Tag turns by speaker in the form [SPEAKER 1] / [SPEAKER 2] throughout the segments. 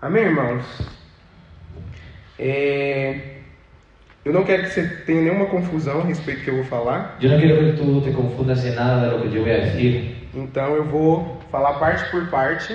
[SPEAKER 1] Amém, irmãos? É, Eu não quero que você tenha nenhuma confusão a respeito do que eu vou falar,
[SPEAKER 2] Yo no quiero que tú te confundas en nada de lo que yo voy a decir.
[SPEAKER 1] então eu vou falar parte por parte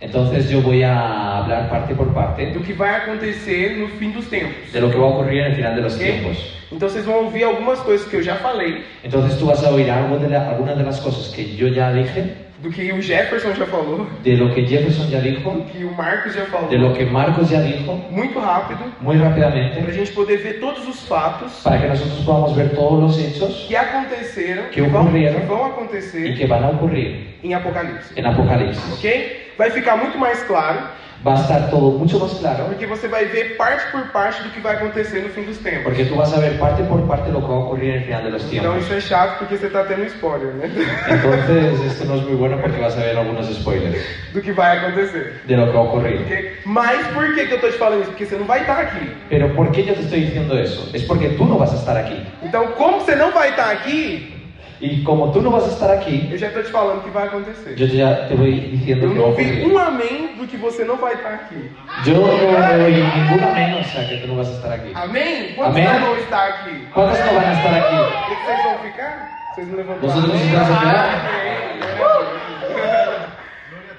[SPEAKER 2] Entonces yo voy a hablar parte por parte
[SPEAKER 1] do que vai acontecer no fim dos tempos.
[SPEAKER 2] de lo que va a ocurrir en el final de los
[SPEAKER 1] Ok?
[SPEAKER 2] tiempos.
[SPEAKER 1] Então vocês vão ouvir algumas coisas que eu já falei,
[SPEAKER 2] Entonces tú vas a oír algo de la- algunas de las cosas que yo ya dije,
[SPEAKER 1] do que o Jefferson já falou,
[SPEAKER 2] de lo que Jefferson ya dijo,
[SPEAKER 1] do que o Marcos já
[SPEAKER 2] de lo
[SPEAKER 1] falou,
[SPEAKER 2] que Marcos ya dijo,
[SPEAKER 1] muito rápido,
[SPEAKER 2] muy
[SPEAKER 1] para a
[SPEAKER 2] rápidamente,
[SPEAKER 1] gente poder ver todos os fatos
[SPEAKER 2] para que nosotros podamos ver todos los hechos
[SPEAKER 1] que aconteceram,
[SPEAKER 2] Que
[SPEAKER 1] vão,
[SPEAKER 2] ocorreram.
[SPEAKER 1] que vão
[SPEAKER 2] y
[SPEAKER 1] acontecer
[SPEAKER 2] que van a ocurrir
[SPEAKER 1] em Apocalipse,
[SPEAKER 2] en Apocalipsis.
[SPEAKER 1] ok? Vai ficar muito mais claro,
[SPEAKER 2] Va a estar todo mucho más claro,
[SPEAKER 1] porque você vai ver parte por parte do que vai acontecer no fim dos tempos.
[SPEAKER 2] porque tú vas a ver parte por parte lo que va a ocurrir en el final de los
[SPEAKER 1] Então
[SPEAKER 2] tiempos.
[SPEAKER 1] isso é chato porque você está tendo spoiler, né?
[SPEAKER 2] Entonces esto no es muy bueno porque vas a ver algunos spoilers.
[SPEAKER 1] Do que vai acontecer.
[SPEAKER 2] de lo que va a ocurrir.
[SPEAKER 1] ok? Mas por que, que eu tô te falando isso? Porque você não vai estar aqui.
[SPEAKER 2] Pero ¿por qué yo te estoy diciendo eso? Es porque tú no vas a estar aquí.
[SPEAKER 1] Então, como você não vai estar aqui,
[SPEAKER 2] Y como tú no vas a estar aquí,
[SPEAKER 1] eu já tô te falando que vai acontecer.
[SPEAKER 2] yo ya te voy diciendo
[SPEAKER 1] Eu
[SPEAKER 2] que va a
[SPEAKER 1] não vi
[SPEAKER 2] ocurrir.
[SPEAKER 1] um amém do que você não vai estar aqui.
[SPEAKER 2] Yo no doy ninguna menos a que tú no vas a estar aquí.
[SPEAKER 1] Amém? Quantos
[SPEAKER 2] Amém.
[SPEAKER 1] não vão estar aqui?
[SPEAKER 2] ¿Cuántos no van a estar aquí?
[SPEAKER 1] O que que vocês vão ficar? Vocês não levantaram?
[SPEAKER 2] ¿Vosotros os
[SPEAKER 1] Amém?
[SPEAKER 2] vas a quedar?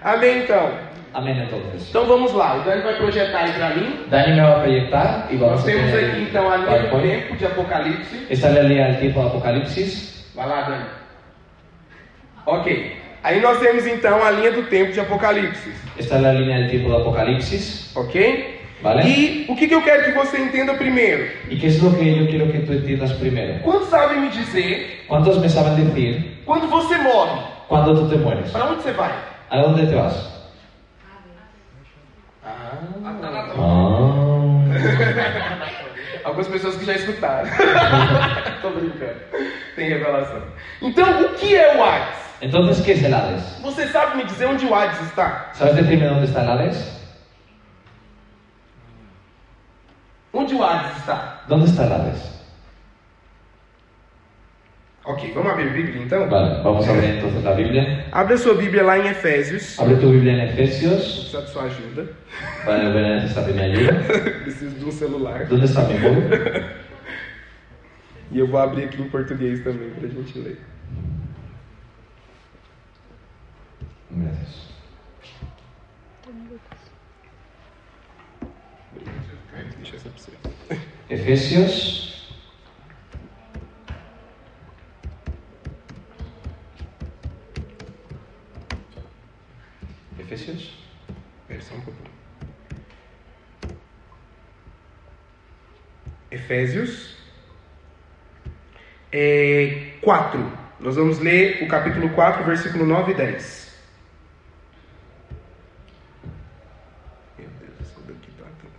[SPEAKER 1] Amém, então.
[SPEAKER 2] Amén entonces.
[SPEAKER 1] Então vamos lá. O Dani vai projetar aí pra mim.
[SPEAKER 2] Dani me va a proyectar y vamos
[SPEAKER 1] Nós
[SPEAKER 2] a
[SPEAKER 1] temos
[SPEAKER 2] tener
[SPEAKER 1] aqui,
[SPEAKER 2] el
[SPEAKER 1] então, a linha do
[SPEAKER 2] PowerPoint.
[SPEAKER 1] tempo de Apocalipse.
[SPEAKER 2] Esta es la línea del tiempo de Apocalipsis.
[SPEAKER 1] Vai lá, Dani. Ok. Aí nós temos, então, a linha do tempo de Apocalipse.
[SPEAKER 2] Esta es la línea del tiempo de Apocalipsis.
[SPEAKER 1] Ok?
[SPEAKER 2] Vale.
[SPEAKER 1] E o que, que eu quero que você entenda primeiro?
[SPEAKER 2] ¿Y qué es lo que yo quiero que tú entiendas primero?
[SPEAKER 1] Quantos sabem me dizer
[SPEAKER 2] ¿Cuántos me saben decir
[SPEAKER 1] quando você morre?
[SPEAKER 2] cuándo tú te mueres?
[SPEAKER 1] Pra onde você vai?
[SPEAKER 2] ¿A dónde te vas?
[SPEAKER 1] Ah,
[SPEAKER 2] Ah,
[SPEAKER 1] algumas pessoas que já escutaram. Tô brincando. Tem revelação. Então, o que é o Hades?
[SPEAKER 2] Entonces, ¿qué es el Hades?
[SPEAKER 1] Você sabe me dizer onde o Hades está?
[SPEAKER 2] ¿Sabes decirme dónde está el Hades?
[SPEAKER 1] Onde o Hades está?
[SPEAKER 2] ¿Dónde está el Hades?
[SPEAKER 1] Ok, vamos abrir a Bíblia então?
[SPEAKER 2] Vale, vamos a ver entonces la Biblia.
[SPEAKER 1] Abre a sua Bíblia lá em Efésios.
[SPEAKER 2] Abre tu Biblia en Efesios.
[SPEAKER 1] Preciso da sua ajuda.
[SPEAKER 2] Vale, voy a necesitar de mi ayuda.
[SPEAKER 1] Preciso de um celular.
[SPEAKER 2] ¿Dónde está mi móvil?
[SPEAKER 1] E eu vou abrir aqui em português também pra gente ler.
[SPEAKER 2] Gracias.
[SPEAKER 1] Deixa essa pra você.
[SPEAKER 2] Efesios. Efesios.
[SPEAKER 1] Pera só um pouquinho. Efésios é, 4. Nós vamos ler o capítulo 4, versículo 9 e 10. Meu Deus, essa daqui tá atrás.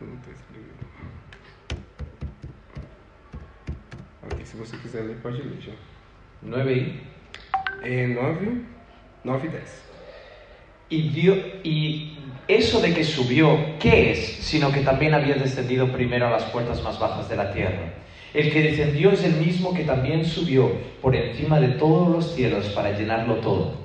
[SPEAKER 1] Não tá tô escrevendo. Ok, se você quiser ler, pode ler já.
[SPEAKER 2] 9 y
[SPEAKER 1] É 9, 9 e 10.
[SPEAKER 2] Y, dio, y eso de que subió, ¿qué es? Sino que también había descendido primero a las puertas más bajas de la tierra. El que descendió es el mismo que también subió por encima de todos los cielos para llenarlo todo.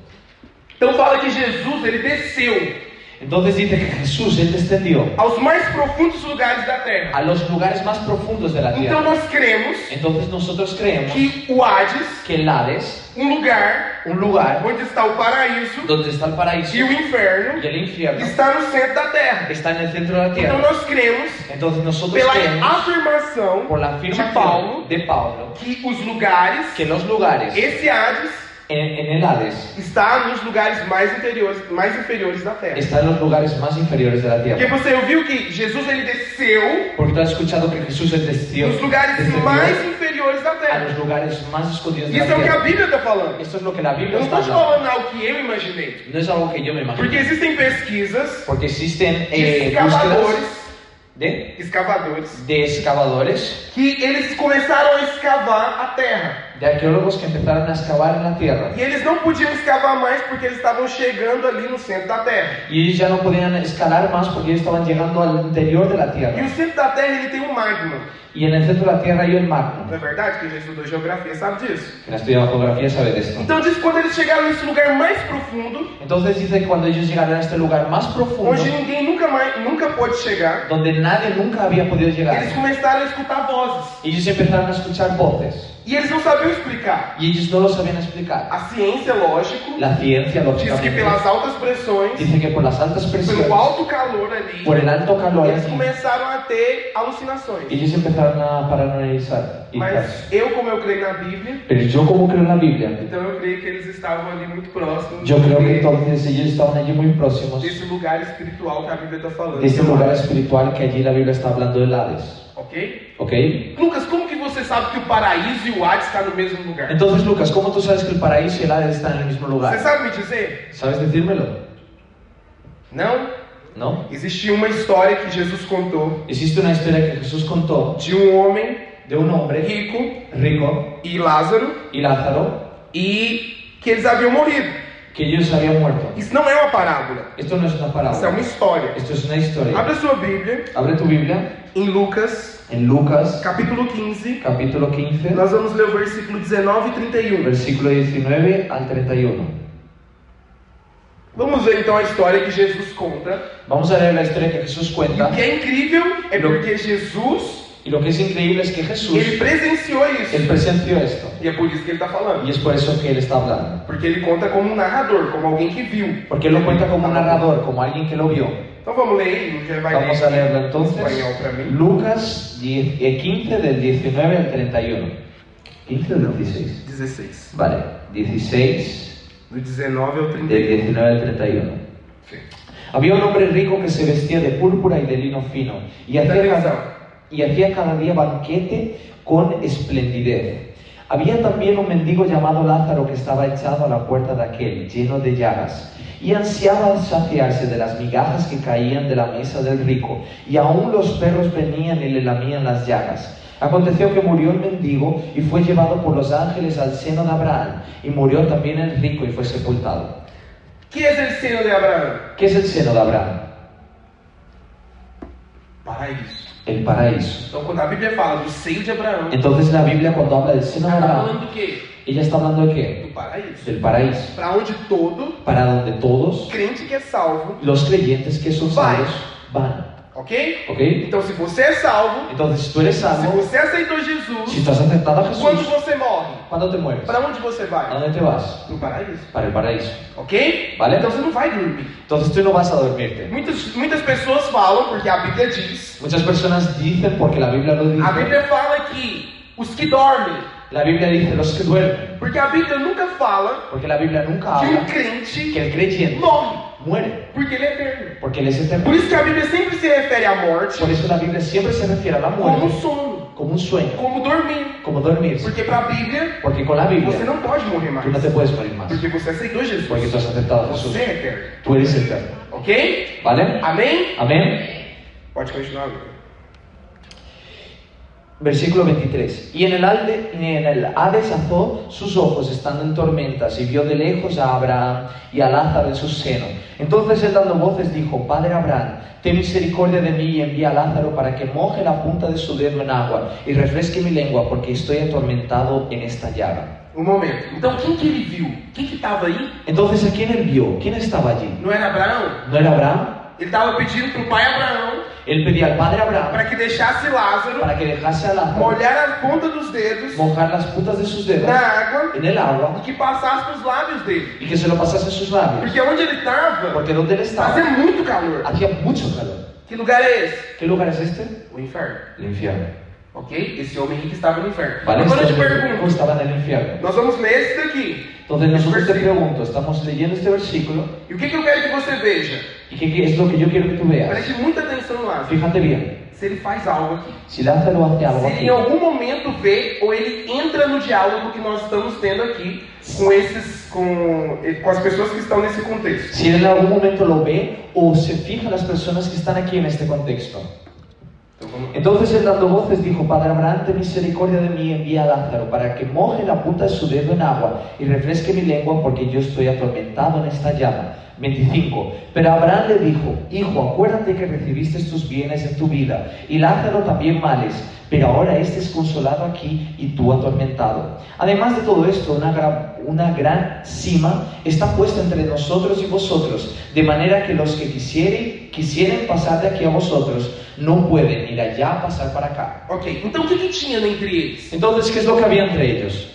[SPEAKER 1] Então fala que Jesus ele desceu
[SPEAKER 2] Entonces dice que Jesús, Él descendió
[SPEAKER 1] aos mais profundos lugares da terra.
[SPEAKER 2] a los lugares más profundos de la
[SPEAKER 1] Então
[SPEAKER 2] tierra.
[SPEAKER 1] nós cremos
[SPEAKER 2] Entonces nosotros creemos
[SPEAKER 1] que o Hades,
[SPEAKER 2] que el Hades,
[SPEAKER 1] um lugar
[SPEAKER 2] un lugar
[SPEAKER 1] onde está o paraíso
[SPEAKER 2] donde está el paraíso
[SPEAKER 1] e o inferno,
[SPEAKER 2] y el infierno,
[SPEAKER 1] está no centro da terra.
[SPEAKER 2] está en el centro de la
[SPEAKER 1] Então
[SPEAKER 2] tierra.
[SPEAKER 1] nós cremos
[SPEAKER 2] Entonces nosotros
[SPEAKER 1] pela
[SPEAKER 2] creemos
[SPEAKER 1] afirmación
[SPEAKER 2] por la
[SPEAKER 1] de
[SPEAKER 2] afirmación
[SPEAKER 1] Paulo
[SPEAKER 2] de Pablo
[SPEAKER 1] que os lugares,
[SPEAKER 2] que los lugares
[SPEAKER 1] esse Hades
[SPEAKER 2] en, en el Hades
[SPEAKER 1] está nos lugares mais interiores, mais inferiores da terra.
[SPEAKER 2] está en los lugares más inferiores de la
[SPEAKER 1] Porque
[SPEAKER 2] tierra.
[SPEAKER 1] você ouviu que Jesus ele desceu
[SPEAKER 2] Porque tú has escuchado que Jesús es descendió
[SPEAKER 1] nos lugares
[SPEAKER 2] descendió
[SPEAKER 1] mais inferiores da
[SPEAKER 2] a
[SPEAKER 1] terra.
[SPEAKER 2] los lugares más escondidos de
[SPEAKER 1] Isso é
[SPEAKER 2] la
[SPEAKER 1] o que a
[SPEAKER 2] tierra.
[SPEAKER 1] Bíblia está falando.
[SPEAKER 2] Esto es lo que la Biblia
[SPEAKER 1] Eu não
[SPEAKER 2] está
[SPEAKER 1] estou te
[SPEAKER 2] hablando.
[SPEAKER 1] falando algo que eu imaginei.
[SPEAKER 2] No es algo que yo me
[SPEAKER 1] Porque
[SPEAKER 2] imagino.
[SPEAKER 1] existem pesquisas
[SPEAKER 2] Porque existen
[SPEAKER 1] de
[SPEAKER 2] eh,
[SPEAKER 1] escavadores,
[SPEAKER 2] búsquedas de,
[SPEAKER 1] escavadores,
[SPEAKER 2] de excavadores
[SPEAKER 1] que eles começaram a escavar a terra.
[SPEAKER 2] de arqueólogos que empezaron a excavar en la tierra.
[SPEAKER 1] E eles não podiam escavar mais porque eles estavam chegando ali no centro da terra.
[SPEAKER 2] Y ellos ya no podían escalar más porque ellos estaban llegando al interior de la
[SPEAKER 1] E o
[SPEAKER 2] tierra.
[SPEAKER 1] centro da terra ele tem um magma.
[SPEAKER 2] Y en el centro de la tierra hay el magma.
[SPEAKER 1] Não é verdade? Quem já estudou geografia sabe disso.
[SPEAKER 2] Quien ha estudiado geografía sabe de esto.
[SPEAKER 1] Então diz que quando eles chegaram nesse lugar mais profundo,
[SPEAKER 2] Entonces dice que cuando ellos llegaron a este lugar más profundo,
[SPEAKER 1] onde ninguém nunca mais nunca pôde chegar,
[SPEAKER 2] donde nadie nunca había podido
[SPEAKER 1] eles
[SPEAKER 2] llegar,
[SPEAKER 1] começaram a escutar vozes.
[SPEAKER 2] ellos empezaron a escuchar voces
[SPEAKER 1] E eles não sabiam explicar.
[SPEAKER 2] y ellos no lo sabían explicar.
[SPEAKER 1] A ciência, lógico,
[SPEAKER 2] La ciencia,
[SPEAKER 1] diz que
[SPEAKER 2] lógicamente,
[SPEAKER 1] pelas altas pressões,
[SPEAKER 2] dice que por las altas presiones,
[SPEAKER 1] pelo alto calor ali,
[SPEAKER 2] por el alto calor,
[SPEAKER 1] eles começaram a ter alucinações.
[SPEAKER 2] ellos empezaron a paranoizar. y tal.
[SPEAKER 1] Mas eu, como eu creio na Bíblia,
[SPEAKER 2] Pero yo como creo en la Biblia,
[SPEAKER 1] então eu creio que eles estavam ali muito próximos
[SPEAKER 2] yo creo que
[SPEAKER 1] de-
[SPEAKER 2] entonces ellos estaban allí muy próximos
[SPEAKER 1] desse lugar espiritual que a Bíblia está falando.
[SPEAKER 2] de este lugar espiritual que allí la Biblia está hablando del Hades.
[SPEAKER 1] Ok?
[SPEAKER 2] ¿Ok?
[SPEAKER 1] Lucas, como que você sabe que o paraíso e o Hades estão no mesmo lugar?
[SPEAKER 2] Entonces, Lucas, ¿cómo tú sabes que el paraíso y el Hades están en el mismo
[SPEAKER 1] Você
[SPEAKER 2] lugar?
[SPEAKER 1] sabe me dizer?
[SPEAKER 2] ¿Sabes decírmelo?
[SPEAKER 1] Não?
[SPEAKER 2] ¿No?
[SPEAKER 1] Existe uma história que Jesus contou
[SPEAKER 2] Existe una historia que Jesús contó
[SPEAKER 1] de um homem
[SPEAKER 2] de un hombre
[SPEAKER 1] rico
[SPEAKER 2] rico
[SPEAKER 1] e Lázaro
[SPEAKER 2] y Lázaro
[SPEAKER 1] e que eles haviam morrido.
[SPEAKER 2] que ellos habían muerto.
[SPEAKER 1] Isso não é uma parábola,
[SPEAKER 2] Esto no es una
[SPEAKER 1] isso é
[SPEAKER 2] parábola,
[SPEAKER 1] uma história.
[SPEAKER 2] esto es una historia.
[SPEAKER 1] Abra sua Bíblia
[SPEAKER 2] Abre tu Biblia
[SPEAKER 1] em Lucas,
[SPEAKER 2] en Lucas
[SPEAKER 1] capítulo 15.
[SPEAKER 2] capítulo 15,
[SPEAKER 1] Nós vamos ler o versículo 19 e 31.
[SPEAKER 2] versículo 19 al 31.
[SPEAKER 1] Vamos ver então a história que Jesus conta.
[SPEAKER 2] Vamos a leer la historia que Jesús
[SPEAKER 1] E o
[SPEAKER 2] cuenta
[SPEAKER 1] que é incrível é
[SPEAKER 2] Não.
[SPEAKER 1] porque Jesus,
[SPEAKER 2] y lo que es increíble es que Jesús,
[SPEAKER 1] ele presenciou
[SPEAKER 2] él
[SPEAKER 1] isso.
[SPEAKER 2] presenció esto
[SPEAKER 1] E é por isso que ele está falando.
[SPEAKER 2] y es por eso que él está hablando.
[SPEAKER 1] Porque ele conta como um narrador, como alguém que viu.
[SPEAKER 2] Porque él lo cuenta como un narrador, como alguien que lo vio.
[SPEAKER 1] Então vamos ler ele, já vai
[SPEAKER 2] Vamos então. a
[SPEAKER 1] ler
[SPEAKER 2] leerlo
[SPEAKER 1] espanhol para
[SPEAKER 2] entonces.
[SPEAKER 1] mí.
[SPEAKER 2] Lucas 10, eh, 15 del 19 al 31. 15 o 16.
[SPEAKER 1] 16.
[SPEAKER 2] Vale, 16
[SPEAKER 1] Do 19 ao
[SPEAKER 2] del
[SPEAKER 1] 31.
[SPEAKER 2] 19 al 31.
[SPEAKER 1] Sim.
[SPEAKER 2] Había un hombre rico que se vestía de púrpura y de lino fino y hacía,
[SPEAKER 1] Atenção.
[SPEAKER 2] cada, y hacía cada día banquete con esplendidez. Había también un mendigo llamado Lázaro que estaba echado a la puerta de aquel, lleno de llagas, y ansiaba saciarse de las migajas que caían de la mesa del rico, y aún los perros venían y le lamían las llagas. Aconteció que murió el mendigo y fue llevado por los ángeles al seno de Abraham, y murió también el rico y fue sepultado.
[SPEAKER 1] Que exerceu de Abraão?
[SPEAKER 2] ¿Qué es el seno de Abraham?
[SPEAKER 1] Paraíso.
[SPEAKER 2] El paraíso.
[SPEAKER 1] Então quando a Bíblia fala do seio de Abraão,
[SPEAKER 2] Entonces la Biblia cuando habla del seno de
[SPEAKER 1] ela está
[SPEAKER 2] Abraham,
[SPEAKER 1] falando do quê?
[SPEAKER 2] ella está hablando de qué?
[SPEAKER 1] Do paraíso.
[SPEAKER 2] Del paraíso,
[SPEAKER 1] Para onde todo
[SPEAKER 2] para donde todos
[SPEAKER 1] crente que é salvo,
[SPEAKER 2] los creyentes que son salvos van.
[SPEAKER 1] ok?
[SPEAKER 2] ¿Ok?
[SPEAKER 1] Então se você é salvo,
[SPEAKER 2] Entonces, si tú eres
[SPEAKER 1] se
[SPEAKER 2] salvo,
[SPEAKER 1] você aceitou
[SPEAKER 2] si
[SPEAKER 1] Jesus,
[SPEAKER 2] tú has aceptado a
[SPEAKER 1] quando
[SPEAKER 2] Jesús,
[SPEAKER 1] você morre,
[SPEAKER 2] ¿cuándo te mueres?
[SPEAKER 1] para onde você
[SPEAKER 2] ¿A
[SPEAKER 1] vai?
[SPEAKER 2] dónde te vas?
[SPEAKER 1] No paraíso,
[SPEAKER 2] Para el paraíso.
[SPEAKER 1] ok?
[SPEAKER 2] Vale.
[SPEAKER 1] Então você não vai dormir.
[SPEAKER 2] Entonces tú no vas a dormirte.
[SPEAKER 1] Muitas, muitas pessoas falam, porque a Bíblia diz,
[SPEAKER 2] Muchas personas dicen, porque la Biblia lo
[SPEAKER 1] a
[SPEAKER 2] dice,
[SPEAKER 1] Bíblia fala que os que dormem,
[SPEAKER 2] la Biblia dice los que duermen,
[SPEAKER 1] porque a Bíblia nunca fala
[SPEAKER 2] porque la Biblia nunca
[SPEAKER 1] que um
[SPEAKER 2] habla
[SPEAKER 1] crente
[SPEAKER 2] que el creyente
[SPEAKER 1] morre,
[SPEAKER 2] muere,
[SPEAKER 1] porque ele é eterno.
[SPEAKER 2] porque él es eterno.
[SPEAKER 1] Por isso que a Bíblia sempre se refere à morte
[SPEAKER 2] Por eso la Biblia siempre se refiere a la
[SPEAKER 1] como
[SPEAKER 2] muerte
[SPEAKER 1] sono,
[SPEAKER 2] como un sueño,
[SPEAKER 1] como dormir.
[SPEAKER 2] como dormirse.
[SPEAKER 1] Porque para a Bíblia,
[SPEAKER 2] Porque con la
[SPEAKER 1] você
[SPEAKER 2] Biblia
[SPEAKER 1] não pode morrer
[SPEAKER 2] tú no
[SPEAKER 1] mais.
[SPEAKER 2] te puedes morir más.
[SPEAKER 1] Porque você aceitou Jesus.
[SPEAKER 2] Porque tú has aceptado a Jesús.
[SPEAKER 1] Você é eterno.
[SPEAKER 2] Tú eres eterno.
[SPEAKER 1] Ok?
[SPEAKER 2] ¿Vale?
[SPEAKER 1] Amém?
[SPEAKER 2] Amén.
[SPEAKER 1] Pode continuar, Lucas.
[SPEAKER 2] Versículo 23. Y en el, alde, y en el Hades azó sus ojos estando en tormentas y vio de lejos a Abraham y a Lázaro en su seno. Entonces él dando voces dijo, Padre Abraham, ten misericordia de mí y envía a Lázaro para que moje la punta de su dedo en agua y refresque mi lengua porque estoy atormentado en esta llaga.
[SPEAKER 1] Um momento. Então quem que ele viu? Quem que estava aí?
[SPEAKER 2] Entonces, ¿a quién él vio? ¿Quién estaba allí?
[SPEAKER 1] Não era Abraão?
[SPEAKER 2] ¿No era Abraham?
[SPEAKER 1] Ele estava pedindo para o pai Abraão
[SPEAKER 2] Él pedía al padre Abraham
[SPEAKER 1] para que deixasse Lázaro
[SPEAKER 2] para que dejase a Lázaro
[SPEAKER 1] molhar a ponta dos dedos
[SPEAKER 2] mojar las puntas de sus dedos
[SPEAKER 1] na água
[SPEAKER 2] en el agua
[SPEAKER 1] e que passasse para os lábios dele.
[SPEAKER 2] y que se lo pasase en sus labios.
[SPEAKER 1] Porque onde ele estava,
[SPEAKER 2] Porque donde él
[SPEAKER 1] fazia
[SPEAKER 2] estaba
[SPEAKER 1] muito calor.
[SPEAKER 2] hacía mucho calor.
[SPEAKER 1] Que lugar é esse?
[SPEAKER 2] ¿Qué lugar es este?
[SPEAKER 1] O inferno.
[SPEAKER 2] El infierno.
[SPEAKER 1] Ok? Esse homem rico estava no inferno.
[SPEAKER 2] ¿Vale?
[SPEAKER 1] Agora eu te
[SPEAKER 2] Este hombre
[SPEAKER 1] pergunto.
[SPEAKER 2] estaba en el infierno.
[SPEAKER 1] Nós vamos ler esse daqui.
[SPEAKER 2] Entonces nosotros te
[SPEAKER 1] Versículo.
[SPEAKER 2] pregunto, estamos leyendo este versículo
[SPEAKER 1] E o que, que eu quero que você veja?
[SPEAKER 2] y qué qué es lo que yo quiero que tú veas.
[SPEAKER 1] Preste muita atenção no Lázaro.
[SPEAKER 2] Fíjate bien,
[SPEAKER 1] Se ele faz algo aqui.
[SPEAKER 2] si Lázaro hace algo
[SPEAKER 1] Se ele em
[SPEAKER 2] aquí,
[SPEAKER 1] algum momento vê ou ele entra no diálogo que nós estamos tendo aqui com esses, com, com as pessoas que estão nesse contexto.
[SPEAKER 2] si él en algún momento lo ve o se fija en las personas que están aquí en este contexto,
[SPEAKER 1] Então vamos lá.
[SPEAKER 2] Entonces él dando voces dijo, Padre Abraham, ten misericordia de mí, envía a Lázaro para que moje la punta de su dedo en agua y refresque mi lengua porque yo estoy atormentado en esta llama. 25. Pero Abraham le dijo, Hijo, acuérdate que recibiste tus bienes en tu vida y Lázaro también males, pero ahora este es consolado aquí y tú atormentado. Además de todo esto, una gran, una gran cima está puesta entre nosotros y vosotros, de manera que los que quisieren, quisieren pasar de aquí a vosotros no pueden ir allá a pasar para acá.
[SPEAKER 1] Ok, então o que, que tinha entre eles?
[SPEAKER 2] Entonces, ¿qué es lo que había entre ellos?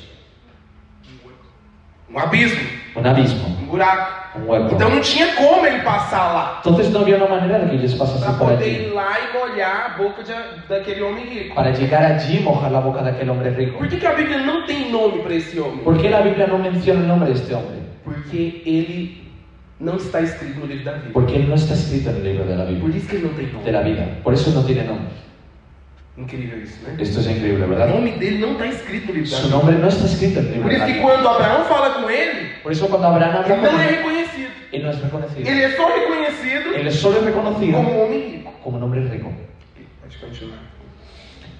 [SPEAKER 1] Um abismo,
[SPEAKER 2] Un abismo,
[SPEAKER 1] um buraco.
[SPEAKER 2] un hueco.
[SPEAKER 1] Então não tinha como ele passar lá.
[SPEAKER 2] Entonces no había una manera de que ellos
[SPEAKER 1] Pra
[SPEAKER 2] pasasen por
[SPEAKER 1] poder
[SPEAKER 2] allí.
[SPEAKER 1] ir lá e molhar a boca de, daquele homem rico.
[SPEAKER 2] Para llegar allí y mojar la boca de aquel hombre rico.
[SPEAKER 1] Por que, que a Bíblia não tem nome para esse homem?
[SPEAKER 2] Ah. ¿Por qué la Biblia no menciona el nombre de este hombre?
[SPEAKER 1] Porque ele não está escrito no livro da vida.
[SPEAKER 2] Porque él no está escrito en el libro de la
[SPEAKER 1] Por
[SPEAKER 2] Biblia,
[SPEAKER 1] isso que ele não tem
[SPEAKER 2] de
[SPEAKER 1] nome.
[SPEAKER 2] la vida. Por eso no tiene nombre.
[SPEAKER 1] Incrível isso, né?
[SPEAKER 2] Esto es increíble,
[SPEAKER 1] O
[SPEAKER 2] ¿verdad?
[SPEAKER 1] nome dele não está escrito no livro da
[SPEAKER 2] Su
[SPEAKER 1] vida.
[SPEAKER 2] nombre no está escrito en el libro
[SPEAKER 1] Por
[SPEAKER 2] de
[SPEAKER 1] isso
[SPEAKER 2] la
[SPEAKER 1] que
[SPEAKER 2] Bíblia.
[SPEAKER 1] quando Abraão fala com ele,
[SPEAKER 2] Por eso cuando Abraham habla
[SPEAKER 1] ele não
[SPEAKER 2] con
[SPEAKER 1] é
[SPEAKER 2] él,
[SPEAKER 1] reconhecido.
[SPEAKER 2] él no es reconocido.
[SPEAKER 1] Ele é só reconhecido
[SPEAKER 2] Él es solo reconocido
[SPEAKER 1] como um homem rico.
[SPEAKER 2] como nombre rico.
[SPEAKER 1] Pode continuar.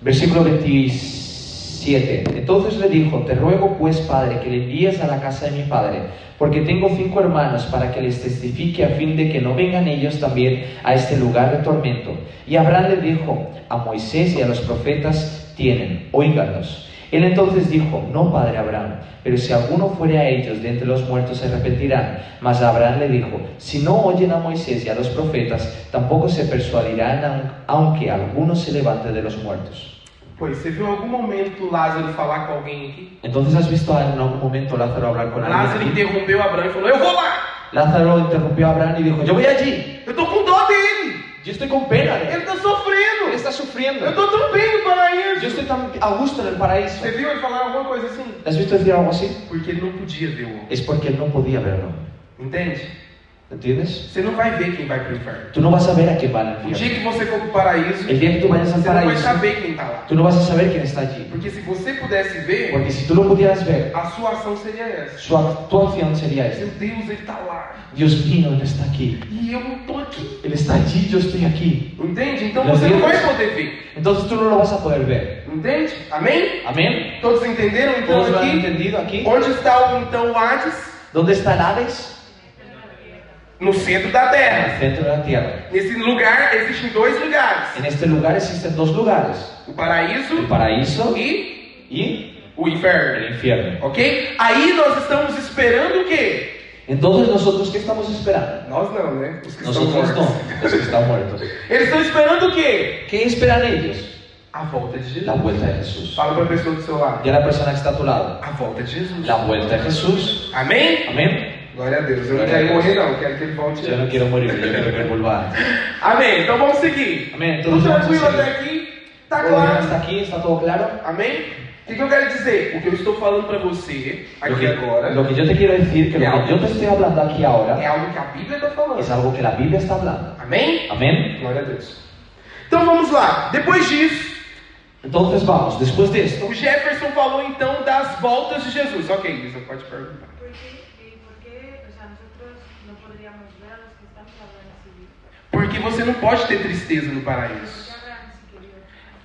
[SPEAKER 2] Versículo 27. Entonces le dijo, te ruego pues, padre, que le envíes a la casa de mi padre, porque tengo cinco hermanos para que les testifique a fin de que no vengan ellos también a este lugar de tormento. Y Abraham le dijo, a Moisés y a los profetas tienen, óiganlos. Él entonces dijo, no, padre Abraham, pero si alguno fuere a ellos de entre los muertos se arrepentirán. Mas Abraham le dijo, si no oyen a Moisés y a los profetas, tampoco se persuadirán aun- aunque alguno se levante de los muertos.
[SPEAKER 1] Pois, você viu em algum momento Lázaro falar com alguém aqui?
[SPEAKER 2] Entonces has visto en algún momento Lázaro hablar con
[SPEAKER 1] Lázaro
[SPEAKER 2] alguien. aquí?
[SPEAKER 1] interrompeu Abraão e falou, eu vou lá!
[SPEAKER 2] Lázaro interrumpió a Abraham y dijo, yo voy allí,
[SPEAKER 1] Eu tô com dó dele!
[SPEAKER 2] yo estoy con pena, de él.
[SPEAKER 1] Ele tá
[SPEAKER 2] él
[SPEAKER 1] sofrendo!
[SPEAKER 2] está sufriendo,
[SPEAKER 1] Eu tô tão bem no paraíso!
[SPEAKER 2] yo estoy tan a gusto en el paraíso.
[SPEAKER 1] Você viu ele falar alguma coisa assim?
[SPEAKER 2] ¿Has visto decir algo así?
[SPEAKER 1] Porque ele não podia ver o homem.
[SPEAKER 2] Es porque él no podía verlo,
[SPEAKER 1] Entende?
[SPEAKER 2] ¿entiendes?
[SPEAKER 1] Você não vai ver quem vai pro inferno.
[SPEAKER 2] Tú no vas a ver a quién va al
[SPEAKER 1] O
[SPEAKER 2] infierno.
[SPEAKER 1] dia que você for pro paraíso,
[SPEAKER 2] El día que tú vayas al
[SPEAKER 1] você não vai
[SPEAKER 2] paraíso,
[SPEAKER 1] saber quem tá lá.
[SPEAKER 2] tú no vas a saber quién está allí.
[SPEAKER 1] Porque se você pudesse ver,
[SPEAKER 2] Porque si tú lo pudieras ver,
[SPEAKER 1] a sua ação seria essa.
[SPEAKER 2] su actuación sería
[SPEAKER 1] Meu
[SPEAKER 2] esta.
[SPEAKER 1] Deus, ele tá lá.
[SPEAKER 2] Dios mío, Él está aquí.
[SPEAKER 1] E eu não tô aqui.
[SPEAKER 2] Él está allí, yo estoy aquí.
[SPEAKER 1] Entende? Então
[SPEAKER 2] Meu
[SPEAKER 1] você não
[SPEAKER 2] Deus.
[SPEAKER 1] vai poder ver.
[SPEAKER 2] Entonces tú no lo vas a poder ver.
[SPEAKER 1] Entende? Amém?
[SPEAKER 2] Amén.
[SPEAKER 1] Todos entenderam então
[SPEAKER 2] ¿Todos lo han
[SPEAKER 1] aqui?
[SPEAKER 2] entendido aquí?
[SPEAKER 1] Onde está o então o Hades?
[SPEAKER 2] ¿Dónde está el Hades?
[SPEAKER 1] No centro da
[SPEAKER 2] En el
[SPEAKER 1] terra.
[SPEAKER 2] centro de la tierra.
[SPEAKER 1] Nesse lugar existem dois lugares:
[SPEAKER 2] En este lugar existen dos lugares:
[SPEAKER 1] o paraíso
[SPEAKER 2] el paraíso
[SPEAKER 1] e
[SPEAKER 2] y
[SPEAKER 1] o inferno.
[SPEAKER 2] el infierno.
[SPEAKER 1] Ok? Aí nós estamos esperando o quê?
[SPEAKER 2] Entonces, ¿nosotros qué estamos esperando?
[SPEAKER 1] Nós não, né? Os que
[SPEAKER 2] Nosotros
[SPEAKER 1] estão
[SPEAKER 2] no,
[SPEAKER 1] mortos.
[SPEAKER 2] los que están muertos.
[SPEAKER 1] Eles estão esperando o quê?
[SPEAKER 2] ¿Qué esperan ellos?
[SPEAKER 1] A volta de Jesus.
[SPEAKER 2] La vuelta de Jesús.
[SPEAKER 1] Fala para a pessoa do seu lado.
[SPEAKER 2] Y a la persona que está a tu lado,
[SPEAKER 1] A volta de Jesus.
[SPEAKER 2] la vuelta de Jesús.
[SPEAKER 1] Amém?
[SPEAKER 2] Amén.
[SPEAKER 1] Glória a Deus. Eu não
[SPEAKER 2] Glória
[SPEAKER 1] quero
[SPEAKER 2] a Deus.
[SPEAKER 1] morrer, não. Eu quero que ele volte.
[SPEAKER 2] Yo no quiero morir, yo quiero que él vuelva antes.
[SPEAKER 1] Amém. Então vamos seguir.
[SPEAKER 2] Amém.
[SPEAKER 1] Tudo
[SPEAKER 2] Todos vamos
[SPEAKER 1] tranquilo
[SPEAKER 2] seguir.
[SPEAKER 1] até aqui? Tá
[SPEAKER 2] Todo bien
[SPEAKER 1] claro?
[SPEAKER 2] hasta aquí? ¿Está todo claro?
[SPEAKER 1] Amém? O que, que eu quero dizer? O que eu estou falando para você
[SPEAKER 2] Lo
[SPEAKER 1] aqui
[SPEAKER 2] que,
[SPEAKER 1] agora
[SPEAKER 2] lo que yo te quiero decir, que lo que yo te
[SPEAKER 1] pues.
[SPEAKER 2] estoy hablando aquí
[SPEAKER 1] é
[SPEAKER 2] ahora,
[SPEAKER 1] algo que a Bíblia está
[SPEAKER 2] es
[SPEAKER 1] falando.
[SPEAKER 2] algo que la Biblia está hablando.
[SPEAKER 1] Amém?
[SPEAKER 2] Amén.
[SPEAKER 1] Glória a Deus. Então vamos lá. Depois disso,
[SPEAKER 2] Entonces vamos, después de esto,
[SPEAKER 1] o Jefferson falou então das voltas de Jesus. Ok, Isa, pode perguntar.
[SPEAKER 3] ¿Por qué, eh, por qué, o sea, nosotros no podríamos ver a los que estamos ahora en su vida?
[SPEAKER 1] Porque você não pode ter tristeza
[SPEAKER 3] ¿Por
[SPEAKER 1] no
[SPEAKER 3] qué
[SPEAKER 1] paraíso.
[SPEAKER 3] Abraham sí que vio?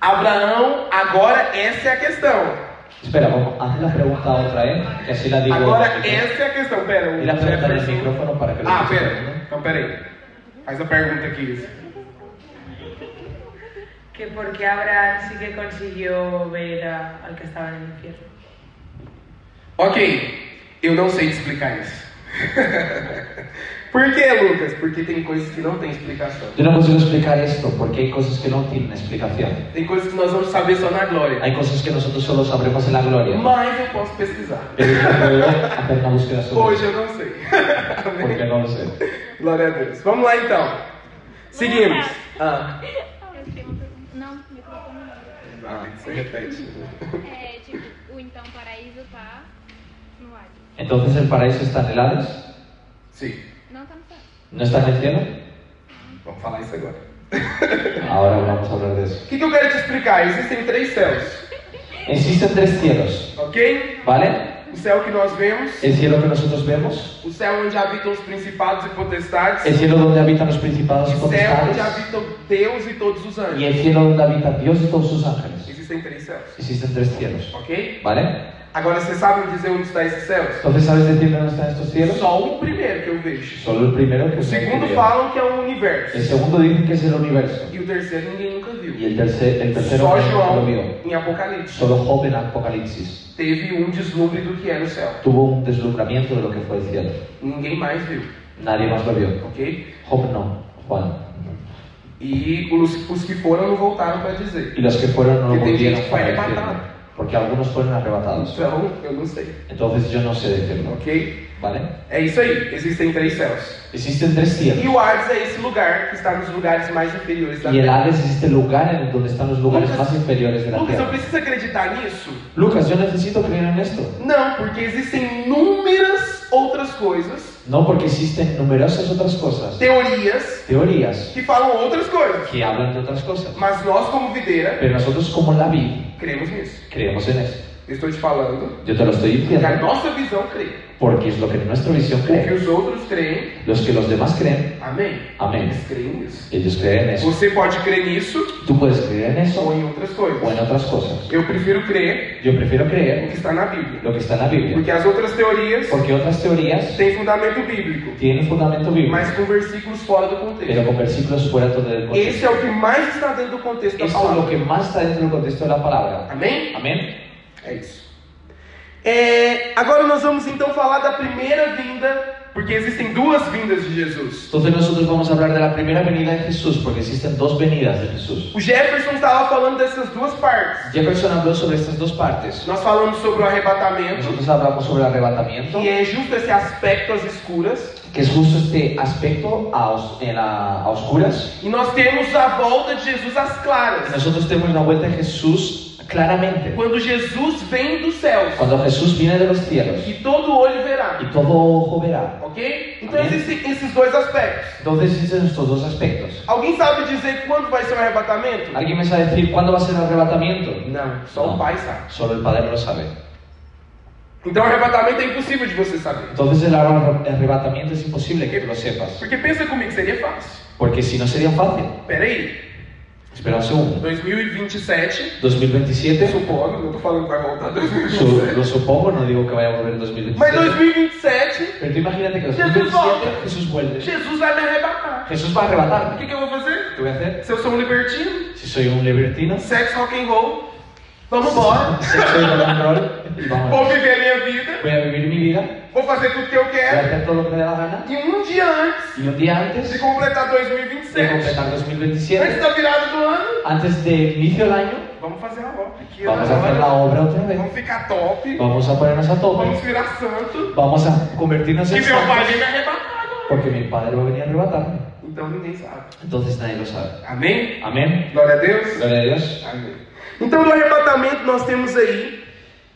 [SPEAKER 1] Abraão, agora esa é a questão.
[SPEAKER 2] espera, vamos, haz la pregunta otra vez, que así la digo.
[SPEAKER 1] Agora essa é a questão. Pera,
[SPEAKER 2] Y la
[SPEAKER 1] o
[SPEAKER 2] pregunta del
[SPEAKER 1] Jefferson.
[SPEAKER 2] micrófono para que lo
[SPEAKER 1] um Ah,
[SPEAKER 2] escuche todo el
[SPEAKER 1] pera.
[SPEAKER 2] mundo.
[SPEAKER 1] Então, pera aí. Faz a pergunta aqui, Isa.
[SPEAKER 4] Que porque Abraham sí que consiguió ver a- al que estaba en el infierno.
[SPEAKER 1] Ok, eu não sei te explicar isso. Por que, Lucas? Porque tem coisas que não tem explicação.
[SPEAKER 2] Yo no consigo explicar esto porque hay cosas que no tienen explicación.
[SPEAKER 1] Tem coisas que nós vamos saber só na glória.
[SPEAKER 2] Hay cosas que nosotros solo sabremos en la gloria.
[SPEAKER 1] Mas eu posso pesquisar.
[SPEAKER 2] Pero yo no puedo hacer una búsqueda sobre
[SPEAKER 1] Hoje
[SPEAKER 2] eso
[SPEAKER 1] eu não sei.
[SPEAKER 2] porque no lo sé.
[SPEAKER 1] glória a Deus. Vamos lá então. Seguimos. Ah.
[SPEAKER 5] Não, microfone não.
[SPEAKER 1] Ah, você repete.
[SPEAKER 5] É tipo, o então paraíso tá no ar.
[SPEAKER 2] Entonces el paraíso está en el Hades,
[SPEAKER 1] Sim,
[SPEAKER 5] Não tá no céu.
[SPEAKER 2] no está en el cielo.
[SPEAKER 1] vamos falar isso agora.
[SPEAKER 2] Ahora vamos a hablar de eso.
[SPEAKER 1] O que, que eu quero te explicar? Existem três céus,
[SPEAKER 2] Existen tres cielos,
[SPEAKER 1] ok?
[SPEAKER 2] ¿vale?
[SPEAKER 1] O céu que nós vemos,
[SPEAKER 2] el cielo que nosotros vemos,
[SPEAKER 1] o céu onde habitam os principados e potestades,
[SPEAKER 2] el cielo donde habitan los principados y
[SPEAKER 1] o céu onde
[SPEAKER 2] potestades, é-
[SPEAKER 1] habitam Deus e todos os
[SPEAKER 2] y
[SPEAKER 1] anjos.
[SPEAKER 2] el cielo donde habita Dios y todos sus ángeles.
[SPEAKER 1] Existem três céus,
[SPEAKER 2] Existen tres cielos,
[SPEAKER 1] ok?
[SPEAKER 2] ¿vale?
[SPEAKER 1] Agora vocês sabem dizer onde está esses céus?
[SPEAKER 2] Entonces, ¿sabes decirme dónde están estos cielos?
[SPEAKER 1] Só o primeiro que eu vejo.
[SPEAKER 2] Solo el primero que
[SPEAKER 1] O
[SPEAKER 2] es el
[SPEAKER 1] segundo
[SPEAKER 2] primero.
[SPEAKER 1] falam que é o universo.
[SPEAKER 2] El segundo dice que es el universo.
[SPEAKER 1] E o terceiro ninguém nunca viu.
[SPEAKER 2] Y el, tercer, el tercero
[SPEAKER 1] Só
[SPEAKER 2] que
[SPEAKER 1] João
[SPEAKER 2] lo vio.
[SPEAKER 1] em Apocalipse
[SPEAKER 2] Solo joven Apocalipsis
[SPEAKER 1] teve um deslumbre do que era o céu.
[SPEAKER 2] tuvo un deslumbramiento de lo que fue el cielo.
[SPEAKER 1] Ninguém mais viu,
[SPEAKER 2] Nadie más lo vio.
[SPEAKER 1] ok?
[SPEAKER 2] Job no, Juan.
[SPEAKER 1] E os, os que foram não voltaram para dizer.
[SPEAKER 2] Y los que fueron no
[SPEAKER 1] Que
[SPEAKER 2] lo
[SPEAKER 1] te
[SPEAKER 2] volvieron
[SPEAKER 1] dice,
[SPEAKER 2] para el
[SPEAKER 1] fue
[SPEAKER 2] cielo,
[SPEAKER 1] arrebatado.
[SPEAKER 2] porque algunos fueron arrebatados.
[SPEAKER 1] Então, eu não sei,
[SPEAKER 2] Entonces yo no sé decirlo,
[SPEAKER 1] ok?
[SPEAKER 2] ¿vale?
[SPEAKER 1] É isso aí, existem três céus.
[SPEAKER 2] Existen tres
[SPEAKER 1] E
[SPEAKER 2] cielos.
[SPEAKER 1] o Hades é esse lugar que está nos lugares mais inferiores da
[SPEAKER 2] Y el
[SPEAKER 1] terra.
[SPEAKER 2] Hades es este lugar en donde están los lugares más inferiores de la
[SPEAKER 1] Lucas, este- eu
[SPEAKER 2] tierra.
[SPEAKER 1] preciso acreditar nisso?
[SPEAKER 2] Lucas, yo necesito creer en esto.
[SPEAKER 1] Não, porque existem inúmeras outras coisas,
[SPEAKER 2] No porque existen numerosas otras cosas,
[SPEAKER 1] teorias,
[SPEAKER 2] teorías,
[SPEAKER 1] que falam outras coisas.
[SPEAKER 2] que hablan de otras cosas.
[SPEAKER 1] Mas nós, como videira,
[SPEAKER 2] Pero nosotros como la Biblia
[SPEAKER 1] cremos nisso.
[SPEAKER 2] creemos en eso.
[SPEAKER 1] Eu estou te falando
[SPEAKER 2] Yo te lo estoy
[SPEAKER 1] que a
[SPEAKER 2] diciendo
[SPEAKER 1] nossa visão crê.
[SPEAKER 2] porque es lo que nuestra visión
[SPEAKER 1] O que
[SPEAKER 2] cree.
[SPEAKER 1] os outros creem,
[SPEAKER 2] Los que los demás creen,
[SPEAKER 1] amém?
[SPEAKER 2] Amém.
[SPEAKER 1] Eles creem nisso.
[SPEAKER 2] ellos creen en eso.
[SPEAKER 1] Você pode crer nisso
[SPEAKER 2] Tú puedes creer en eso
[SPEAKER 1] ou em outras coisas.
[SPEAKER 2] o en otras cosas.
[SPEAKER 1] Eu prefiro crer
[SPEAKER 2] Yo prefiero
[SPEAKER 1] no
[SPEAKER 2] creer
[SPEAKER 1] que está na Bíblia.
[SPEAKER 2] lo que está en la Biblia.
[SPEAKER 1] Porque as outras teorias
[SPEAKER 2] Porque otras teorías
[SPEAKER 1] têm fundamento bíblico,
[SPEAKER 2] tienen fundamento bíblico,
[SPEAKER 1] mas com versículos fora do
[SPEAKER 2] pero
[SPEAKER 1] contexto.
[SPEAKER 2] con versículos fuera todo del contexto.
[SPEAKER 1] Esse é o que mais está dentro do contexto da
[SPEAKER 2] Esto es lo
[SPEAKER 1] palavra.
[SPEAKER 2] que más está dentro del contexto de la palabra.
[SPEAKER 1] Amém?
[SPEAKER 2] Amén.
[SPEAKER 1] É isso. É, agora nós vamos então falar da primeira vinda, porque existem duas vindas de Jesus.
[SPEAKER 2] Entonces nosotros vamos a hablar de la primera venida de Jesús, porque existen dos venidas de Jesús.
[SPEAKER 1] O Jefferson estava falando dessas duas partes.
[SPEAKER 2] Jefferson habló sobre estas dos partes.
[SPEAKER 1] Nós falamos sobre o arrebatamento,
[SPEAKER 2] Nosotros hablamos sobre el arrebatamiento,
[SPEAKER 1] que é justo esse aspecto às escuras,
[SPEAKER 2] que es justo este aspecto a, os- en la- a oscuras.
[SPEAKER 1] e nós temos a volta de Jesus às claras.
[SPEAKER 2] Nosotros tenemos la vuelta de Jesús claramente.
[SPEAKER 1] Quando Jesus vem dos céus,
[SPEAKER 2] Cuando Jesús viene de los cielos
[SPEAKER 1] que todo olho verá,
[SPEAKER 2] y todo ojo verá.
[SPEAKER 1] ok? Então
[SPEAKER 2] Amém.
[SPEAKER 1] existem esses dois aspectos.
[SPEAKER 2] Entonces existen estos dos aspectos.
[SPEAKER 1] Alguém sabe dizer quando vai ser o arrebatamento?
[SPEAKER 2] ¿Alguien me sabe decir cuándo va a ser el arrebatamiento?
[SPEAKER 1] Não, só o Pai sabe.
[SPEAKER 2] Solo el Padre lo sabe.
[SPEAKER 1] Então o arrebatamento é impossível de você saber.
[SPEAKER 2] Entonces el arre- arrebatamiento es imposible que tú lo sepas.
[SPEAKER 1] Porque pensa comigo, seria fácil.
[SPEAKER 2] Porque si no sería fácil.
[SPEAKER 1] Peraí,
[SPEAKER 2] Espera un segundo.
[SPEAKER 1] 2027,
[SPEAKER 2] 2027,
[SPEAKER 1] eu suponho, não tô falando que vai voltar
[SPEAKER 2] su-
[SPEAKER 1] 2027.
[SPEAKER 2] lo supongo, no digo que vaya a volver en
[SPEAKER 1] Mas
[SPEAKER 2] 2027.
[SPEAKER 1] 2027,
[SPEAKER 2] Pero tú imagínate que en
[SPEAKER 1] Jesús
[SPEAKER 2] 2027
[SPEAKER 1] volta.
[SPEAKER 2] Jesús vuelve.
[SPEAKER 1] Jesus vai me arrebatar.
[SPEAKER 2] Jesús va a
[SPEAKER 1] O
[SPEAKER 2] arrebatarme.
[SPEAKER 1] que, que eu vou fazer?
[SPEAKER 2] ¿Qué voy a hacer?
[SPEAKER 1] Se eu sou um libertino,
[SPEAKER 2] Si soy un libertino,
[SPEAKER 1] sexo, rock and roll, vamos embora.
[SPEAKER 2] sexo y rock and roll, y vámonos.
[SPEAKER 1] Vou viver a minha vida,
[SPEAKER 2] Voy a vivir mi vida, voy
[SPEAKER 1] vou fazer tudo que eu
[SPEAKER 2] a
[SPEAKER 1] quero.
[SPEAKER 2] hacer todo lo que me dé la gana.
[SPEAKER 1] E um dia antes
[SPEAKER 2] Y un día antes
[SPEAKER 1] de
[SPEAKER 2] de
[SPEAKER 1] completar 2027,
[SPEAKER 2] completar
[SPEAKER 1] antes
[SPEAKER 2] 2027,
[SPEAKER 1] da virada do ano,
[SPEAKER 2] antes del inicio del año,
[SPEAKER 1] vamos fazer a obra aqui. ó.
[SPEAKER 2] vamos a hacer la obra otra vez.
[SPEAKER 1] Vamos ficar top,
[SPEAKER 2] Vamos a ponernos a
[SPEAKER 1] vamos
[SPEAKER 2] tope.
[SPEAKER 1] virar santo,
[SPEAKER 2] Vamos a convertirnos
[SPEAKER 1] que
[SPEAKER 2] en
[SPEAKER 1] meu pai
[SPEAKER 2] santos
[SPEAKER 1] vem me arrebatar agora.
[SPEAKER 2] porque mi padre va a venir a arrebatarme.
[SPEAKER 1] Então ninguém sabe.
[SPEAKER 2] Entonces nadie lo sabe.
[SPEAKER 1] Amém?
[SPEAKER 2] Amén.
[SPEAKER 1] Glória a Deus.
[SPEAKER 2] Gloria a Dios.
[SPEAKER 1] Amém. Então, no arrebatamento, nós temos aí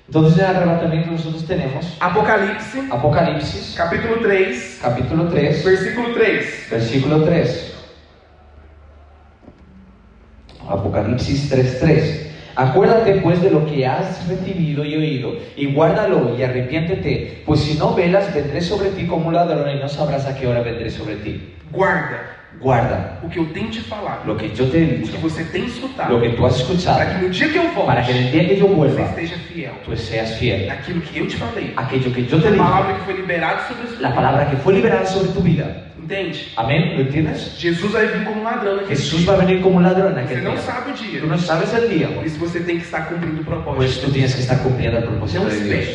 [SPEAKER 2] Entonces en el arrebatamiento nosotros tenemos
[SPEAKER 1] Apocalipse,
[SPEAKER 2] Apocalipsis,
[SPEAKER 1] capítulo 3,
[SPEAKER 2] capítulo 3,
[SPEAKER 1] versículo 3.
[SPEAKER 2] versículo 3. Apocalipsis 3:3. Acuérdate pues de lo que has recibido y oído, y guárdalo y arrepiéntete, pues si no velas, vendré sobre ti como un ladrón y no sabrás a qué hora vendré sobre ti.
[SPEAKER 1] Guarda
[SPEAKER 2] Guarda
[SPEAKER 1] o que eu tenho te falado,
[SPEAKER 2] lo que yo te he
[SPEAKER 1] o que
[SPEAKER 2] dicho,
[SPEAKER 1] você tem escutado,
[SPEAKER 2] lo que tú has
[SPEAKER 1] para
[SPEAKER 2] escuchado,
[SPEAKER 1] que no dia que eu volte,
[SPEAKER 2] para que en el día que yo
[SPEAKER 1] você
[SPEAKER 2] vuelva,
[SPEAKER 1] esteja fiel
[SPEAKER 2] tú Pues seas fiel.
[SPEAKER 1] naquilo que eu te falei,
[SPEAKER 2] Aquello que yo te
[SPEAKER 1] a
[SPEAKER 2] digo,
[SPEAKER 1] palavra que foi liberada sobre a sua
[SPEAKER 2] la
[SPEAKER 1] vida.
[SPEAKER 2] palabra que fue liberada sobre tu vida.
[SPEAKER 1] Entende?
[SPEAKER 2] Amén, ¿lo entiendes?
[SPEAKER 1] Jesus vai vir como um ladrão aqui.
[SPEAKER 2] Jesús va a venir como un ladrón
[SPEAKER 1] Você
[SPEAKER 2] aquel
[SPEAKER 1] não
[SPEAKER 2] día.
[SPEAKER 1] sabe o dia.
[SPEAKER 2] Tú no sabes el día,
[SPEAKER 1] Por isso você tem que estar cumprindo o
[SPEAKER 2] pues
[SPEAKER 1] propósito.
[SPEAKER 2] tú tienes que estar cumpliendo el propósito de Dios.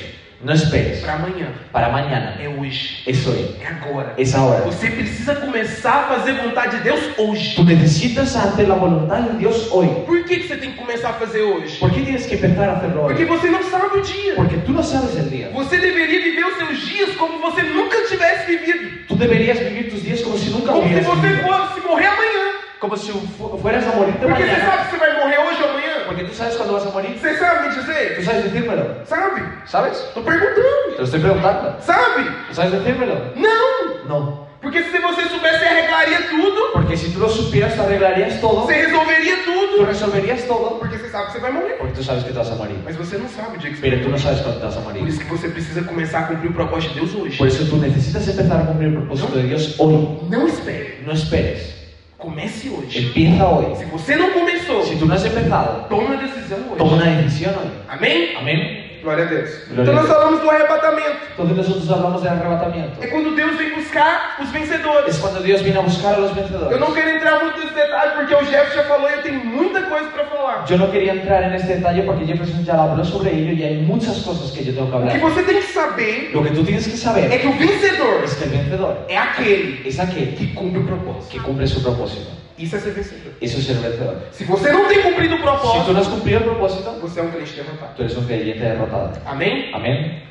[SPEAKER 2] No esperes
[SPEAKER 1] Para amanhã.
[SPEAKER 2] para mañana,
[SPEAKER 1] É hoje.
[SPEAKER 2] es hoy,
[SPEAKER 1] É agora.
[SPEAKER 2] es ahora.
[SPEAKER 1] Você precisa começar a fazer vontade de Deus hoje.
[SPEAKER 2] Tú necesitas hacer la voluntad de Dios hoy.
[SPEAKER 1] Por que, que você tem que começar a fazer hoje?
[SPEAKER 2] ¿Por qué tienes que empezar a hacerlo
[SPEAKER 1] Porque
[SPEAKER 2] hoy?
[SPEAKER 1] você não sabe o dia.
[SPEAKER 2] Porque tú no sabes el día.
[SPEAKER 1] Você deveria viver os seus dias como você nunca tivesse vivido.
[SPEAKER 2] Tú deberías vivir tus días como si nunca
[SPEAKER 1] Como se
[SPEAKER 2] hubieras
[SPEAKER 1] você
[SPEAKER 2] vivido.
[SPEAKER 1] fosse morrer amanhã.
[SPEAKER 2] Como si fu- fueras a morirte
[SPEAKER 1] Porque você
[SPEAKER 2] mañana.
[SPEAKER 1] sabe que você vai morrer hoje ou amanhã.
[SPEAKER 2] Porque tú sabes cuándo vas a morir.
[SPEAKER 1] Você sabe me
[SPEAKER 2] Tú
[SPEAKER 1] dizer?
[SPEAKER 2] sabes decírmelo.
[SPEAKER 1] Sabe?
[SPEAKER 2] ¿Sabes?
[SPEAKER 1] Tô perguntando.
[SPEAKER 2] Te lo estoy preguntando.
[SPEAKER 1] Sabe?
[SPEAKER 2] ¿Tú sabes decírmelo?
[SPEAKER 1] Não!
[SPEAKER 2] No.
[SPEAKER 1] Porque se você soubesse, você arreglaria tudo,
[SPEAKER 2] Porque si tú lo supieras, tú arreglarías todo,
[SPEAKER 1] você resolvería
[SPEAKER 2] tú
[SPEAKER 1] tudo.
[SPEAKER 2] resolverías todo,
[SPEAKER 1] Porque você sabe que você vai morrer.
[SPEAKER 2] porque tú sabes que te vas a morir.
[SPEAKER 1] Mas você não sabe o dia que você
[SPEAKER 2] Pero
[SPEAKER 1] vai
[SPEAKER 2] tú no
[SPEAKER 1] morrer.
[SPEAKER 2] sabes cuándo te vas a
[SPEAKER 1] Por
[SPEAKER 2] morir.
[SPEAKER 1] isso que você precisa começar a cumprir o propósito de Deus hoje.
[SPEAKER 2] Por eso tú necesitas empezar a cumplir el propósito de Dios hoy.
[SPEAKER 1] Não espere.
[SPEAKER 2] No esperes.
[SPEAKER 1] Comece hoje.
[SPEAKER 2] Empieza hoy.
[SPEAKER 1] Se você não começou,
[SPEAKER 2] Si tú no has empezado,
[SPEAKER 1] tome a decisão hoje.
[SPEAKER 2] é toma una decisión hoy.
[SPEAKER 1] Amém?
[SPEAKER 2] Amén.
[SPEAKER 1] Glória a Deus.
[SPEAKER 2] Glória
[SPEAKER 1] então
[SPEAKER 2] a
[SPEAKER 1] nós
[SPEAKER 2] Deus.
[SPEAKER 1] falamos do arrebatamento.
[SPEAKER 2] Entonces nosotros hablamos del arrebatamiento.
[SPEAKER 1] É quando Deus vem buscar os
[SPEAKER 2] Es
[SPEAKER 1] vencedores.
[SPEAKER 2] cuando Dios viene a buscar a los
[SPEAKER 1] Eu
[SPEAKER 2] vencedores.
[SPEAKER 1] não quero entrar muito nesse detalhe porque o Jeff já falou e eu tenho muita coisa para falar.
[SPEAKER 2] Yo no quería entrar en este detalle porque Jefferson ya habló sobre ello y hay muchas cosas que yo tengo que
[SPEAKER 1] O que
[SPEAKER 2] hablar.
[SPEAKER 1] você tem que saber
[SPEAKER 2] Lo que tú tienes que
[SPEAKER 1] é
[SPEAKER 2] saber
[SPEAKER 1] que o vencedor
[SPEAKER 2] es que el vencedor
[SPEAKER 1] é aquele
[SPEAKER 2] es aquel
[SPEAKER 1] que cumpre o propósito.
[SPEAKER 2] que cumple su propósito.
[SPEAKER 1] Isso é ser vencedor.
[SPEAKER 2] Eso es el vencedor.
[SPEAKER 1] Se você não tem cumprido o
[SPEAKER 2] Si tú
[SPEAKER 1] propósito,
[SPEAKER 2] no has cumplido el propósito,
[SPEAKER 1] você é um crente derrotado.
[SPEAKER 2] tú eres un creyente derrotado.
[SPEAKER 1] Amém?
[SPEAKER 2] Amén.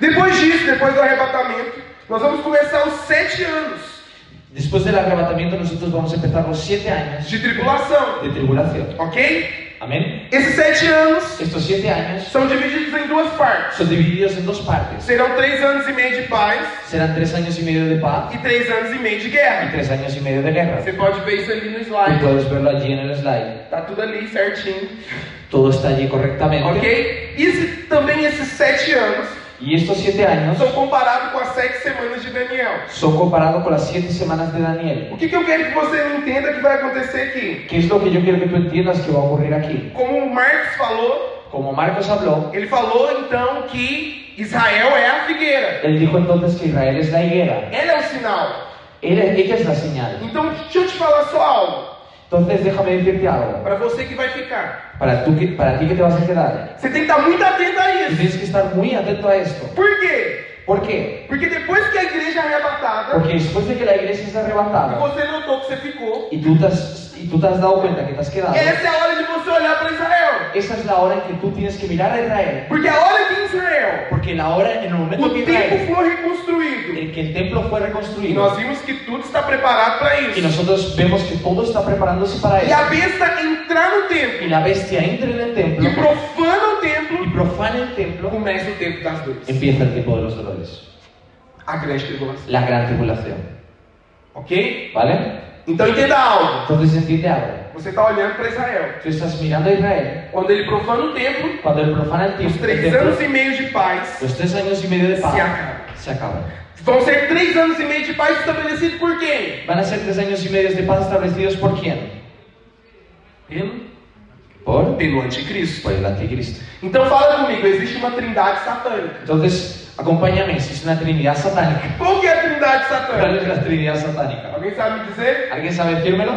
[SPEAKER 1] Depois disso, depois do arrebatamento, nós vamos começar os sete anos
[SPEAKER 2] Después del arrebatamiento nosotros vamos a empezar los siete años
[SPEAKER 1] de tribulação,
[SPEAKER 2] de tribulación.
[SPEAKER 1] ok?
[SPEAKER 2] Amén.
[SPEAKER 1] Esses sete anos
[SPEAKER 2] Estos siete años
[SPEAKER 1] são divididos em duas partes.
[SPEAKER 2] son divididos en dos partes.
[SPEAKER 1] Serão três anos e meio de paz
[SPEAKER 2] Serán tres años y medio de paz
[SPEAKER 1] e três anos e meio de
[SPEAKER 2] y
[SPEAKER 1] guerra.
[SPEAKER 2] tres años y medio de guerra.
[SPEAKER 1] Você pode ver isso ali no
[SPEAKER 2] Tú
[SPEAKER 1] slide.
[SPEAKER 2] puedes verlo allí en el slide.
[SPEAKER 1] Tá tudo ali certinho,
[SPEAKER 2] Todo está allí correctamente.
[SPEAKER 1] ok? E também esses sete anos
[SPEAKER 2] Y estos siete años
[SPEAKER 1] são comparados com as sete semanas de Daniel.
[SPEAKER 2] son comparados con las siete semanas de
[SPEAKER 1] O
[SPEAKER 2] Daniel.
[SPEAKER 1] que, que eu quero que você entenda que vai acontecer aqui?
[SPEAKER 2] ¿Qué es lo que yo quiero que tú entiendas que va a ocurrir aquí?
[SPEAKER 1] Como o Marx falou,
[SPEAKER 2] Como Marcos habló,
[SPEAKER 1] ele falou então que Israel é a figueira.
[SPEAKER 2] él dijo entonces que Israel es la higuera.
[SPEAKER 1] Ela é o sinal.
[SPEAKER 2] Él- ella es la señal.
[SPEAKER 1] Então, deixa eu te falar só algo.
[SPEAKER 2] Entonces déjame decirte algo.
[SPEAKER 1] Para você que vai ficar.
[SPEAKER 2] Para, tú, que- para ti que te vas a quedar,
[SPEAKER 1] Você tem que estar muito atento a
[SPEAKER 2] tú
[SPEAKER 1] isso.
[SPEAKER 2] tienes que estar muy atento a esto.
[SPEAKER 1] Por quê?
[SPEAKER 2] ¿Por qué?
[SPEAKER 1] Porque depois que a igreja é arrebatada,
[SPEAKER 2] Porque después de que la iglesia es
[SPEAKER 1] e
[SPEAKER 2] arrebatada
[SPEAKER 1] você notou que você ficou,
[SPEAKER 2] y tú te has, y tú te has dado cuenta que te has quedado,
[SPEAKER 1] essa é a hora de você olhar para Israel.
[SPEAKER 2] esa es la hora en que tú tienes que mirar a Israel.
[SPEAKER 1] Porque a hora que Israel,
[SPEAKER 2] Porque la hora, en el momento que
[SPEAKER 1] o
[SPEAKER 2] Israel,
[SPEAKER 1] tempo for reconstruído,
[SPEAKER 2] en que el templo fue
[SPEAKER 1] e nós
[SPEAKER 2] reconstruido,
[SPEAKER 1] vimos que tudo está preparado para
[SPEAKER 2] y
[SPEAKER 1] isso,
[SPEAKER 2] nosotros vemos que todo está preparándose para
[SPEAKER 1] e a
[SPEAKER 2] eso,
[SPEAKER 1] besta entrar no
[SPEAKER 2] y
[SPEAKER 1] templo,
[SPEAKER 2] la bestia entra en el templo
[SPEAKER 1] e profana o templo,
[SPEAKER 2] y profana el templo,
[SPEAKER 1] começa o tempo das dores.
[SPEAKER 2] empieza el tiempo de los dolores,
[SPEAKER 1] A assim. grande tribulação.
[SPEAKER 2] la gran tribulación.
[SPEAKER 1] Ok?
[SPEAKER 2] ¿Vale?
[SPEAKER 1] Então entenda algo.
[SPEAKER 2] Entonces entiende algo.
[SPEAKER 1] Você está olhando para Israel.
[SPEAKER 2] Tú estás mirando a Israel.
[SPEAKER 1] Quando ele profana o templo,
[SPEAKER 2] Cuando él profana el
[SPEAKER 1] os
[SPEAKER 2] tiempo, el
[SPEAKER 1] três
[SPEAKER 2] templo,
[SPEAKER 1] anos e meio de paz
[SPEAKER 2] los tres años y medio de
[SPEAKER 1] se
[SPEAKER 2] paz
[SPEAKER 1] acabam.
[SPEAKER 2] se acaban.
[SPEAKER 1] Vão ser três anos e meio de paz estabelecido por quem?
[SPEAKER 2] Van a ser tres años y medio de paz establecidos por quién?
[SPEAKER 1] Pelo,
[SPEAKER 2] Por,
[SPEAKER 1] pelo anticristo.
[SPEAKER 2] por el anticristo.
[SPEAKER 1] Então fala comigo, existe uma trindade satânica.
[SPEAKER 2] Entonces, acompáñame, existe una trinidad satánica.
[SPEAKER 1] Qual que é a trindade satânica?
[SPEAKER 2] ¿Cuál es la trinidad satánica?
[SPEAKER 1] Alguém sabe me dizer?
[SPEAKER 2] ¿Alguien sabe decírmelo?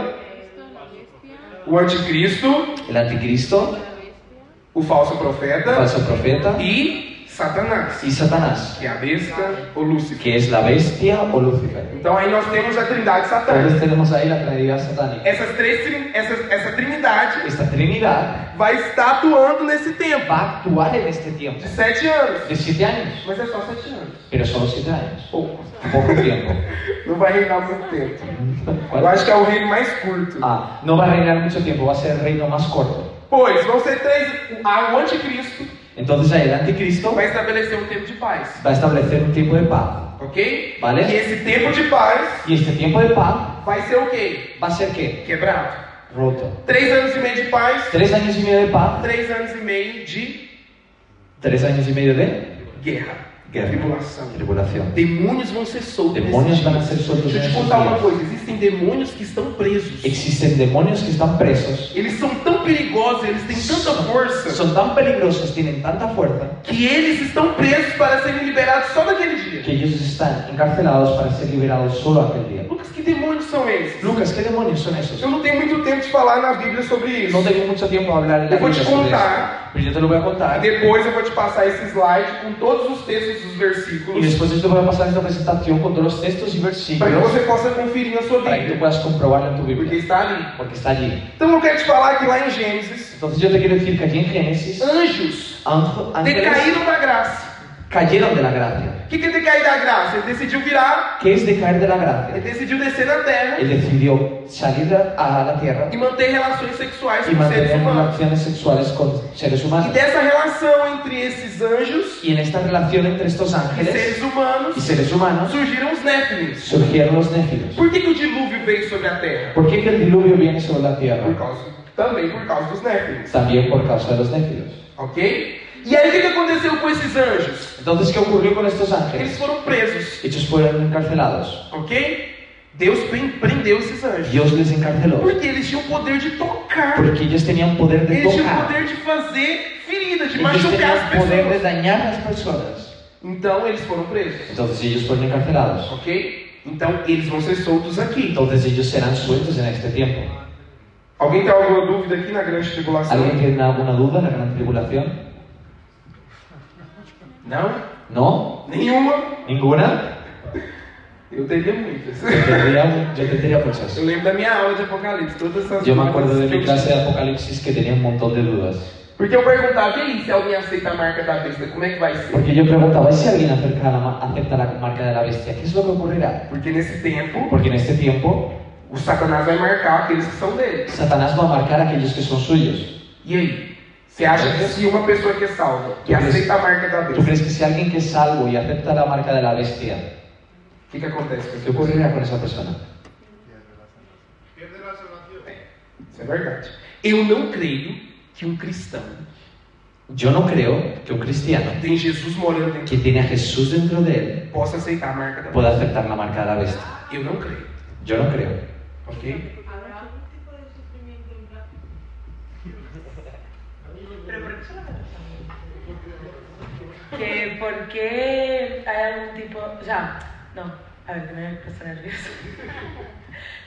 [SPEAKER 5] Cristo, la bestia,
[SPEAKER 1] O anticristo,
[SPEAKER 2] El anticristo,
[SPEAKER 5] la bestia,
[SPEAKER 1] o falso
[SPEAKER 2] el
[SPEAKER 1] profeta
[SPEAKER 2] falso profeta
[SPEAKER 1] e Satanás,
[SPEAKER 2] y Satanás,
[SPEAKER 1] que é a besta ou Lúcifer.
[SPEAKER 2] que es la bestia o Lucifer.
[SPEAKER 1] Então aí nós temos a trindade satânica.
[SPEAKER 2] Entonces tenemos ahí la trinidad satánica.
[SPEAKER 1] Essas três, trin- essas, essa trindade
[SPEAKER 2] Esta trinidad
[SPEAKER 1] vai estar atuando nesse tempo
[SPEAKER 2] va a actuar en este tiempo.
[SPEAKER 1] de sete anos.
[SPEAKER 2] De siete años,
[SPEAKER 1] Mas é só sete anos.
[SPEAKER 2] pero solo siete anos.
[SPEAKER 1] Pouco.
[SPEAKER 2] Poco tiempo.
[SPEAKER 1] Não vai reinar muito tempo. Eu
[SPEAKER 2] ¿Cuál?
[SPEAKER 1] acho que é o reino mais curto.
[SPEAKER 2] Ah, no va a reinar mucho tiempo, va a ser el reino más corto.
[SPEAKER 1] Pois, vão ser três. ah, O anticristo
[SPEAKER 2] Entonces ahí el anticristo
[SPEAKER 1] vai estabelecer um tempo de paz.
[SPEAKER 2] va a establecer un tiempo de paz,
[SPEAKER 1] Ok? E
[SPEAKER 2] ¿vale?
[SPEAKER 1] esse tempo de paz
[SPEAKER 2] Y este tiempo de paz
[SPEAKER 1] vai ser o quê?
[SPEAKER 2] va a ser qué?
[SPEAKER 1] Quebrado.
[SPEAKER 2] Roto.
[SPEAKER 1] Três anos e meio de paz,
[SPEAKER 2] Tres años y medio de paz,
[SPEAKER 1] três anos e meio de
[SPEAKER 2] tres años y medio de
[SPEAKER 1] guerra.
[SPEAKER 2] Guerra.
[SPEAKER 1] Tribulação.
[SPEAKER 2] tribulación.
[SPEAKER 1] Demônios vão ser soltos.
[SPEAKER 2] Demônios
[SPEAKER 1] nesses
[SPEAKER 2] vão
[SPEAKER 1] dias.
[SPEAKER 2] ser soltos
[SPEAKER 1] Deixa eu te
[SPEAKER 2] nesses
[SPEAKER 1] contar uma
[SPEAKER 2] dias.
[SPEAKER 1] coisa: existem demônios que estão presos.
[SPEAKER 2] Existen demonios que están presos,
[SPEAKER 1] Eles são tão perigosos, eles têm tanta força.
[SPEAKER 2] son tan peligrosos, tienen tanta fuerza,
[SPEAKER 1] que eles estão presos para serem liberados só naquele dia.
[SPEAKER 2] que ellos están encarcelados para ser liberados solo aquel día.
[SPEAKER 1] Lucas, que demônios são esses?
[SPEAKER 2] Lucas, ¿qué demonios son esos?
[SPEAKER 1] Eu não tenho muito tempo de falar na Bíblia sobre isso.
[SPEAKER 2] No tengo mucho tiempo a hablar en
[SPEAKER 1] Te
[SPEAKER 2] la
[SPEAKER 1] voy a
[SPEAKER 2] Biblia sobre
[SPEAKER 1] contar.
[SPEAKER 2] esto, pero yo te lo voy a contar.
[SPEAKER 1] Depois eu vou te passar esse slide com todos os textos dos
[SPEAKER 2] Y
[SPEAKER 1] versículos
[SPEAKER 2] después de esto voy a pasar esta presentación con todos los textos y
[SPEAKER 1] para que
[SPEAKER 2] versículos
[SPEAKER 1] você possa conferir na sua
[SPEAKER 2] para que tú
[SPEAKER 1] Bíblia,
[SPEAKER 2] puedas comprobarlo en tu
[SPEAKER 1] porque
[SPEAKER 2] Biblia,
[SPEAKER 1] está ali.
[SPEAKER 2] porque está allí.
[SPEAKER 1] Então eu quero te falar que lá em Gênesis,
[SPEAKER 2] Entonces yo te quiero decir que aquí en Génesis,
[SPEAKER 1] anjos
[SPEAKER 2] ángel- ángeles
[SPEAKER 1] decaíram da graça
[SPEAKER 2] cayeron de la gracia.
[SPEAKER 1] O que, que é ter caído da graça? Ele decidiu virar,
[SPEAKER 2] ¿Qué es decaer de la
[SPEAKER 1] ele
[SPEAKER 2] gracia?
[SPEAKER 1] decidiu descer na terra
[SPEAKER 2] Él decidió salir a a la tierra
[SPEAKER 1] e manter relações sexuais
[SPEAKER 2] y
[SPEAKER 1] com seres
[SPEAKER 2] mantener
[SPEAKER 1] humanos.
[SPEAKER 2] relaciones sexuales con seres
[SPEAKER 1] E
[SPEAKER 2] humanos.
[SPEAKER 1] dessa relação entre esses anjos
[SPEAKER 2] Y en esta relación entre estos
[SPEAKER 1] e
[SPEAKER 2] ángeles
[SPEAKER 1] seres humanos
[SPEAKER 2] y seres humanos
[SPEAKER 1] surgiram os Néfilis.
[SPEAKER 2] surgieron los néfilos.
[SPEAKER 1] Por que, que o dilúvio veio sobre a terra?
[SPEAKER 2] ¿Por qué que el diluvio viene sobre la
[SPEAKER 1] Por
[SPEAKER 2] tierra?
[SPEAKER 1] causa, também por causa dos Néfilis.
[SPEAKER 2] También por causa de los néfilos.
[SPEAKER 1] Ok? E aí o que, que aconteceu com esses anjos?
[SPEAKER 2] Entonces, ¿qué ocurrió con estos
[SPEAKER 1] Eles
[SPEAKER 2] ángeles?
[SPEAKER 1] foram presos.
[SPEAKER 2] Ellos fueron encarcelados.
[SPEAKER 1] Ok? Deus pre- prendeu esses anjos.
[SPEAKER 2] Dios les encarceló.
[SPEAKER 1] Porque eles tinham o poder de tocar.
[SPEAKER 2] Porque ellos tenían poder de
[SPEAKER 1] Eles tinham o
[SPEAKER 2] tocar.
[SPEAKER 1] poder de fazer feridas, de
[SPEAKER 2] Ellos
[SPEAKER 1] machucar as
[SPEAKER 2] tenían poder de
[SPEAKER 1] pessoas.
[SPEAKER 2] dañar a las personas.
[SPEAKER 1] Então eles foram presos.
[SPEAKER 2] Entonces ellos fueron encarcelados.
[SPEAKER 1] Ok? Então eles vão ser soltos aqui.
[SPEAKER 2] Entonces ellos serán sueltos en este tiempo.
[SPEAKER 1] Alguém tem alguma dúvida aqui na grande tribulação?
[SPEAKER 2] ¿Alguien tiene alguna duda en la gran tribulación?
[SPEAKER 1] Não?
[SPEAKER 2] ¿No?
[SPEAKER 1] Nenhuma?
[SPEAKER 2] ¿Ninguna?
[SPEAKER 1] Eu teria muitas.
[SPEAKER 2] Yo tendría, yo tendría muchas.
[SPEAKER 1] Eu lembro da minha aula de Apocalipse, todas essas
[SPEAKER 2] Yo
[SPEAKER 1] dúvidas
[SPEAKER 2] me acuerdo de
[SPEAKER 1] que eu
[SPEAKER 2] mi clase de Apocalipsis que tenía un montón de dudas.
[SPEAKER 1] tinha. Porque eu perguntava, e aí, se alguém aceita a marca da besta, como é que vai ser?
[SPEAKER 2] Porque yo preguntaba, ¿y si alguien acerca la ma- acepta la marca de la bestia? ¿Qué es lo que ocurrirá?
[SPEAKER 1] Porque nesse tempo,
[SPEAKER 2] Porque en este tiempo
[SPEAKER 1] o Satanás vai marcar aqueles que são dele.
[SPEAKER 2] Satanás va a marcar a aquellos que son suyos.
[SPEAKER 1] E aí? Você acha que se uma pessoa que é salva, que
[SPEAKER 2] Tu crees-
[SPEAKER 1] aceita a marca da
[SPEAKER 2] ¿Tú
[SPEAKER 1] besta,
[SPEAKER 2] crees que si alguien que es salvo y acepta la marca de la bestia,
[SPEAKER 1] o que, que acontece com
[SPEAKER 2] qué
[SPEAKER 1] essa pessoa?
[SPEAKER 2] ocurrirá con esa persona?
[SPEAKER 1] Isso é verdade. Eu não creio que um cristão
[SPEAKER 2] Yo no creo que un cristiano
[SPEAKER 1] que tem Jesus morando dentro
[SPEAKER 2] que tiene a Jesús dentro de él
[SPEAKER 1] possa aceitar a marca da besta.
[SPEAKER 2] pueda aceptar la marca de la bestia.
[SPEAKER 1] Eu não creio.
[SPEAKER 2] Yo no creo.
[SPEAKER 1] Ok?
[SPEAKER 3] Habrá algún tipo de sufrimiento en plan. Pero ¿por qué solamente a mí?
[SPEAKER 4] Que por qué hay algún tipo, o sea, no, a ver, que me puse nerviosa.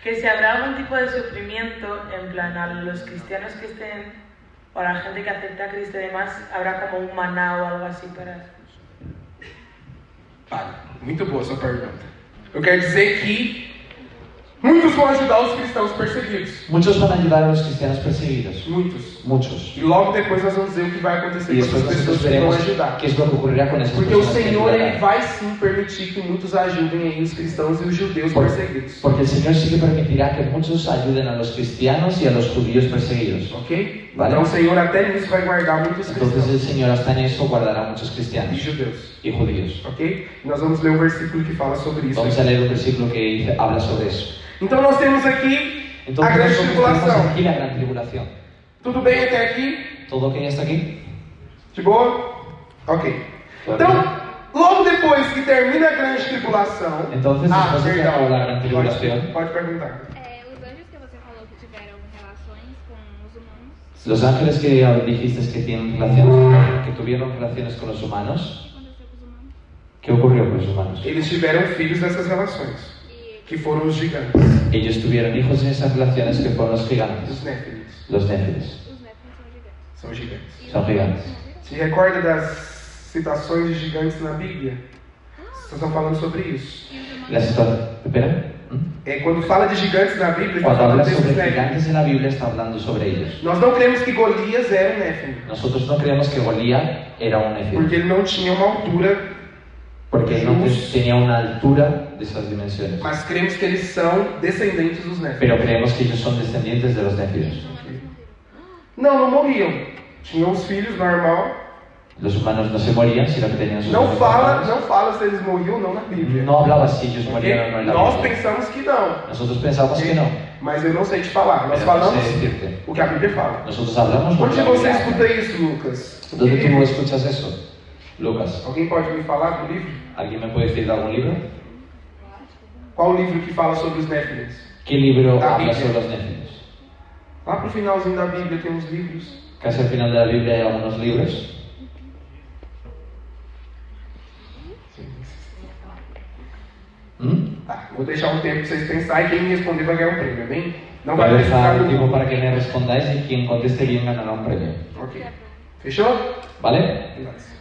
[SPEAKER 4] que si habrá algún tipo de sufrimiento, en plan, a los cristianos que estén, o a la gente que acepta a Cristo y demás, habrá como un maná o algo así para...
[SPEAKER 1] Vale. Ah, Muito boa a sua pergunta. Eu quero dizer que muitos vão ajudar os cristãos perseguidos.
[SPEAKER 2] Muchos van a ayudar a los cristianos perseguidos.
[SPEAKER 1] Muitos.
[SPEAKER 2] Muchos.
[SPEAKER 1] E logo depois nós vamos ver o que vai acontecer
[SPEAKER 2] Y
[SPEAKER 1] com
[SPEAKER 2] después
[SPEAKER 1] essas pessoas
[SPEAKER 2] nosotros
[SPEAKER 1] que vão
[SPEAKER 2] veremos
[SPEAKER 1] ajudar.
[SPEAKER 2] qué es lo que ocurrirá con esas
[SPEAKER 1] Porque o
[SPEAKER 2] personas. que
[SPEAKER 1] Senhor ele
[SPEAKER 2] ayudarán.
[SPEAKER 1] vai sim permitir que muitos ajudem aí os cristãos e os judeus
[SPEAKER 2] Por-
[SPEAKER 1] perseguidos.
[SPEAKER 2] Porque el Señor sí que permitirá que muchos ayuden a los cristianos y a los judíos perseguidos.
[SPEAKER 1] Ok?
[SPEAKER 2] Vale.
[SPEAKER 1] Então o Senhor até nisso vai guardar muitos
[SPEAKER 2] Entonces el
[SPEAKER 1] cristãos
[SPEAKER 2] Señor hasta en eso guardará a muchos
[SPEAKER 1] e
[SPEAKER 2] cristianos
[SPEAKER 1] judeus.
[SPEAKER 2] y judíos.
[SPEAKER 1] Ok? Nós vamos ler um versículo que fala sobre isso.
[SPEAKER 2] Vamos a leer un versículo que dice- habla sobre eso.
[SPEAKER 1] Então nós temos aquí a
[SPEAKER 2] Entonces
[SPEAKER 1] grande
[SPEAKER 2] nosotros tenemos
[SPEAKER 1] tribulação.
[SPEAKER 2] aquí la gran tribulación.
[SPEAKER 1] Tudo bem até aqui?
[SPEAKER 2] ¿Todo que ya está aquí?
[SPEAKER 1] De boa? Ok.
[SPEAKER 2] Claro.
[SPEAKER 1] Então, logo depois que termina a grande tribulação.
[SPEAKER 2] Então, vocês
[SPEAKER 1] ah,
[SPEAKER 2] vão
[SPEAKER 1] perdão.
[SPEAKER 2] falar da grande
[SPEAKER 1] Pode,
[SPEAKER 2] tribulação?
[SPEAKER 1] pode perguntar.
[SPEAKER 5] É, os anjos que você falou que tiveram relações com os humanos,
[SPEAKER 2] Los ángeles que dijiste que tienen relaciones, que tuvieron relaciones con los humanos,
[SPEAKER 5] o que aconteceu com os humanos?
[SPEAKER 2] ¿qué ocurrió con los humanos?
[SPEAKER 1] Eles tiveram filhos dessas relações,
[SPEAKER 5] E
[SPEAKER 1] que foram os gigantes,
[SPEAKER 2] Ellos tuvieron hijos en esas relaciones que fueron los gigantes,
[SPEAKER 1] os néfilis.
[SPEAKER 2] los néfilos.
[SPEAKER 5] os netos são gigantes.
[SPEAKER 1] São gigantes.
[SPEAKER 5] E os
[SPEAKER 2] São gigantes.
[SPEAKER 5] netos são
[SPEAKER 1] Se recorda das citações de gigantes na Bíblia? Vocês estão falando sobre isso.
[SPEAKER 5] E os
[SPEAKER 2] La
[SPEAKER 5] humanos
[SPEAKER 2] situación. ¿Espera? ¿Mm?
[SPEAKER 1] É, quando fala de gigantes na Bíblia, está
[SPEAKER 2] Cuando
[SPEAKER 1] falando
[SPEAKER 2] habla
[SPEAKER 1] desses
[SPEAKER 2] sobre
[SPEAKER 1] néfilis.
[SPEAKER 2] gigantes en la Biblia, está hablando sobre ellos.
[SPEAKER 1] Nós não cremos que Golias era um néfilo,
[SPEAKER 2] Nosotros no creemos que Golía era un néfilo,
[SPEAKER 1] porque ele não tinha uma altura
[SPEAKER 2] porque él no te- tenía una altura de esas dimensiones.
[SPEAKER 1] mas cremos que eles são descendentes dos néfilos.
[SPEAKER 2] Pero creemos que ellos son descendientes de los néfilos.
[SPEAKER 1] Não, não morriam. Tinham os filhos, normal.
[SPEAKER 2] Los humanos no se morían, sino que tenían sus
[SPEAKER 1] Não
[SPEAKER 2] propios
[SPEAKER 1] fala,
[SPEAKER 2] hermanos.
[SPEAKER 1] não fala se eles morriam ou é não na Bíblia.
[SPEAKER 2] No hablaba si ellos
[SPEAKER 1] Ok?
[SPEAKER 2] morían o no en la
[SPEAKER 1] Nós
[SPEAKER 2] Biblia.
[SPEAKER 1] pensamos que não,
[SPEAKER 2] Nosotros pensamos que no.
[SPEAKER 1] mas eu não sei te falar. Nós
[SPEAKER 2] Pero no
[SPEAKER 1] falamos
[SPEAKER 2] sé decirte.
[SPEAKER 1] o É, que a Bíblia fala.
[SPEAKER 2] Nosotros hablamos lo
[SPEAKER 1] Onde
[SPEAKER 2] que la
[SPEAKER 1] você
[SPEAKER 2] Biblia
[SPEAKER 1] escuta
[SPEAKER 2] habla.
[SPEAKER 1] isso, Lucas?
[SPEAKER 2] ¿Dónde tú escuchas eso? Lucas,
[SPEAKER 1] Alguém pode me falar do livro?
[SPEAKER 2] ¿alguien me puede decir de algún libro?
[SPEAKER 1] Qual o livro que fala sobre os néfilos?
[SPEAKER 2] ¿Qué libro
[SPEAKER 1] La Biblia.
[SPEAKER 2] habla sobre los néfilos?
[SPEAKER 1] Lá pro finalzinho da Bíblia tem uns livros.
[SPEAKER 2] Casi al final de la Biblia hay algunos libros. ¿Mm?
[SPEAKER 1] Tá, vou deixar um tempo pra vocês pensarem e quem me responder vai ganhar um prêmio, é bem? Não
[SPEAKER 2] Voy a
[SPEAKER 1] vai precisar
[SPEAKER 2] dejar un tiempo
[SPEAKER 1] do.
[SPEAKER 2] para que me respondáis y quien conteste bien ganará un premio.
[SPEAKER 1] Ok. Fechou?
[SPEAKER 2] ¿Vale?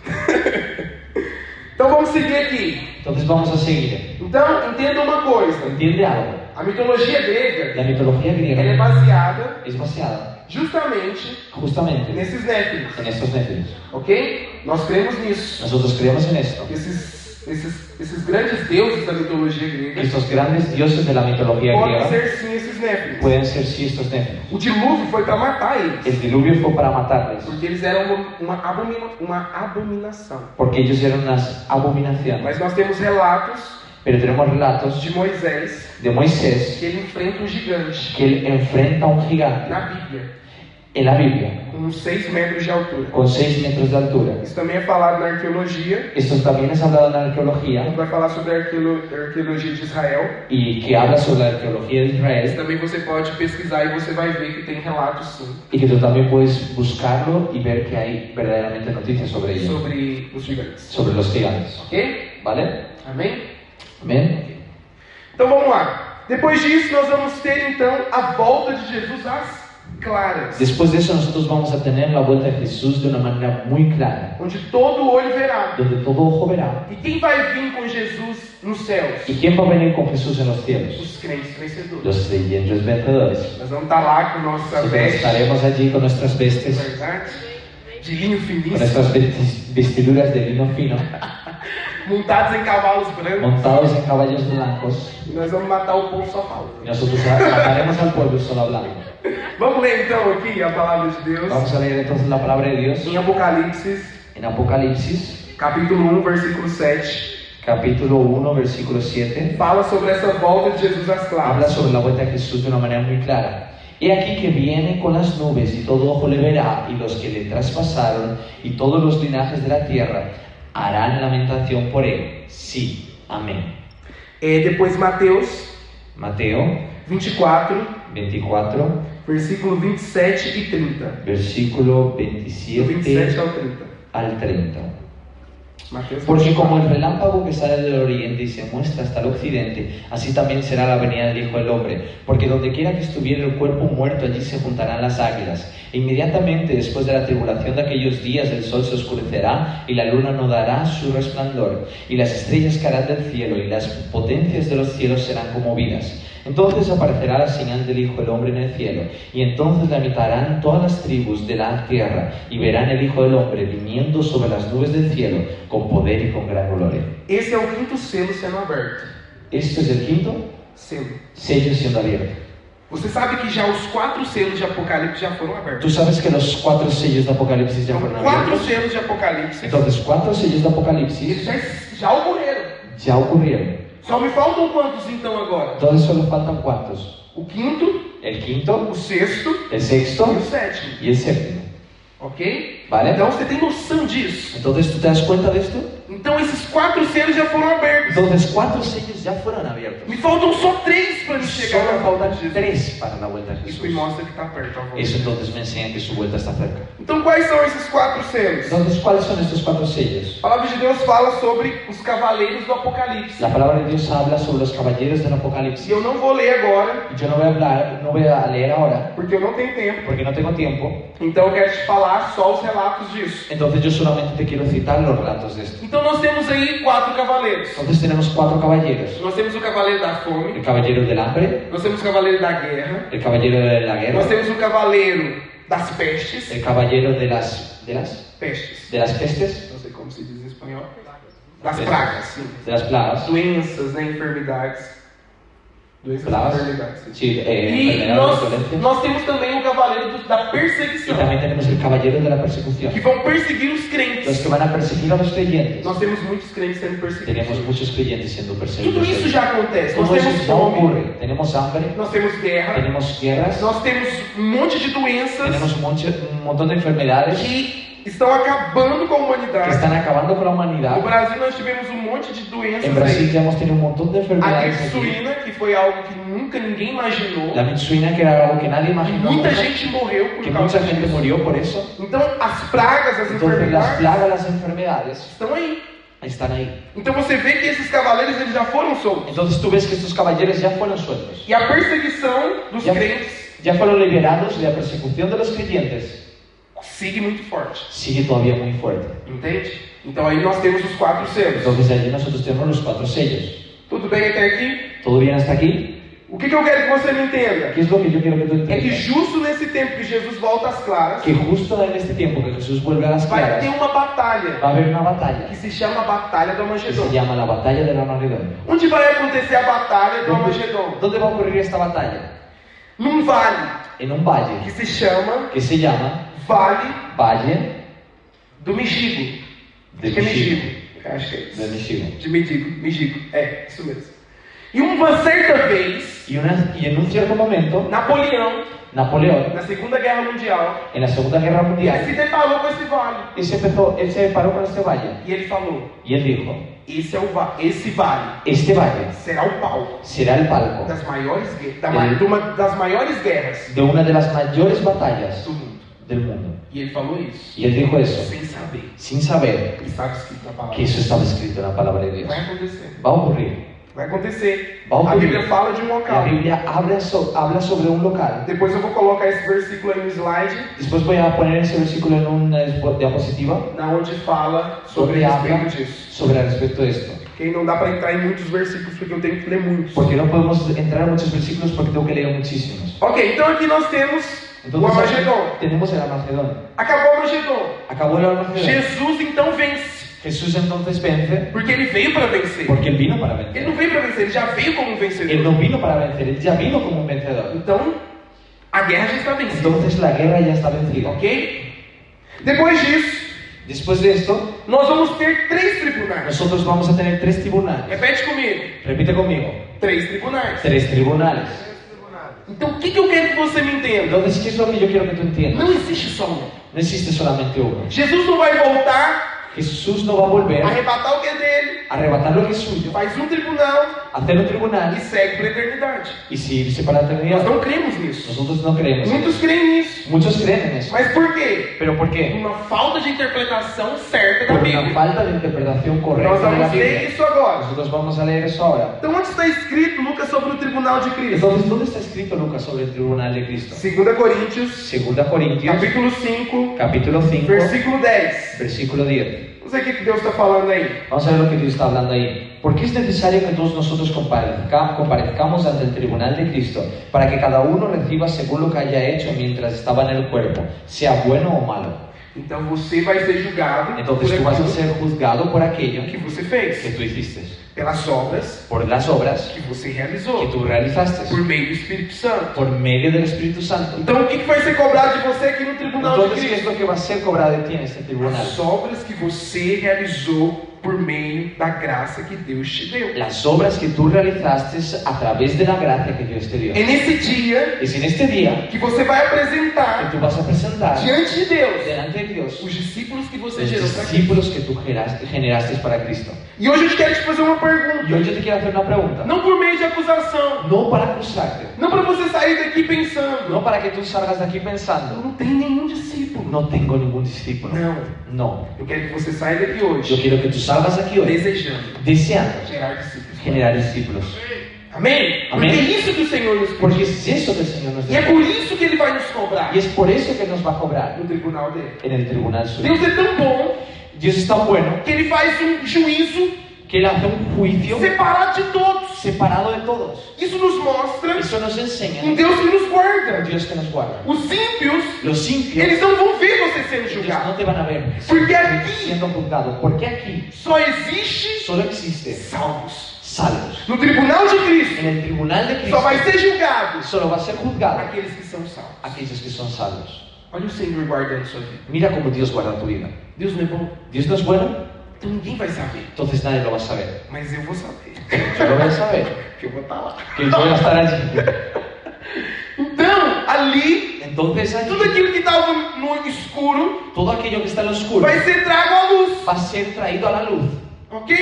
[SPEAKER 1] Então vamos seguir aqui.
[SPEAKER 2] Entonces vamos a seguir.
[SPEAKER 1] Então entenda uma coisa.
[SPEAKER 2] ¿Entiende algo?
[SPEAKER 1] A mitologia grega
[SPEAKER 2] La mitología
[SPEAKER 1] ela é
[SPEAKER 2] griega
[SPEAKER 1] baseada
[SPEAKER 2] es baseada
[SPEAKER 1] justamente
[SPEAKER 2] justamente
[SPEAKER 1] nesses néfilos,
[SPEAKER 2] en estos necios.
[SPEAKER 1] ok? Nós cremos nisso.
[SPEAKER 2] Nosotros creemos en esto.
[SPEAKER 1] Esses, esses, esses grandes deuses da mitologia grega
[SPEAKER 2] Estos grandes dioses de la mitología
[SPEAKER 1] podem
[SPEAKER 2] griega
[SPEAKER 1] ser sim esses néfilos.
[SPEAKER 2] pueden ser sí estos necios.
[SPEAKER 1] O dilúvio foi para matar eles,
[SPEAKER 2] El diluvio fue para matarles,
[SPEAKER 1] porque eles eram uma, uma, abomina, uma abominação.
[SPEAKER 2] porque ellos eran unas abominaciones.
[SPEAKER 1] Mas nós temos relatos
[SPEAKER 2] Pero tenemos relatos
[SPEAKER 1] de Moisés
[SPEAKER 2] de Moisés
[SPEAKER 1] que ele enfrenta um gigante
[SPEAKER 2] que él enfrenta a un gigante
[SPEAKER 1] na Bíblia,
[SPEAKER 2] en la Biblia
[SPEAKER 1] com uns 6 metros de altura.
[SPEAKER 2] con 6 metros de altura.
[SPEAKER 1] Isso também é falado na arqueologia,
[SPEAKER 2] Esto también es hablado en la arqueología
[SPEAKER 1] quando vai falar sobre a arqueolo- a arqueologia de Israel.
[SPEAKER 2] y que habla sobre la arqueología de
[SPEAKER 1] Mas
[SPEAKER 2] Israel
[SPEAKER 1] também você pode pesquisar e você vai ver que tem relatos sim
[SPEAKER 2] y que tú también puedes buscarlo y ver que hay verdaderamente noticias sobre ello,
[SPEAKER 1] sobre os gigantes.
[SPEAKER 2] sobre los gigantes.
[SPEAKER 1] Ok?
[SPEAKER 2] ¿Vale?
[SPEAKER 1] Amém?
[SPEAKER 2] Amén.
[SPEAKER 1] Então vamos lá. Depois disso, nós vamos ter então a volta de Jesus às claras,
[SPEAKER 2] Después de eso nosotros vamos a tener la vuelta de Jesús de una manera muy clara,
[SPEAKER 1] onde todo olho verá.
[SPEAKER 2] donde todo ojo verá.
[SPEAKER 1] E quem vai vir com Jesus nos céus?
[SPEAKER 2] ¿Y quién va a venir con Jesús en los cielos?
[SPEAKER 1] Os crentes vencedores.
[SPEAKER 2] Los creyentes vencedores.
[SPEAKER 1] Nós vamos estar lá com nossa
[SPEAKER 2] Nosotros
[SPEAKER 1] veste,
[SPEAKER 2] estaremos allí con nuestras
[SPEAKER 1] na
[SPEAKER 2] vestes,
[SPEAKER 1] verdade, de linho
[SPEAKER 2] con
[SPEAKER 1] finíssimo,
[SPEAKER 2] nuestras vestis- vestiduras de lino fino,
[SPEAKER 1] montados em cavalos brancos.
[SPEAKER 2] montados en caballos blancos.
[SPEAKER 1] E nós vamos matar o povo só
[SPEAKER 2] Y
[SPEAKER 1] falando.
[SPEAKER 2] nosotros mataremos al pueblo solo hablando.
[SPEAKER 1] Vamos ler então aqui a palavra de Deus
[SPEAKER 2] Vamos a leer entonces la palabra de Dios
[SPEAKER 1] em Apocalipse,
[SPEAKER 2] en Apocalipsis,
[SPEAKER 1] capítulo 1, versículo 7.
[SPEAKER 2] capítulo 1, versículo 7.
[SPEAKER 1] Fala sobre essa volta de Jesus às
[SPEAKER 2] Habla
[SPEAKER 1] claras.
[SPEAKER 2] sobre la vuelta de Jesús de una manera muy clara. He aquí que viene con las nubes y todo ojo le verá y los que le traspasaron y todos los linajes de la tierra harán lamentación por él. Sí, amén.
[SPEAKER 1] É, depois Mateus
[SPEAKER 2] Mateo
[SPEAKER 1] 24,
[SPEAKER 2] 24,
[SPEAKER 1] versículo 27 e 30.
[SPEAKER 2] versículo
[SPEAKER 1] Do 27
[SPEAKER 2] 27
[SPEAKER 1] ao 30.
[SPEAKER 2] al 30.
[SPEAKER 1] Mateus
[SPEAKER 2] Porque
[SPEAKER 1] 24.
[SPEAKER 2] como el relámpago que sale del oriente y se muestra hasta el occidente, así también será la venida del Hijo del Hombre. Porque donde quiera que estuviera el cuerpo muerto, allí se juntarán las águilas. E inmediatamente después de la tribulación de aquellos días, el sol se oscurecerá y la luna no dará su resplandor. Y las estrellas caerán del cielo y las potencias de los cielos serán conmovidas. Entonces aparecerá la señal del Hijo del Hombre en el cielo, y entonces la imitarán todas las tribus de la tierra, y verán el Hijo del Hombre viniendo sobre las nubes del cielo con poder y con gran gloria.
[SPEAKER 1] Esse é o quinto selo sendo aberto.
[SPEAKER 2] Esto es el quinto
[SPEAKER 1] Selo.
[SPEAKER 2] sello siendo abierto.
[SPEAKER 1] Você sabe que já os quatro selos de Apocalipse já foram abertos.
[SPEAKER 2] Tú sabes que los cuatro sellos de Apocalipsis ya
[SPEAKER 1] Então,
[SPEAKER 2] fueron
[SPEAKER 1] quatro
[SPEAKER 2] abiertos.
[SPEAKER 1] selos de Apocalipse,
[SPEAKER 2] Entonces, cuatro sellos de
[SPEAKER 1] eles
[SPEAKER 2] Apocalipsis
[SPEAKER 1] já, já ocorreram.
[SPEAKER 2] ya ocurrieron.
[SPEAKER 1] Só me faltam quantos então agora?
[SPEAKER 2] Entonces solo faltan cuántos?
[SPEAKER 1] O quinto,
[SPEAKER 2] El quinto,
[SPEAKER 1] o sexto
[SPEAKER 2] el
[SPEAKER 1] e
[SPEAKER 2] sexto
[SPEAKER 1] o sétimo.
[SPEAKER 2] y el séptimo.
[SPEAKER 1] Ok?
[SPEAKER 2] ¿Vale?
[SPEAKER 1] Então você tem noção disso.
[SPEAKER 2] Entonces, ¿tú te das cuenta de esto?
[SPEAKER 1] Então esses quatro selos já foram abertos.
[SPEAKER 2] Entonces, cuatro sellos ya fueron abiertos.
[SPEAKER 1] Me faltam só três para me chegar
[SPEAKER 2] Solo
[SPEAKER 1] na volta
[SPEAKER 2] faltan
[SPEAKER 1] de Jesus.
[SPEAKER 2] tres para la vuelta de
[SPEAKER 1] Isso
[SPEAKER 2] Jesús.
[SPEAKER 1] me mostra que está perto a volta.
[SPEAKER 2] Eso entonces me enseña que su vuelta está cerca.
[SPEAKER 1] Então quais são esses quatro selos?
[SPEAKER 2] Entonces, ¿cuáles son estos cuatro sellos?
[SPEAKER 1] A palavra de Deus fala sobre os cavaleiros do Apocalipse.
[SPEAKER 2] La palabra de Dios habla sobre los caballeros del
[SPEAKER 1] E
[SPEAKER 2] Apocalipsis.
[SPEAKER 1] eu não vou ler agora,
[SPEAKER 2] Yo no voy a hablar, no voy a leer ahora,
[SPEAKER 1] porque eu não tenho tempo.
[SPEAKER 2] porque no tengo tiempo.
[SPEAKER 1] Então eu quero te falar só os relatos disso.
[SPEAKER 2] Entonces, yo solamente te quiero citar los relatos de esto.
[SPEAKER 1] Então nós temos aí quatro cavaleiros.
[SPEAKER 2] Entonces, tenemos cuatro caballeros:
[SPEAKER 1] Nós temos o cavaleiro da fome,
[SPEAKER 2] el caballero del hambre,
[SPEAKER 1] nós temos o cavaleiro da guerra,
[SPEAKER 2] el caballero de la
[SPEAKER 1] nós
[SPEAKER 2] guerra,
[SPEAKER 1] temos o cavaleiro das pestes,
[SPEAKER 2] el caballero de las, de las,
[SPEAKER 1] pestes,
[SPEAKER 2] de las pestes,
[SPEAKER 1] não sei como se diz em espanhol, das pragas, sim.
[SPEAKER 2] de las plagas.
[SPEAKER 1] Doenças, né, enfermidades. Doenças
[SPEAKER 2] Plagas.
[SPEAKER 1] e enfermidades. sim.
[SPEAKER 2] Sí, eh,
[SPEAKER 1] E
[SPEAKER 2] enfermedades,
[SPEAKER 1] nós,
[SPEAKER 2] violencia.
[SPEAKER 1] nós temos também o cavaleiro do- da
[SPEAKER 2] Y
[SPEAKER 1] perseguição,
[SPEAKER 2] también tenemos el caballero de la persecución.
[SPEAKER 1] que vão perseguir os
[SPEAKER 2] Los
[SPEAKER 1] crentes.
[SPEAKER 2] que van a perseguir a los creyentes.
[SPEAKER 1] Nós temos muitos crentes sendo perseguidos.
[SPEAKER 2] Tenemos muchos creyentes siendo
[SPEAKER 1] Tudo
[SPEAKER 2] perseguidos.
[SPEAKER 1] isso já acontece. Nós
[SPEAKER 2] Todo eso
[SPEAKER 1] temos
[SPEAKER 2] ya ocurre.
[SPEAKER 1] fome,
[SPEAKER 2] Tenemos hambre,
[SPEAKER 1] nós temos guerra,
[SPEAKER 2] tenemos guerras,
[SPEAKER 1] nós temos um monte de doenças
[SPEAKER 2] tenemos mucho- un montón de enfermedades
[SPEAKER 1] que estão acabando com a
[SPEAKER 2] que
[SPEAKER 1] humanidade.
[SPEAKER 2] están acabando con la
[SPEAKER 1] No
[SPEAKER 2] humanidad.
[SPEAKER 1] Brasil nós tivemos um monte de doenças
[SPEAKER 2] En Brasil
[SPEAKER 1] aí.
[SPEAKER 2] ya hemos tenido un montón de
[SPEAKER 1] A
[SPEAKER 2] enfermedades. aquí.
[SPEAKER 1] gripe que foi algo que nunca ninguém imaginou.
[SPEAKER 2] La mitsuina, que era algo que nadie
[SPEAKER 1] E
[SPEAKER 2] imaginó,
[SPEAKER 1] muita
[SPEAKER 2] nunca,
[SPEAKER 1] gente morreu
[SPEAKER 2] né? que
[SPEAKER 1] por causa
[SPEAKER 2] mucha gente Então,
[SPEAKER 1] disso.
[SPEAKER 2] murió por eso.
[SPEAKER 1] Então as pragas, as
[SPEAKER 2] Entonces las
[SPEAKER 1] enfermedades
[SPEAKER 2] plagas, las enfermedades
[SPEAKER 1] estão aí.
[SPEAKER 2] están ahí.
[SPEAKER 1] Então você vê que esses cavaleiros eles já foram soltos.
[SPEAKER 2] Entonces tú ves que estos caballeros ya fueron sueltos,
[SPEAKER 1] E a perseguição dos
[SPEAKER 2] Já-
[SPEAKER 1] crentes
[SPEAKER 2] ya fueron liberados de la persecución de los creyentes.
[SPEAKER 1] sigue muito forte,
[SPEAKER 2] Sigue todavía muy fuerte.
[SPEAKER 1] entende? Então aí nós temos os quatro selos.
[SPEAKER 2] Entonces allí nosotros tenemos los cuatro sellos.
[SPEAKER 1] Tudo bem até aqui?
[SPEAKER 2] ¿Todo bien hasta aquí?
[SPEAKER 1] O que, que eu quero que você me entenda?
[SPEAKER 2] ¿Qué es lo que yo quiero que tú
[SPEAKER 1] É que
[SPEAKER 2] entiendas?
[SPEAKER 1] justo nesse tempo que Jesus volta às claras,
[SPEAKER 2] Que justo en este tiempo que Jesús vuelve a las
[SPEAKER 1] vai
[SPEAKER 2] claras,
[SPEAKER 1] ter uma batalha
[SPEAKER 2] va a haber una
[SPEAKER 1] que
[SPEAKER 2] batalla
[SPEAKER 1] se chama Batalha do
[SPEAKER 2] que se
[SPEAKER 1] Armagedon.
[SPEAKER 2] llama la batalla de la Armagedón.
[SPEAKER 1] Onde vai acontecer a Batalha do Armagedon?
[SPEAKER 2] ¿Dónde va a ocurrir esta batalla?
[SPEAKER 1] Num vale
[SPEAKER 2] En un
[SPEAKER 1] que
[SPEAKER 2] valle
[SPEAKER 1] se chama
[SPEAKER 2] que se llama
[SPEAKER 1] Vale
[SPEAKER 2] Valle
[SPEAKER 1] do Mexigo.
[SPEAKER 2] de
[SPEAKER 1] Acho que é
[SPEAKER 2] Michigo.
[SPEAKER 1] Mexigo. Acho que é
[SPEAKER 2] De
[SPEAKER 1] isso.
[SPEAKER 2] Michigo.
[SPEAKER 1] De mendigo, mendigo. É, isso mesmo. E um uma certa vez,
[SPEAKER 2] Y, una- y en un cierto momento,
[SPEAKER 1] Napoleão,
[SPEAKER 2] Napoleón,
[SPEAKER 1] na Segunda Guerra Mundial,
[SPEAKER 2] en la Segunda Guerra
[SPEAKER 1] ele
[SPEAKER 2] Mundial,
[SPEAKER 1] se deparou com esse vale.
[SPEAKER 2] él se, empezó, él se paró con este valle
[SPEAKER 1] E ele falou:
[SPEAKER 2] y él dijo,
[SPEAKER 1] esse, é o va esse vale
[SPEAKER 2] este valle
[SPEAKER 1] será o palco
[SPEAKER 2] será el palco
[SPEAKER 1] das maiores, gue- da ma-
[SPEAKER 2] Uhum.
[SPEAKER 1] de uma das maiores guerras
[SPEAKER 2] de una de las mayores batallas
[SPEAKER 1] do mundo.
[SPEAKER 2] del mundo.
[SPEAKER 1] E ele falou isso,
[SPEAKER 2] Y él dijo eso
[SPEAKER 1] sem saber.
[SPEAKER 2] sin saber
[SPEAKER 1] Ele estava escrito na palavra.
[SPEAKER 2] que isso estava escrito na palavra de Deus.
[SPEAKER 1] Vai acontecer.
[SPEAKER 2] Va a ocurrir.
[SPEAKER 1] Vai acontecer.
[SPEAKER 2] Vai
[SPEAKER 1] A
[SPEAKER 2] ocorrer.
[SPEAKER 1] Bíblia fala de um
[SPEAKER 2] La
[SPEAKER 1] local.
[SPEAKER 2] Biblia habla, so- habla sobre un local.
[SPEAKER 1] Depois eu vou colocar esse versículo aí no slide,
[SPEAKER 2] Después voy a poner ese versículo en una dispo- diapositiva
[SPEAKER 1] na onde fala sobre
[SPEAKER 2] Sobre
[SPEAKER 1] a
[SPEAKER 2] a
[SPEAKER 1] respeito
[SPEAKER 2] água.
[SPEAKER 1] disso.
[SPEAKER 2] sobre al respecto de esto.
[SPEAKER 1] Quem não dá para entrar em muitos versículos porque eu tenho que ler muitos.
[SPEAKER 2] Porque no podemos entrar a muchos versículos porque tengo que leer muchísimos.
[SPEAKER 1] Ok, então aqui nós temos o
[SPEAKER 2] Entonces
[SPEAKER 1] Armagedon.
[SPEAKER 2] tenemos el Armagedón.
[SPEAKER 1] Acabou o Armagedon.
[SPEAKER 2] Acabó el
[SPEAKER 1] É.
[SPEAKER 2] Armagedón.
[SPEAKER 1] Jesus então vence,
[SPEAKER 2] Jesús entonces vence
[SPEAKER 1] porque ele veio para vencer.
[SPEAKER 2] porque él vino para
[SPEAKER 1] Ele
[SPEAKER 2] vencer.
[SPEAKER 1] não veio para vencer, ele já veio como um
[SPEAKER 2] Él
[SPEAKER 1] vencedor.
[SPEAKER 2] no vino para vencer, él ya vino como un vencedor.
[SPEAKER 1] Então, a guerra já está vencida,
[SPEAKER 2] Entonces la guerra ya está vencida.
[SPEAKER 1] ok? Depois disso,
[SPEAKER 2] Después de esto,
[SPEAKER 1] nós vamos ter três tribunais.
[SPEAKER 2] nosotros vamos a tener tres tribunales.
[SPEAKER 1] Repete comigo:
[SPEAKER 2] Repite conmigo.
[SPEAKER 1] três tribunais.
[SPEAKER 2] Tres tribunales.
[SPEAKER 1] Então, o que, que eu quero que você me entenda?
[SPEAKER 2] Entonces, ¿qué es lo que yo quiero que tú entiendas?
[SPEAKER 1] Não existe só um.
[SPEAKER 2] No existe solamente uno.
[SPEAKER 1] Jesus não vai voltar,
[SPEAKER 2] Jesús no va a volver a
[SPEAKER 1] arrebatar o que é dele,
[SPEAKER 2] arrebatar lo que es suyo,
[SPEAKER 1] faz um tribunal
[SPEAKER 2] hacer un
[SPEAKER 1] e
[SPEAKER 2] tribunal
[SPEAKER 1] segue para a eternidade.
[SPEAKER 2] y si irse para la
[SPEAKER 1] Nós
[SPEAKER 2] eternidad.
[SPEAKER 1] não cremos nisso.
[SPEAKER 2] Nosotros no creemos. en
[SPEAKER 1] Muitos
[SPEAKER 2] eso.
[SPEAKER 1] creem nisso.
[SPEAKER 2] Muchos creen en eso.
[SPEAKER 1] Mas por quê?
[SPEAKER 2] ¿Pero por qué?
[SPEAKER 1] Uma falta de interpretação certa da
[SPEAKER 2] Por una
[SPEAKER 1] Bíblia.
[SPEAKER 2] falta de interpretación
[SPEAKER 1] Nós
[SPEAKER 2] correcta de la
[SPEAKER 1] vamos ler
[SPEAKER 2] Biblia.
[SPEAKER 1] isso agora.
[SPEAKER 2] Nosotros vamos a leer eso ahora.
[SPEAKER 1] Então, onde está escrito, Lucas, sobre o tribunal de Cristo?
[SPEAKER 2] Entonces, ¿dónde está escrito Lucas sobre el tribunal de Cristo?
[SPEAKER 1] 2 Coríntios,
[SPEAKER 2] Segunda Corintios,
[SPEAKER 1] capítulo 5,
[SPEAKER 2] capítulo 5,
[SPEAKER 1] versículo 10.
[SPEAKER 2] versículo 10.
[SPEAKER 1] Não sei o que que Deus está falando aí.
[SPEAKER 2] Vamos a ver lo que Dios está hablando ahí. Porque es necesario que todos nosotros comparezca- comparezcamos ante el tribunal de Cristo, para que cada uno reciba según lo que haya hecho mientras estaba en el cuerpo, sea bueno o malo.
[SPEAKER 1] Então, você vai ser julgado por
[SPEAKER 2] Entonces tú vas a
[SPEAKER 1] aquilo
[SPEAKER 2] Então, ser juzgado por aquello
[SPEAKER 1] que você
[SPEAKER 2] que
[SPEAKER 1] fez,
[SPEAKER 2] tú hiciste,
[SPEAKER 1] pelas obras
[SPEAKER 2] por las obras
[SPEAKER 1] que você
[SPEAKER 2] que
[SPEAKER 1] realizou,
[SPEAKER 2] tú realizaste,
[SPEAKER 1] por meio do Espírito Santo.
[SPEAKER 2] por medio del Espíritu Santo.
[SPEAKER 1] Então, o que que vai ser cobrado de você aqui no tribunal de
[SPEAKER 2] Entonces, ¿qué
[SPEAKER 1] Cristo?
[SPEAKER 2] es lo que va a ser cobrado de ti en este tribunal?
[SPEAKER 1] As obras que você realizou por meio da graça que Deus te deu.
[SPEAKER 2] Las obras que tú realizaste a través de la gracia que Dios te dio.
[SPEAKER 1] É nesse dia
[SPEAKER 2] Es en este día
[SPEAKER 1] que você vai
[SPEAKER 2] que
[SPEAKER 1] apresentar
[SPEAKER 2] tú vas a presentar
[SPEAKER 1] diante de Deus
[SPEAKER 2] delante de Dios
[SPEAKER 1] os discípulos que você
[SPEAKER 2] los
[SPEAKER 1] gerou para Cristo.
[SPEAKER 2] discípulos que tú geraste, generaste para Cristo.
[SPEAKER 1] E hoje eu quero te fazer uma
[SPEAKER 2] Y
[SPEAKER 1] pergunta.
[SPEAKER 2] hoy yo te quiero hacer una pregunta.
[SPEAKER 1] Não por meio de acusação.
[SPEAKER 2] No para acusarte,
[SPEAKER 1] Não para você sair daqui pensando.
[SPEAKER 2] no para que tú salgas de aquí
[SPEAKER 1] Eu
[SPEAKER 2] pensando,
[SPEAKER 1] não tenho nenhum discípulo.
[SPEAKER 2] no tengo ningún discípulo.
[SPEAKER 1] Não.
[SPEAKER 2] No.
[SPEAKER 1] Eu quero que você saia daqui
[SPEAKER 2] Yo
[SPEAKER 1] hoje
[SPEAKER 2] quiero que tú salgas de aquí hoy
[SPEAKER 1] desejando
[SPEAKER 2] deseando
[SPEAKER 1] gerar discípulos.
[SPEAKER 2] generar discípulos.
[SPEAKER 1] Amém? Porque
[SPEAKER 2] Amém.
[SPEAKER 1] é isso que o Senhor nos
[SPEAKER 2] Porque
[SPEAKER 1] pediu.
[SPEAKER 2] es eso que el Señor nos
[SPEAKER 1] E é
[SPEAKER 2] da.
[SPEAKER 1] por isso que Ele vai nos cobrar
[SPEAKER 2] Y es por eso que nos va a cobrar
[SPEAKER 1] no tribunal dele.
[SPEAKER 2] en el tribunal suyo.
[SPEAKER 1] Deus é tão bom
[SPEAKER 2] Dios es tan bueno
[SPEAKER 1] que Ele faz um juízo
[SPEAKER 2] que Él hace un juicio
[SPEAKER 1] separado de todos.
[SPEAKER 2] separado de todos.
[SPEAKER 1] Isso nos mostra
[SPEAKER 2] Eso nos
[SPEAKER 1] um
[SPEAKER 2] enseña
[SPEAKER 1] Deus que nos
[SPEAKER 2] un
[SPEAKER 1] guarda.
[SPEAKER 2] Dios que nos guarda.
[SPEAKER 1] Os ímpios,
[SPEAKER 2] Los
[SPEAKER 1] eles
[SPEAKER 2] impios,
[SPEAKER 1] não vão ver você sendo
[SPEAKER 2] ellos no
[SPEAKER 1] julgado.
[SPEAKER 2] te van a ver
[SPEAKER 1] Porque aquí-
[SPEAKER 2] siendo juzgado. Porque aquí
[SPEAKER 1] Só existe
[SPEAKER 2] solo existe
[SPEAKER 1] salvos.
[SPEAKER 2] salvos.
[SPEAKER 1] No tribunal de Cristo,
[SPEAKER 2] En el tribunal de
[SPEAKER 1] só
[SPEAKER 2] Cristo
[SPEAKER 1] vai ser julgado
[SPEAKER 2] solo va a ser juzgado
[SPEAKER 1] aqueles que são salvos.
[SPEAKER 2] aquellos que son salvos.
[SPEAKER 1] Olha o Senhor guardando sua vida.
[SPEAKER 2] Mira cómo Dios guarda tu vida.
[SPEAKER 1] Deus não é bom?
[SPEAKER 2] Dios no es bueno,
[SPEAKER 1] Então ninguém vai saber.
[SPEAKER 2] entonces nadie lo va a saber.
[SPEAKER 1] Mas eu vou saber.
[SPEAKER 2] Yo lo voy a saber,
[SPEAKER 1] Porque eu vou estar lá.
[SPEAKER 2] que yo voy a estar allí.
[SPEAKER 1] Então, ali,
[SPEAKER 2] Entonces allí,
[SPEAKER 1] tudo aquilo que estava no escuro
[SPEAKER 2] todo aquello que está en lo oscuro
[SPEAKER 1] vai ser trago à luz.
[SPEAKER 2] va a ser traído a la luz,
[SPEAKER 1] Ok?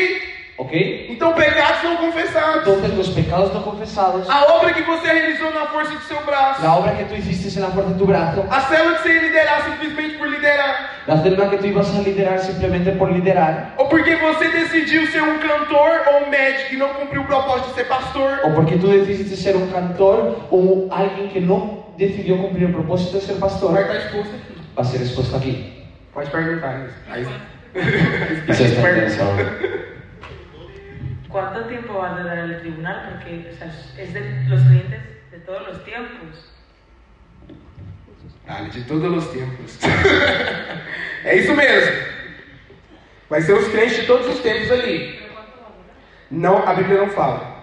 [SPEAKER 2] ¿ok?
[SPEAKER 1] Então, pecados não confessados.
[SPEAKER 2] Entonces los pecados no confesados,
[SPEAKER 1] A obra que você realizou na força do seu braço.
[SPEAKER 2] la obra que tú hiciste en la fuerza de tu brazo,
[SPEAKER 1] A célula que você ia liderar simplesmente por liderar.
[SPEAKER 2] la celda que tú ibas a liderar simplemente por liderar,
[SPEAKER 1] Ou porque você decidiu ser um cantor ou um médico e não cumpriu o propósito de ser pastor.
[SPEAKER 2] o porque tú decidiste ser un cantor o alguien que no decidió cumplir el propósito de ser
[SPEAKER 1] Vai
[SPEAKER 2] pastor,
[SPEAKER 1] estar exposto aqui.
[SPEAKER 2] va a ser expuesto aquí.
[SPEAKER 1] Pode perguntar. Aí.
[SPEAKER 2] tá Y se está interesado.
[SPEAKER 4] ¿Cuánto tiempo va a durar el tribunal? Porque o sea, es de los creyentes de todos los tiempos.
[SPEAKER 1] Dale, de todos os tempos. é isso mesmo. Vai ser os crentes de todos os tempos ali.
[SPEAKER 3] Pero ¿cuánto va a durar?
[SPEAKER 1] Não, a Bíblia não fala.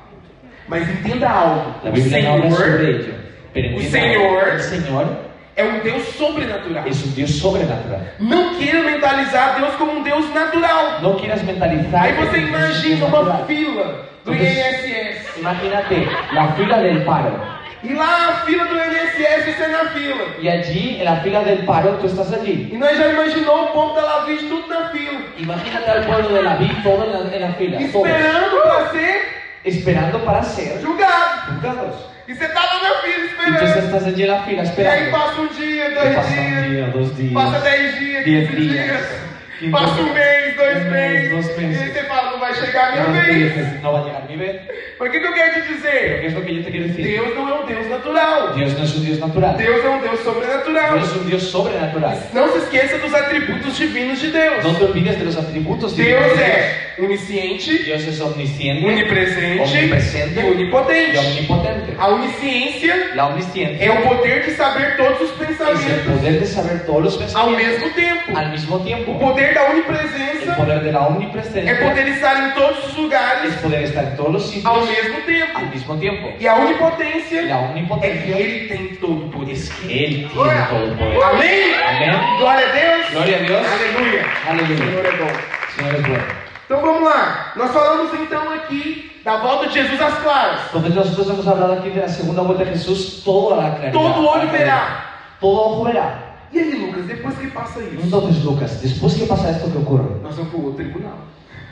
[SPEAKER 1] Mas entenda algo.
[SPEAKER 2] La
[SPEAKER 1] O
[SPEAKER 2] Biblia no habla sobre
[SPEAKER 1] Senhor
[SPEAKER 2] ello. Pero
[SPEAKER 1] Un
[SPEAKER 2] entienda,
[SPEAKER 1] Señor.
[SPEAKER 2] el Señor
[SPEAKER 1] é um Deus sobrenatural.
[SPEAKER 2] es un Dios sobrenatural.
[SPEAKER 1] Não queira mentalizar Deus como um Deus natural.
[SPEAKER 2] No quieras mentalizar.
[SPEAKER 1] Aí você imagina uma fila do
[SPEAKER 2] Porque-
[SPEAKER 1] INSS.
[SPEAKER 2] Imagínate la fila del paro.
[SPEAKER 1] E lá a fila do INSS, você é na fila.
[SPEAKER 2] Y allí, en la fila del paro, tú estás allí.
[SPEAKER 1] E nós já imaginou o povo da Lavis tudo na fila.
[SPEAKER 2] Imagínate al pueblo de la vida todo en la, en la fila, todos,
[SPEAKER 1] Esperando pra ser
[SPEAKER 2] esperando para ser
[SPEAKER 1] julgado.
[SPEAKER 2] juzgados.
[SPEAKER 1] E você tá lá na fila
[SPEAKER 2] Entonces
[SPEAKER 1] esperando.
[SPEAKER 2] estás allí en la fila
[SPEAKER 1] E Então aí
[SPEAKER 2] esperando.
[SPEAKER 1] passa um dia,
[SPEAKER 2] Te
[SPEAKER 1] dois
[SPEAKER 2] pasa un
[SPEAKER 1] dias.
[SPEAKER 2] día, dos días,
[SPEAKER 1] Passa 10 dias, 15
[SPEAKER 2] diez
[SPEAKER 1] dias.
[SPEAKER 2] días, quince
[SPEAKER 1] Passa um
[SPEAKER 2] días.
[SPEAKER 1] mês, dois
[SPEAKER 2] Um mês,
[SPEAKER 1] meses.
[SPEAKER 2] dois meses.
[SPEAKER 1] E aí você fala, não vai chegar
[SPEAKER 2] No,
[SPEAKER 1] minha
[SPEAKER 2] no te
[SPEAKER 1] vez.
[SPEAKER 2] dices, no va a llegar mi vez.
[SPEAKER 1] Mas o que, que eu quero te
[SPEAKER 2] Pero
[SPEAKER 1] dizer?
[SPEAKER 2] ¿qué es lo que yo te quiero decir?
[SPEAKER 1] Deus não é um Deus natural.
[SPEAKER 2] Dios no es un Dios natural.
[SPEAKER 1] Deus é um Deus sobrenatural.
[SPEAKER 2] No es un Dios sobrenatural.
[SPEAKER 1] Não se esqueça dos atributos divinos de
[SPEAKER 2] No
[SPEAKER 1] Deus.
[SPEAKER 2] te olvides de los atributos divinos de
[SPEAKER 1] Deus
[SPEAKER 2] Dios.
[SPEAKER 1] é onisciente,
[SPEAKER 2] Dios es omnisciente
[SPEAKER 1] onipresente
[SPEAKER 2] Onipresente.
[SPEAKER 1] e
[SPEAKER 2] y
[SPEAKER 1] onipotente.
[SPEAKER 2] omnipotente.
[SPEAKER 1] A onisciência
[SPEAKER 2] La omnisciencia
[SPEAKER 1] é o poder de saber todos os
[SPEAKER 2] es el
[SPEAKER 1] pensamentos
[SPEAKER 2] poder de saber todos los
[SPEAKER 1] ao
[SPEAKER 2] pensamientos
[SPEAKER 1] mesmo tempo.
[SPEAKER 2] al mismo tiempo.
[SPEAKER 1] O poder da
[SPEAKER 2] El
[SPEAKER 1] onipresença
[SPEAKER 2] poder de la
[SPEAKER 1] é
[SPEAKER 2] omnipresencia
[SPEAKER 1] poder estar em todos os
[SPEAKER 2] es
[SPEAKER 1] lugares
[SPEAKER 2] poder estar en todos los
[SPEAKER 1] ao
[SPEAKER 2] sitios
[SPEAKER 1] mesmo tempo.
[SPEAKER 2] al mismo tiempo.
[SPEAKER 1] E a onipotência
[SPEAKER 2] La
[SPEAKER 1] é que
[SPEAKER 2] omnipotencia pues,
[SPEAKER 1] ele tem todo o poder.
[SPEAKER 2] es que Él tiene
[SPEAKER 1] Glória.
[SPEAKER 2] todo el poder.
[SPEAKER 1] Amém?
[SPEAKER 2] Amén.
[SPEAKER 1] Glória a Deus.
[SPEAKER 2] Gloria a Dios.
[SPEAKER 1] Aleluia.
[SPEAKER 2] Aleluia.
[SPEAKER 1] Senhor é bom.
[SPEAKER 2] Señor es bueno.
[SPEAKER 1] Então vamos lá. Nós falamos então aqui da volta de Jesus às claras.
[SPEAKER 2] Entonces nosotros hemos hablado aquí de la segunda vuelta de Jesús, toda la claridad.
[SPEAKER 1] Todo ojo verá.
[SPEAKER 2] Todo ojo verá.
[SPEAKER 1] E aí, Lucas, depois que passa isso,
[SPEAKER 2] Entonces, Lucas, después que pasa esto que ocurre,
[SPEAKER 1] nós vamos para o outro tribunal.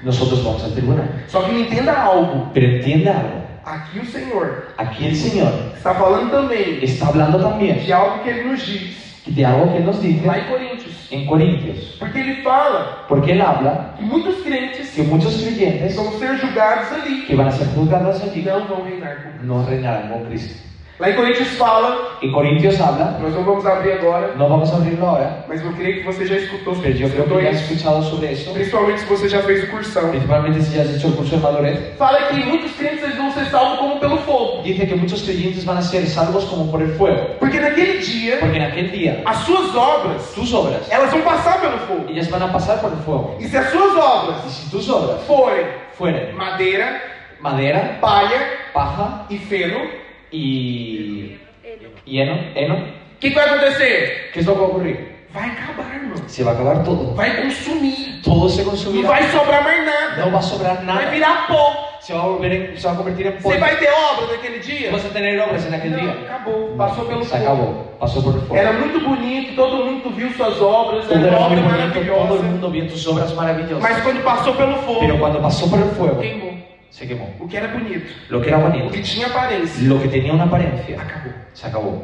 [SPEAKER 2] nosotros vamos al tribunal.
[SPEAKER 1] Só que entenda algo.
[SPEAKER 2] Pero entienda algo.
[SPEAKER 1] Aqui o Senhor
[SPEAKER 2] Aquí el Señor
[SPEAKER 1] está falando também
[SPEAKER 2] está hablando también
[SPEAKER 1] de algo que ele nos diz
[SPEAKER 2] de algo que nos
[SPEAKER 1] lá
[SPEAKER 2] dice
[SPEAKER 1] em Coríntios.
[SPEAKER 2] en Corintios.
[SPEAKER 1] Porque ele fala
[SPEAKER 2] Porque Él habla
[SPEAKER 1] que muitos crentes
[SPEAKER 2] que muchos creyentes
[SPEAKER 1] vão ser julgados ali
[SPEAKER 2] que van a ser juzgados
[SPEAKER 1] e
[SPEAKER 2] allí
[SPEAKER 1] não vão reinar com Cristo.
[SPEAKER 2] no reinarán con Cristo.
[SPEAKER 1] Lá em Coríntios fala,
[SPEAKER 2] Y Corintios habla,
[SPEAKER 1] nós não vamos abrir agora,
[SPEAKER 2] no vamos a abrirlo ahora,
[SPEAKER 1] mas eu creio que você já escutou
[SPEAKER 2] pero yo creo
[SPEAKER 1] escutou
[SPEAKER 2] que ya has
[SPEAKER 1] isso.
[SPEAKER 2] escuchado sobre eso,
[SPEAKER 1] Principalmente se você já fez o cursão.
[SPEAKER 2] principalmente si ya has hecho el curso de madurez.
[SPEAKER 1] Fala que muitos crentes eles vão ser salvos como pelo fogo.
[SPEAKER 2] Dice que muchos creyentes van a ser salvos como por el fuego,
[SPEAKER 1] Porque naquele dia,
[SPEAKER 2] porque en aquel día
[SPEAKER 1] as suas obras,
[SPEAKER 2] tus obras,
[SPEAKER 1] elas vão passar pelo fogo.
[SPEAKER 2] ellas van a pasar por el fuego.
[SPEAKER 1] E se as suas
[SPEAKER 2] Y
[SPEAKER 1] obras
[SPEAKER 2] si tus obras
[SPEAKER 1] forem
[SPEAKER 2] fueran
[SPEAKER 1] madeira,
[SPEAKER 2] madera,
[SPEAKER 1] palha
[SPEAKER 2] paja
[SPEAKER 1] e feno,
[SPEAKER 2] y
[SPEAKER 5] Él.
[SPEAKER 2] heno, heno,
[SPEAKER 1] o que, que vai acontecer?
[SPEAKER 2] ¿qué es lo que va a ocurrir?
[SPEAKER 1] Vai acabar, irmão.
[SPEAKER 2] Se va a acabar todo.
[SPEAKER 1] Vai consumir.
[SPEAKER 2] Todo se
[SPEAKER 1] Não
[SPEAKER 2] consumirá,
[SPEAKER 1] vai sobrar mais nada.
[SPEAKER 2] no va a sobrar
[SPEAKER 1] Vai
[SPEAKER 2] nada,
[SPEAKER 1] virar pó.
[SPEAKER 2] se va a, volver en- se va a convertir en
[SPEAKER 1] Você
[SPEAKER 2] polvo.
[SPEAKER 1] vai ter obra naquele dia?
[SPEAKER 2] Vas a tener obras en aquel
[SPEAKER 1] Não,
[SPEAKER 2] día.
[SPEAKER 1] acabou. Passou pelo
[SPEAKER 2] Se
[SPEAKER 1] fogo.
[SPEAKER 2] acabou, pasó por el fuego.
[SPEAKER 1] Era muito bonito, todo mundo viu suas obras,
[SPEAKER 2] Todo
[SPEAKER 1] era
[SPEAKER 2] era
[SPEAKER 1] uma
[SPEAKER 2] muy
[SPEAKER 1] obra
[SPEAKER 2] bonito, todo el
[SPEAKER 1] maravilhosa.
[SPEAKER 2] mundo vio tus obras maravillosas.
[SPEAKER 1] Mas quando passou pelo
[SPEAKER 2] Pero
[SPEAKER 1] fogo,
[SPEAKER 2] cuando pasó por el fuego,
[SPEAKER 1] queimou.
[SPEAKER 2] se quemó.
[SPEAKER 1] O que era bonito,
[SPEAKER 2] Lo que era
[SPEAKER 1] o
[SPEAKER 2] bonito,
[SPEAKER 1] que tinha aparência,
[SPEAKER 2] lo que tenía una apariencia,
[SPEAKER 1] acabou.
[SPEAKER 2] se acabó.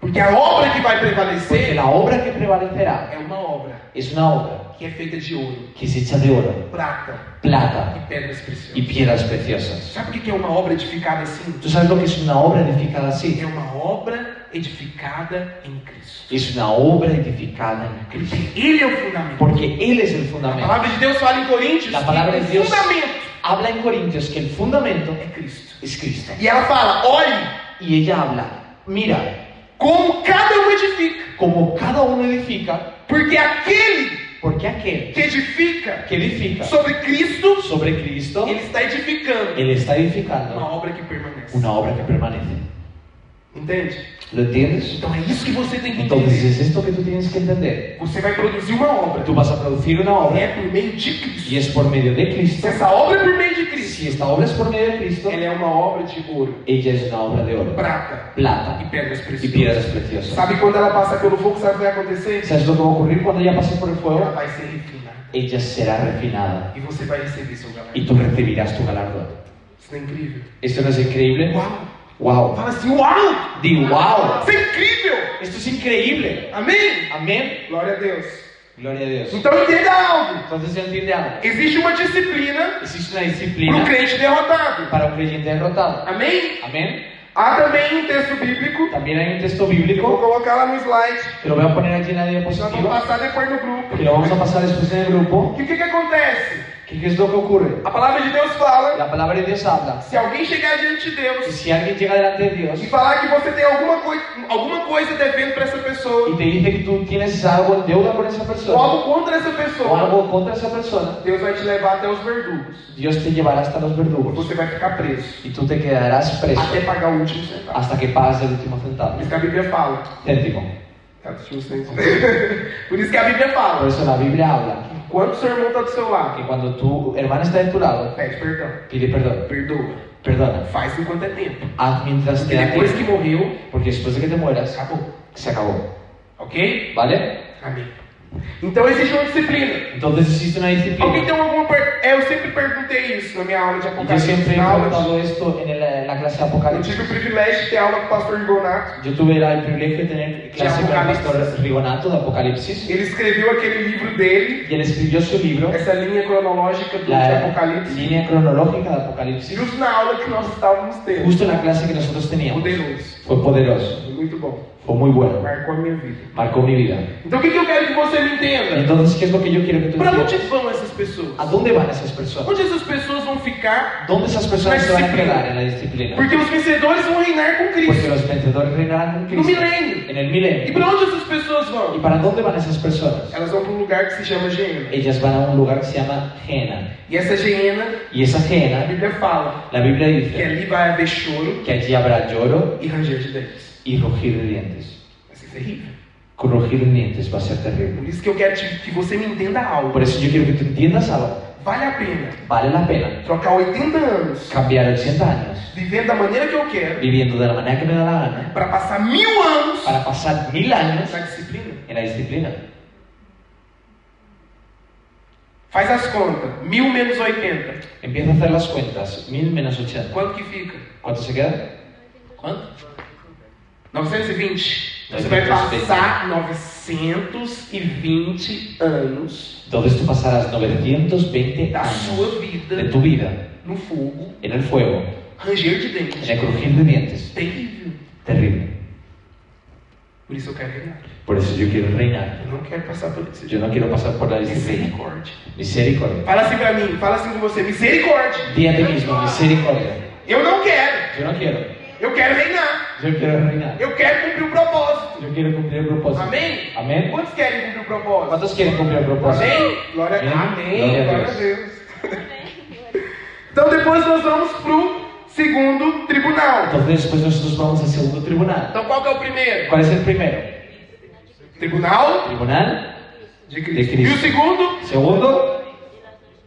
[SPEAKER 1] Porque a obra que vai
[SPEAKER 2] Porque
[SPEAKER 1] prevalecer
[SPEAKER 2] la obra que prevalecerá
[SPEAKER 1] é uma obra
[SPEAKER 2] es una obra
[SPEAKER 1] que é feita de ouro,
[SPEAKER 2] que se echa de oro,
[SPEAKER 1] prata
[SPEAKER 2] plata
[SPEAKER 1] e pedras preciosas.
[SPEAKER 2] y piedras preciosas.
[SPEAKER 1] Sabe o que que é uma obra edificada assim?
[SPEAKER 2] ¿Tú sabes lo que es una obra edificada así?
[SPEAKER 1] É uma obra edificada em Cristo.
[SPEAKER 2] Es una obra edificada en
[SPEAKER 1] Porque
[SPEAKER 2] Cristo.
[SPEAKER 1] Ele é o fundamento.
[SPEAKER 2] Porque Él es el
[SPEAKER 1] A
[SPEAKER 2] fundamento.
[SPEAKER 1] palavra de Deus fala em Coríntios
[SPEAKER 2] La palabra de
[SPEAKER 1] que o
[SPEAKER 2] Dios
[SPEAKER 1] fundamento
[SPEAKER 2] habla en Corintios que el fundamento
[SPEAKER 1] é Cristo.
[SPEAKER 2] es Cristo.
[SPEAKER 1] E ela fala, olhe
[SPEAKER 2] Y ella habla, mira,
[SPEAKER 1] como cada um edifica.
[SPEAKER 2] como cada uno edifica,
[SPEAKER 1] Porque aquele
[SPEAKER 2] porque aquel
[SPEAKER 1] que edifica
[SPEAKER 2] que edifica
[SPEAKER 1] sobre Cristo,
[SPEAKER 2] sobre Cristo,
[SPEAKER 1] ele está edificando
[SPEAKER 2] Él está
[SPEAKER 1] uma
[SPEAKER 2] edificando
[SPEAKER 1] obra que permanece.
[SPEAKER 2] una obra que permanece.
[SPEAKER 1] Entende?
[SPEAKER 2] ¿Lo entiendes?
[SPEAKER 1] Então é isso que você tem que
[SPEAKER 2] Entonces
[SPEAKER 1] entender.
[SPEAKER 2] es esto que tú tienes que entender.
[SPEAKER 1] Você vai produzir uma obra. Então,
[SPEAKER 2] Tú vas a producir una obra
[SPEAKER 1] é por meio de Cristo.
[SPEAKER 2] y es por medio de
[SPEAKER 1] Se
[SPEAKER 2] Cristo.
[SPEAKER 1] essa obra é por meio de Cristo,
[SPEAKER 2] Si esta obra es por medio de Cristo,
[SPEAKER 1] ela é uma obra de ouro,
[SPEAKER 2] ella es una obra de oro,
[SPEAKER 1] prata e
[SPEAKER 2] plata
[SPEAKER 1] pedras
[SPEAKER 2] y
[SPEAKER 1] preciosas.
[SPEAKER 2] piedras preciosas.
[SPEAKER 1] Sabe quando ela passa pelo fogo, sabe o que vai acontecer?
[SPEAKER 2] ¿Sabes lo que va a ocurrir cuando ella pase por el
[SPEAKER 1] Ela
[SPEAKER 2] fuego?
[SPEAKER 1] vai ser refinada
[SPEAKER 2] Ela será refinada
[SPEAKER 1] e você vai receber seu galardão.
[SPEAKER 2] y tú recibirás tu galardón.
[SPEAKER 1] Isso não é incrível?
[SPEAKER 2] ¿Esto no es increíble?
[SPEAKER 1] Uau!
[SPEAKER 2] ¡Wow!
[SPEAKER 1] É Fala assim, uau!
[SPEAKER 2] ¡Di wow!
[SPEAKER 1] Isso é incrível!
[SPEAKER 2] Esto es increíble.
[SPEAKER 1] Amém?
[SPEAKER 2] Amén.
[SPEAKER 1] Glória a Deus.
[SPEAKER 2] Gloria a Dios.
[SPEAKER 1] Então entenda algo.
[SPEAKER 2] Entonces ya entiende algo.
[SPEAKER 1] Existe uma disciplina
[SPEAKER 2] Existe una
[SPEAKER 1] para o
[SPEAKER 2] disciplina
[SPEAKER 1] crente derrotado.
[SPEAKER 2] para un creyente derrotado.
[SPEAKER 1] Amém?
[SPEAKER 2] Amén.
[SPEAKER 1] Há também um texto bíblico.
[SPEAKER 2] También hay un texto
[SPEAKER 1] Eu vou
[SPEAKER 2] bíblico
[SPEAKER 1] colocar lá no slide.
[SPEAKER 2] que lo voy a poner aquí en la
[SPEAKER 1] Nós vamos
[SPEAKER 2] diapositiva
[SPEAKER 1] passar depois no grupo.
[SPEAKER 2] que lo vamos a pasar después en el
[SPEAKER 1] O
[SPEAKER 2] grupo.
[SPEAKER 1] que, que, que acontece?
[SPEAKER 2] ¿Qué qué es lo que ocurre?
[SPEAKER 1] A palavra de Deus fala
[SPEAKER 2] La palabra de Dios habla.
[SPEAKER 1] Se alguém chegar diante de
[SPEAKER 2] Y
[SPEAKER 1] Deus
[SPEAKER 2] si alguien llega delante de Dios
[SPEAKER 1] e falar que você tem alguma, coi alguma coisa devendo para essa
[SPEAKER 2] y
[SPEAKER 1] pessoa,
[SPEAKER 2] te dice que tú tienes algo en deuda con esa
[SPEAKER 1] ou
[SPEAKER 2] persona
[SPEAKER 1] algo contra essa
[SPEAKER 2] o
[SPEAKER 1] pessoa,
[SPEAKER 2] algo contra esa persona,
[SPEAKER 1] Deus vai te levar até os verdugos.
[SPEAKER 2] Dios te llevará hasta los verdugos
[SPEAKER 1] Você vai ficar preso
[SPEAKER 2] y tú te quedarás preso
[SPEAKER 1] até pagar o último centavo.
[SPEAKER 2] hasta que pagues el último
[SPEAKER 1] Por
[SPEAKER 2] centavo.
[SPEAKER 1] isso que a Bíblia fala.
[SPEAKER 2] Céntimo.
[SPEAKER 1] Tá, deixa eu ver. Por isso que a Bíblia
[SPEAKER 2] Por
[SPEAKER 1] fala.
[SPEAKER 2] eso la Biblia habla
[SPEAKER 1] Quando seu irmão está do seu lado,
[SPEAKER 2] que cuando tu hermano está de tu lado,
[SPEAKER 1] pede perdão.
[SPEAKER 2] pide perdón.
[SPEAKER 1] Perdoa.
[SPEAKER 2] Perdona.
[SPEAKER 1] Faz enquanto é tempo.
[SPEAKER 2] Haz mientras
[SPEAKER 1] Porque
[SPEAKER 2] te da
[SPEAKER 1] depois que
[SPEAKER 2] tiempo,
[SPEAKER 1] morreu,
[SPEAKER 2] Porque después de que te mueras,
[SPEAKER 1] acabou.
[SPEAKER 2] se acabó.
[SPEAKER 1] Ok?
[SPEAKER 2] ¿Vale?
[SPEAKER 1] Amém. Então existe uma disciplina.
[SPEAKER 2] Entonces existe una
[SPEAKER 1] Alguém
[SPEAKER 2] disciplina.
[SPEAKER 1] tem alguma per... é, Eu sempre perguntei isso na minha aula de
[SPEAKER 2] Y yo
[SPEAKER 1] apocalipse.
[SPEAKER 2] siempre he
[SPEAKER 1] Na aula de...
[SPEAKER 2] contado esto en, el- en la clase de
[SPEAKER 1] Eu
[SPEAKER 2] Apocalipsis.
[SPEAKER 1] tive o privilégio de ter aula com o pastor Rigonato.
[SPEAKER 2] Yo tuve la- el privilegio de tener clase con el pastor Rigonato de Apocalipsis
[SPEAKER 1] Ele escreveu aquele livro dele,
[SPEAKER 2] y él escribió su libro,
[SPEAKER 1] essa linha cronológica do
[SPEAKER 2] la
[SPEAKER 1] apocalipse,
[SPEAKER 2] línea cronológica de Apocalipsis,
[SPEAKER 1] justo na aula é que nós estávamos tendo.
[SPEAKER 2] justo en la clase que nosotros teníamos.
[SPEAKER 1] Poderoso.
[SPEAKER 2] Fue poderoso,
[SPEAKER 1] Muito bom.
[SPEAKER 2] fue muy bueno,
[SPEAKER 1] Marcou a minha vida.
[SPEAKER 2] marcó mi vida.
[SPEAKER 1] Então o que, que eu quero que você me entenda?
[SPEAKER 2] Entonces, ¿qué es lo que yo quiero que tú
[SPEAKER 1] Para onde
[SPEAKER 2] entiendas?
[SPEAKER 1] vão essas pessoas?
[SPEAKER 2] Então, ¿A dónde van esas personas?
[SPEAKER 1] Onde essas pessoas vão ficar?
[SPEAKER 2] ¿Dónde esas personas se van a quedar en la disciplina?
[SPEAKER 1] Porque os vencedores vão reinar com
[SPEAKER 2] Porque
[SPEAKER 1] Cristo.
[SPEAKER 2] los vencedores reinarán con
[SPEAKER 1] No
[SPEAKER 2] Cristo
[SPEAKER 1] milênio.
[SPEAKER 2] en el
[SPEAKER 1] E
[SPEAKER 2] milenio.
[SPEAKER 1] para onde essas pessoas
[SPEAKER 2] ¿Y
[SPEAKER 1] vão?
[SPEAKER 2] para dónde van esas personas?
[SPEAKER 1] Elas vão para um lugar que se chama Geena.
[SPEAKER 2] Ellas van a un lugar que se llama Jena.
[SPEAKER 1] E essa Geena,
[SPEAKER 2] Y esa
[SPEAKER 1] a
[SPEAKER 2] Jena,
[SPEAKER 1] Bíblia fala
[SPEAKER 2] la Biblia
[SPEAKER 1] que
[SPEAKER 2] dice
[SPEAKER 1] ali vai haver choro
[SPEAKER 2] que allí habrá lloro
[SPEAKER 1] e ranger de dentes.
[SPEAKER 2] y rugir de dientes.
[SPEAKER 1] Vai ser terrível.
[SPEAKER 2] Rugir de dientes va a ser terrible.
[SPEAKER 1] Por isso que eu quero te- que você me entenda algo.
[SPEAKER 2] Por eso yo quiero que tú entiendas algo.
[SPEAKER 1] Vale a pena
[SPEAKER 2] Vale la pena
[SPEAKER 1] trocar 80 anos
[SPEAKER 2] cambiar 80 años
[SPEAKER 1] vivendo da maneira que eu quero
[SPEAKER 2] viviendo de la manera que me da la gana
[SPEAKER 1] para passar mil anos
[SPEAKER 2] para pasar mil años
[SPEAKER 1] na disciplina.
[SPEAKER 2] en la disciplina.
[SPEAKER 1] Faz as contas. Mil menos 80.
[SPEAKER 2] Empieza a hacer las cuentas. Mil menos 80.
[SPEAKER 1] Quanto que fica?
[SPEAKER 2] ¿Cuánto se queda?
[SPEAKER 1] Quanto? 920. Então, você vai
[SPEAKER 2] 920.
[SPEAKER 1] passar 920 anos
[SPEAKER 2] Entonces tú pasarás 920
[SPEAKER 1] da
[SPEAKER 2] años
[SPEAKER 1] sua
[SPEAKER 2] de
[SPEAKER 1] vida
[SPEAKER 2] tu vida
[SPEAKER 1] no fogo,
[SPEAKER 2] en el fuego,
[SPEAKER 1] ranger de
[SPEAKER 2] en
[SPEAKER 1] dente.
[SPEAKER 2] el crujir de dientes.
[SPEAKER 1] Terrível.
[SPEAKER 2] Terrible.
[SPEAKER 1] Por isso eu quero reinar.
[SPEAKER 2] Por eso yo quiero reinar.
[SPEAKER 1] Eu não quero passar por isso.
[SPEAKER 2] Yo no quiero pasar por la disciplina.
[SPEAKER 1] Misericórdia.
[SPEAKER 2] Misericordia.
[SPEAKER 1] Fala assim pra mim, fala assim com você, misericórdia.
[SPEAKER 2] Di a ti mismo, misericordia.
[SPEAKER 1] Eu não quero.
[SPEAKER 2] Yo no quiero.
[SPEAKER 1] Eu quero reinar.
[SPEAKER 2] Yo quiero reinar.
[SPEAKER 1] Eu quero cumprir o propósito.
[SPEAKER 2] Yo quiero cumplir el propósito.
[SPEAKER 1] Amém?
[SPEAKER 2] Amén.
[SPEAKER 1] Quantos querem cumprir o propósito?
[SPEAKER 2] ¿Cuántos quieren cumplir el propósito?
[SPEAKER 1] Amém? Glória a
[SPEAKER 2] Amém.
[SPEAKER 1] Amém. Glória a Deus. Então depois nós vamos pro segundo tribunal.
[SPEAKER 2] Entonces después nosotros vamos al segundo tribunal.
[SPEAKER 1] Então qual que é o primeiro?
[SPEAKER 2] ¿Cuál es el primero?
[SPEAKER 1] Tribunal
[SPEAKER 2] Tribunal.
[SPEAKER 1] de
[SPEAKER 2] De
[SPEAKER 1] Cristo.
[SPEAKER 2] Cristo.
[SPEAKER 1] E o segundo,
[SPEAKER 2] Segundo,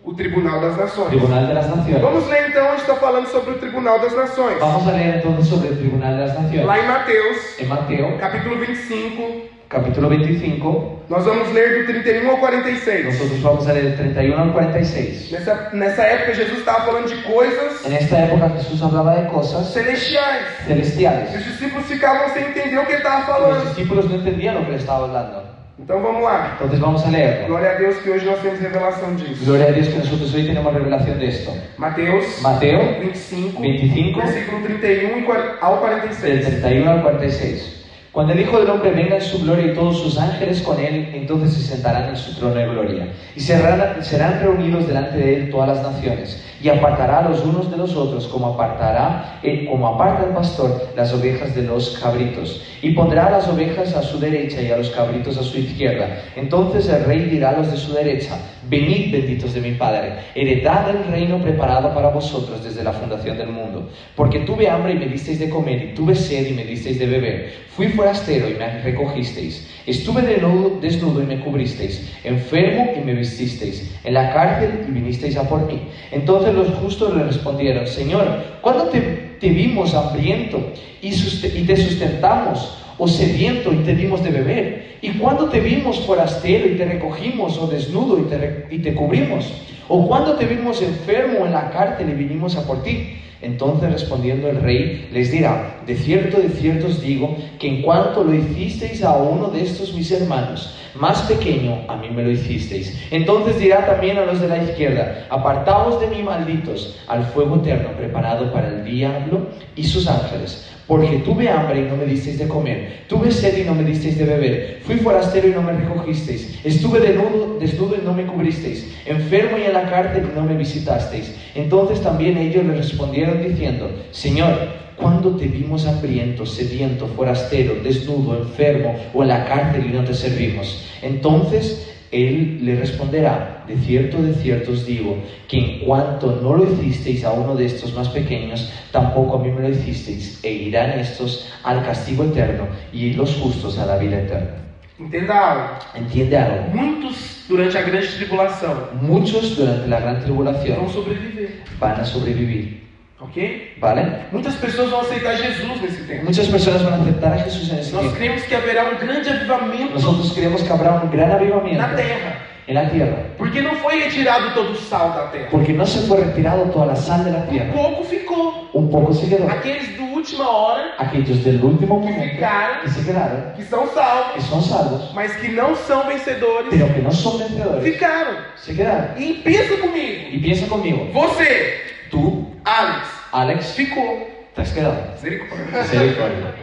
[SPEAKER 1] o Tribunal das Nações.
[SPEAKER 2] Tribunal de las Naciones.
[SPEAKER 1] Vamos ler então onde está falando sobre o Tribunal das Nações.
[SPEAKER 2] Vamos a leer entonces sobre el Tribunal de las
[SPEAKER 1] Lá
[SPEAKER 2] Naciones.
[SPEAKER 1] em Mateus,
[SPEAKER 2] En Mateo,
[SPEAKER 1] capítulo 25,
[SPEAKER 2] capítulo 25,
[SPEAKER 1] nós vamos ler do 31 ao 46.
[SPEAKER 2] nosotros vamos a leer el 31 al 46.
[SPEAKER 1] Nessa, nessa época Jesus estava falando de coisas
[SPEAKER 2] En esta época Jesús hablaba de cosas
[SPEAKER 1] celestiais. E
[SPEAKER 2] celestiales.
[SPEAKER 1] os discípulos ficavam sem entender o que ele estava
[SPEAKER 2] Los
[SPEAKER 1] falando.
[SPEAKER 2] discípulos no entendían lo que le estaba hablando.
[SPEAKER 1] Então vamos lá.
[SPEAKER 2] Entonces vamos a leerlo.
[SPEAKER 1] Glória a Deus que hoje nós temos revelação disso.
[SPEAKER 2] Gloria a Dios que nosotros hoy tenemos revelación de esto.
[SPEAKER 1] Mateus
[SPEAKER 2] Mateo
[SPEAKER 1] 25,
[SPEAKER 2] 25,
[SPEAKER 1] versículo 31 e quar- ao
[SPEAKER 2] del
[SPEAKER 1] 46.
[SPEAKER 2] 31 al 46. Cuando el Hijo del Hombre venga en su gloria y todos sus ángeles con él, entonces se sentarán en su trono de gloria. Y serán, serán reunidos delante de él todas las naciones. Y apartará a los unos de los otros, como, apartará, eh, como aparta el pastor las ovejas de los cabritos. Y pondrá a las ovejas a su derecha y a los cabritos a su izquierda. Entonces el rey dirá a los de su derecha, venid benditos de mi Padre, heredad el reino preparado para vosotros desde la fundación del mundo. Porque tuve hambre y me disteis de comer, y tuve sed y me disteis de beber, fui forastero y me recogisteis, estuve desnudo, desnudo y me cubristeis, enfermo y me vististeis, en la cárcel y vinisteis a por mí. Entonces los justos le respondieron, Señor, ¿cuándo te, te vimos hambriento y, suste- y te sustentamos? o sediento y te dimos de beber? ¿Y cuándo te vimos forastero y te recogimos, o desnudo y te, re- y te cubrimos? ¿O cuándo te vimos enfermo en la cárcel y vinimos a por ti? Entonces respondiendo el rey les dirá, de cierto, de cierto os digo, que en cuanto lo hicisteis a uno de estos mis hermanos, más pequeño, a mí me lo hicisteis. Entonces dirá también a los de la izquierda, apartaos de mí malditos, al fuego eterno preparado para el diablo y sus ángeles. Porque tuve hambre y no me disteis de comer, tuve sed y no me disteis de beber, fui forastero y no me recogisteis, estuve desnudo, desnudo y no me cubristeis, enfermo y en la la cárcel y no me visitasteis. Entonces también ellos le respondieron diciendo, Señor, ¿cuándo te vimos hambriento, sediento, forastero, desnudo, enfermo o en la cárcel y no te servimos? Entonces él le responderá, de cierto, de cierto os digo, que en cuanto no lo hicisteis a uno de estos más pequeños, tampoco a mí me lo hicisteis, e irán estos al castigo eterno y los justos a la vida eterna.
[SPEAKER 1] Entenda algo.
[SPEAKER 2] Entiende algo.
[SPEAKER 1] Muitos, durante a grande tribulação,
[SPEAKER 2] Muchos durante la gran
[SPEAKER 1] vão
[SPEAKER 2] tribulación
[SPEAKER 1] sobreviver.
[SPEAKER 2] van a sobrevivir,
[SPEAKER 1] Ok?
[SPEAKER 2] ¿vale?
[SPEAKER 1] Muitas pessoas vão aceitar Jesus nesse tempo.
[SPEAKER 2] Muchas personas van a aceptar a Jesús en ese
[SPEAKER 1] Nós
[SPEAKER 2] tiempo.
[SPEAKER 1] cremos que haverá um grande avivamento
[SPEAKER 2] Nosotros creemos que habrá un gran
[SPEAKER 1] na
[SPEAKER 2] avivamiento
[SPEAKER 1] terra.
[SPEAKER 2] en la tierra,
[SPEAKER 1] Porque não foi retirado todo o sal da terra.
[SPEAKER 2] porque no se fue retirado toda la sal de la
[SPEAKER 1] Um
[SPEAKER 2] tierra,
[SPEAKER 1] pouco ficou.
[SPEAKER 2] un poco se quedó.
[SPEAKER 1] Aqueles do última hora,
[SPEAKER 2] Aquellos del último
[SPEAKER 1] que
[SPEAKER 2] momento
[SPEAKER 1] ficaram,
[SPEAKER 2] que se quedaron,
[SPEAKER 1] que são salvos,
[SPEAKER 2] que son salvos,
[SPEAKER 1] mas que não são vencedores,
[SPEAKER 2] pero que no son vencedores,
[SPEAKER 1] ficaram.
[SPEAKER 2] se quedaron.
[SPEAKER 1] E pensa comigo.
[SPEAKER 2] Y piensa conmigo,
[SPEAKER 1] Você,
[SPEAKER 2] tú,
[SPEAKER 1] Alex,
[SPEAKER 2] Alex,
[SPEAKER 1] ficou.
[SPEAKER 2] te has quedado.
[SPEAKER 1] Misericórdia.
[SPEAKER 2] Misericordia.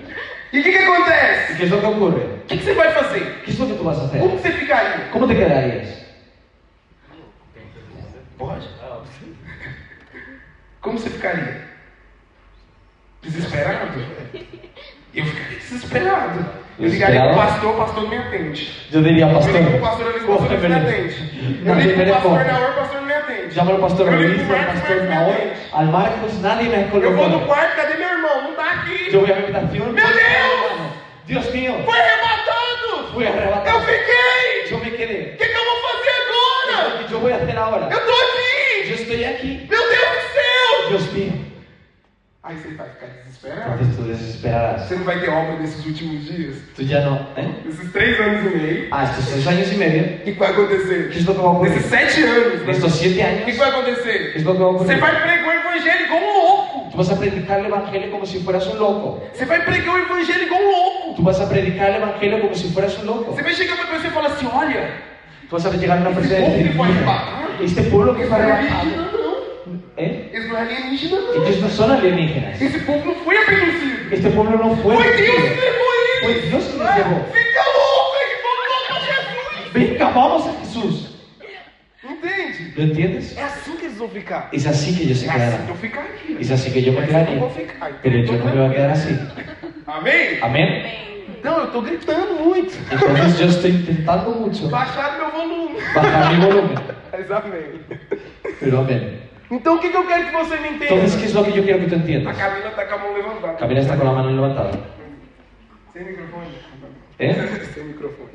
[SPEAKER 1] E o que, que acontece?
[SPEAKER 2] ¿Y qué es lo que ocurre?
[SPEAKER 1] O que, que você vai fazer?
[SPEAKER 2] ¿Qué es lo que tú vas a
[SPEAKER 1] Como
[SPEAKER 2] hacer?
[SPEAKER 1] você ficaria?
[SPEAKER 2] ¿Cómo te quedarías?
[SPEAKER 1] Pode? Como você ficaria? Desesperado? Eu ficaria desesperado. Eu ligaria pro
[SPEAKER 2] Desesperado?
[SPEAKER 1] pastor, o pastor não me atende.
[SPEAKER 2] Yo diría,
[SPEAKER 1] Eu ligo pro
[SPEAKER 2] pastor, é
[SPEAKER 1] pastor, eu ligo pro pastor, ele não me atende. Eu
[SPEAKER 2] Não,
[SPEAKER 1] ligo pro
[SPEAKER 2] primeiro é
[SPEAKER 1] pastor
[SPEAKER 2] bom.
[SPEAKER 1] na hora, o pastor não me atende.
[SPEAKER 2] llamo al pastor
[SPEAKER 1] Eu
[SPEAKER 2] Luis,
[SPEAKER 1] ligo pro
[SPEAKER 2] al
[SPEAKER 1] Marcos, o
[SPEAKER 2] pastor
[SPEAKER 1] Marcos não me
[SPEAKER 2] Naor,
[SPEAKER 1] atende.
[SPEAKER 2] al Marcos, nadie me ha
[SPEAKER 1] Eu vou no
[SPEAKER 2] colocado.
[SPEAKER 1] quarto, cadê meu irmão? Não tá aqui.
[SPEAKER 2] Yo voy a mi habitación.
[SPEAKER 1] ¡Meu Deus!
[SPEAKER 2] Dios mío,
[SPEAKER 1] Foi arrebatado!
[SPEAKER 2] fui
[SPEAKER 1] Eu
[SPEAKER 2] arrebatado.
[SPEAKER 1] fiquei!
[SPEAKER 2] Yo me
[SPEAKER 1] O
[SPEAKER 2] quedé.
[SPEAKER 1] que, que eu vou fazer agora?
[SPEAKER 2] ¿Qué yo voy a hacer ahora?
[SPEAKER 1] Eu tô aqui!
[SPEAKER 2] Yo estoy aquí.
[SPEAKER 1] Meu Deus do céu!
[SPEAKER 2] Dios mío.
[SPEAKER 1] Aí você vai ficar desesperado.
[SPEAKER 2] Entonces tú desesperarás.
[SPEAKER 1] Você não vai ter obra nesses últimos dias?
[SPEAKER 2] Tú ya no, ¿eh?
[SPEAKER 1] Nesses três anos e meio?
[SPEAKER 2] Ah, estos tres años y medio.
[SPEAKER 1] O que vai acontecer?
[SPEAKER 2] ¿Qué es lo que va a
[SPEAKER 1] Nesses
[SPEAKER 2] ocurrir?
[SPEAKER 1] sete anos? né?
[SPEAKER 2] Estos siete
[SPEAKER 1] O que
[SPEAKER 2] años.
[SPEAKER 1] vai
[SPEAKER 2] ¿Qué es
[SPEAKER 1] acontecer?
[SPEAKER 2] lo que va a
[SPEAKER 1] Você
[SPEAKER 2] ocurrir?
[SPEAKER 1] vai pregar o evangelho igual um louco!
[SPEAKER 2] Tú vas a predicar el evangelio como si fueras un loco.
[SPEAKER 1] Você vai pregar o evangelho igual um louco!
[SPEAKER 2] Tú vas a predicar el evangelio como si fueras un loco.
[SPEAKER 1] Você vai chegar pra pessoa e falar assim: olha,
[SPEAKER 2] Tú vas a llegar a uma
[SPEAKER 1] esse povo que foi
[SPEAKER 2] presencia.
[SPEAKER 1] arrebatado,
[SPEAKER 2] Este pueblo que
[SPEAKER 1] eles não
[SPEAKER 2] fue
[SPEAKER 1] é
[SPEAKER 2] arrebatado.
[SPEAKER 1] alienígena, não!
[SPEAKER 2] ¿Eh?
[SPEAKER 1] Eles não é alienígena, não!
[SPEAKER 2] Ellos no son alienígenas.
[SPEAKER 1] Esse povo não foi abduzido!
[SPEAKER 2] Este pueblo no fue.
[SPEAKER 1] Foi Deus que levou ele!
[SPEAKER 2] Fue Dios que les llevó.
[SPEAKER 1] Fica louco aí, vamos lá pra Jesus!
[SPEAKER 2] Venga, vamos a Jesús.
[SPEAKER 1] Entende?
[SPEAKER 2] ¿Lo entiendes?
[SPEAKER 1] É assim que eles vão ficar.
[SPEAKER 2] Es así que yo se
[SPEAKER 1] É assim que
[SPEAKER 2] quedará.
[SPEAKER 1] eu ficar aqui.
[SPEAKER 2] Es así que yo me
[SPEAKER 1] É assim que eu
[SPEAKER 2] quedaré.
[SPEAKER 1] vou ficar. Então,
[SPEAKER 2] Pero
[SPEAKER 1] eu
[SPEAKER 2] yo
[SPEAKER 1] tô
[SPEAKER 2] no me voy a quedar así.
[SPEAKER 1] gritando. Amém?
[SPEAKER 2] Amén.
[SPEAKER 1] Não, eu tô gritando muito.
[SPEAKER 2] Entonces yo estoy intentando mucho
[SPEAKER 1] Baixaram meu volume.
[SPEAKER 2] bajar mi volumen.
[SPEAKER 1] Mas amém.
[SPEAKER 2] Pero amén.
[SPEAKER 1] Então o que, que eu quero que você me
[SPEAKER 2] Entonces, ¿qué
[SPEAKER 1] entenda?
[SPEAKER 2] es lo que yo quiero que tú
[SPEAKER 1] A
[SPEAKER 2] entiendas?
[SPEAKER 1] Camila tá com a mão levantada.
[SPEAKER 2] Camila está con la mano levantada.
[SPEAKER 1] Sem microfone.
[SPEAKER 2] ¿Eh?
[SPEAKER 1] Sem microfone.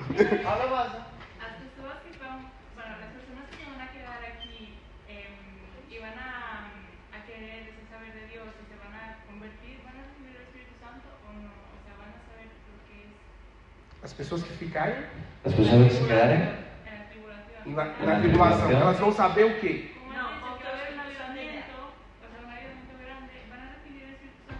[SPEAKER 5] As pessoas que vão, bueno, las personas que van a quedar aquí em, y van a, a querer ese saber de Dios y se van a convertir, ¿van a recibir el Espíritu Santo o no? O sea, ¿van a saber lo que é es
[SPEAKER 1] As pessoas que ficarem
[SPEAKER 2] Las personas que se quedarán
[SPEAKER 5] en la tribulación?
[SPEAKER 1] na, na tribulación, elas vão saber o quê?
[SPEAKER 5] No, o que va a haber un avivamiento, o sea, un avivamiento grande, ¿van a recibir el Espíritu Santo?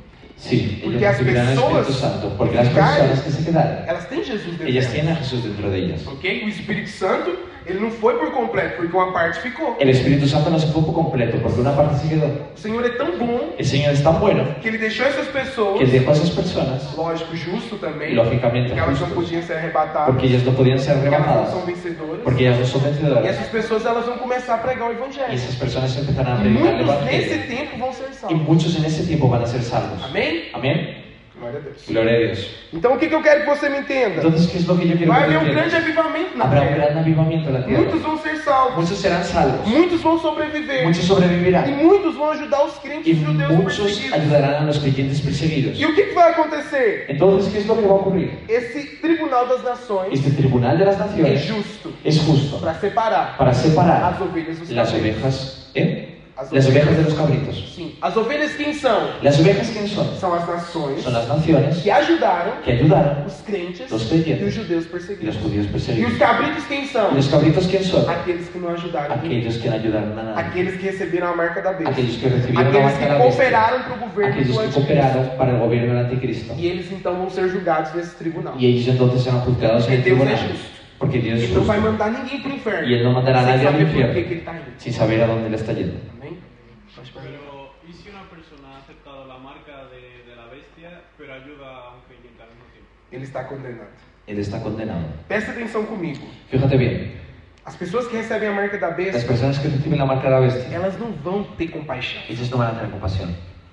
[SPEAKER 1] Sim.
[SPEAKER 2] Sí, ellos
[SPEAKER 1] Porque las
[SPEAKER 2] recibirán el Espíritu
[SPEAKER 1] personas
[SPEAKER 2] Santo. Porque las personas que se quedaran,
[SPEAKER 1] Elas têm Jesus dentro
[SPEAKER 2] ellas
[SPEAKER 1] delas.
[SPEAKER 2] tienen a Jesús dentro de ellas.
[SPEAKER 1] Ok? O Espírito Santo, ele não foi por completo, porque uma parte ficou.
[SPEAKER 2] El Espíritu Santo no se fue por completo, porque una parte se quedó.
[SPEAKER 1] O Senhor é tão bom
[SPEAKER 2] El Señor es tan bueno
[SPEAKER 1] que ele deixou essas
[SPEAKER 2] que
[SPEAKER 1] pessoas,
[SPEAKER 2] dejó a esas personas,
[SPEAKER 1] lógico, justo também,
[SPEAKER 2] lógicamente,
[SPEAKER 1] porque elas não
[SPEAKER 2] justos,
[SPEAKER 1] podiam ser arrebatadas,
[SPEAKER 2] porque ellas no podían ser
[SPEAKER 1] porque elas não são
[SPEAKER 2] arrebatadas,
[SPEAKER 1] vencedoras.
[SPEAKER 2] porque ellas no son
[SPEAKER 1] E
[SPEAKER 2] vencedoras.
[SPEAKER 1] essas pessoas elas vão começar a pregar o
[SPEAKER 2] Y
[SPEAKER 1] evangelho.
[SPEAKER 2] esas personas empezarán
[SPEAKER 1] E
[SPEAKER 2] a predicar el
[SPEAKER 1] muitos nesse
[SPEAKER 2] Evangelio.
[SPEAKER 1] tempo vão ser
[SPEAKER 2] Y
[SPEAKER 1] salvos.
[SPEAKER 2] muchos en ese tiempo van a ser salvos.
[SPEAKER 1] Amém?
[SPEAKER 2] Amén.
[SPEAKER 1] Glória a Deus.
[SPEAKER 2] Gloria a Dios.
[SPEAKER 1] Então o que, que eu quero que você me entenda?
[SPEAKER 2] Entonces, ¿qué es lo que yo quiero
[SPEAKER 1] Vai
[SPEAKER 2] que
[SPEAKER 1] haver
[SPEAKER 2] tú
[SPEAKER 1] um grande
[SPEAKER 2] entiendas?
[SPEAKER 1] avivamento na
[SPEAKER 2] Habrá un
[SPEAKER 1] terra.
[SPEAKER 2] gran avivamiento en la
[SPEAKER 1] Muitos
[SPEAKER 2] tierra.
[SPEAKER 1] vão ser salvos.
[SPEAKER 2] Muchos serán salvos.
[SPEAKER 1] Muitos vão sobreviver.
[SPEAKER 2] Muchos
[SPEAKER 1] E
[SPEAKER 2] sobrevivirán.
[SPEAKER 1] muitos vão ajudar os
[SPEAKER 2] Y
[SPEAKER 1] crentes judeus
[SPEAKER 2] muchos
[SPEAKER 1] perseguidos.
[SPEAKER 2] ayudarán a los creyentes perseguidos.
[SPEAKER 1] E o que, que vai acontecer?
[SPEAKER 2] Entonces, ¿qué es lo que va a ocurrir?
[SPEAKER 1] Esse tribunal das nações
[SPEAKER 2] Este tribunal de las
[SPEAKER 1] é
[SPEAKER 2] naciones
[SPEAKER 1] justo
[SPEAKER 2] es justo
[SPEAKER 1] para separar
[SPEAKER 2] para separar
[SPEAKER 1] as ovelhas dos
[SPEAKER 2] las
[SPEAKER 1] cabritos.
[SPEAKER 2] ovejas, ¿eh?
[SPEAKER 1] As
[SPEAKER 2] Las
[SPEAKER 1] ovelhas.
[SPEAKER 2] ovejas de los cabritos.
[SPEAKER 1] Sim. As ovelhas quem são?
[SPEAKER 2] ¿Las ovejas quién son?
[SPEAKER 1] São as nações
[SPEAKER 2] Son las naciones
[SPEAKER 1] que ajudaram
[SPEAKER 2] que ayudaron
[SPEAKER 1] os crentes
[SPEAKER 2] Os crentes.
[SPEAKER 1] e os judeus
[SPEAKER 2] y los
[SPEAKER 1] perseguidos.
[SPEAKER 2] judíos
[SPEAKER 1] E
[SPEAKER 2] perseguidos.
[SPEAKER 1] os cabritos quem são?
[SPEAKER 2] ¿Y los cabritos quién son?
[SPEAKER 1] Aqueles que não ajudaram.
[SPEAKER 2] Aquellos que no ayudaron a nadie.
[SPEAKER 1] Aqueles que receberam a marca da besta.
[SPEAKER 2] Aquellos que recibieron la
[SPEAKER 1] Aqueles
[SPEAKER 2] marca de
[SPEAKER 1] que
[SPEAKER 2] la bestia.
[SPEAKER 1] cooperaram para o governo
[SPEAKER 2] Aquellos
[SPEAKER 1] do
[SPEAKER 2] que
[SPEAKER 1] anticristo.
[SPEAKER 2] cooperaron para el gobierno del anticristo.
[SPEAKER 1] E eles então vão ser julgados nesse tribunal.
[SPEAKER 2] Y ellos entonces serán juzgados en el
[SPEAKER 1] Porque Deus é
[SPEAKER 2] tribunal.
[SPEAKER 1] justo.
[SPEAKER 2] Porque Dios es
[SPEAKER 1] Ele não vai
[SPEAKER 2] justo.
[SPEAKER 1] mandar ninguém para o inferno.
[SPEAKER 2] Y Él no mandará a
[SPEAKER 1] sem
[SPEAKER 2] nadie al
[SPEAKER 1] saber por que que
[SPEAKER 2] infierno
[SPEAKER 1] ele está indo.
[SPEAKER 2] sin saber a dónde le está yendo.
[SPEAKER 1] Amém? Pode parar.
[SPEAKER 6] Pero, ¿y si una persona ha aceptado la marca de, de la bestia, pero ayuda a un creyente al mismo tiempo?
[SPEAKER 1] Ele está condenado.
[SPEAKER 2] Él está condenado.
[SPEAKER 1] Presta atenção comigo.
[SPEAKER 2] Fíjate bien,
[SPEAKER 1] As pessoas que recebem a marca da
[SPEAKER 2] Las
[SPEAKER 1] besta,
[SPEAKER 2] personas que reciben la marca de la bestia,
[SPEAKER 1] elas não vão ter compaixão.
[SPEAKER 2] ellas no van a tener compasión.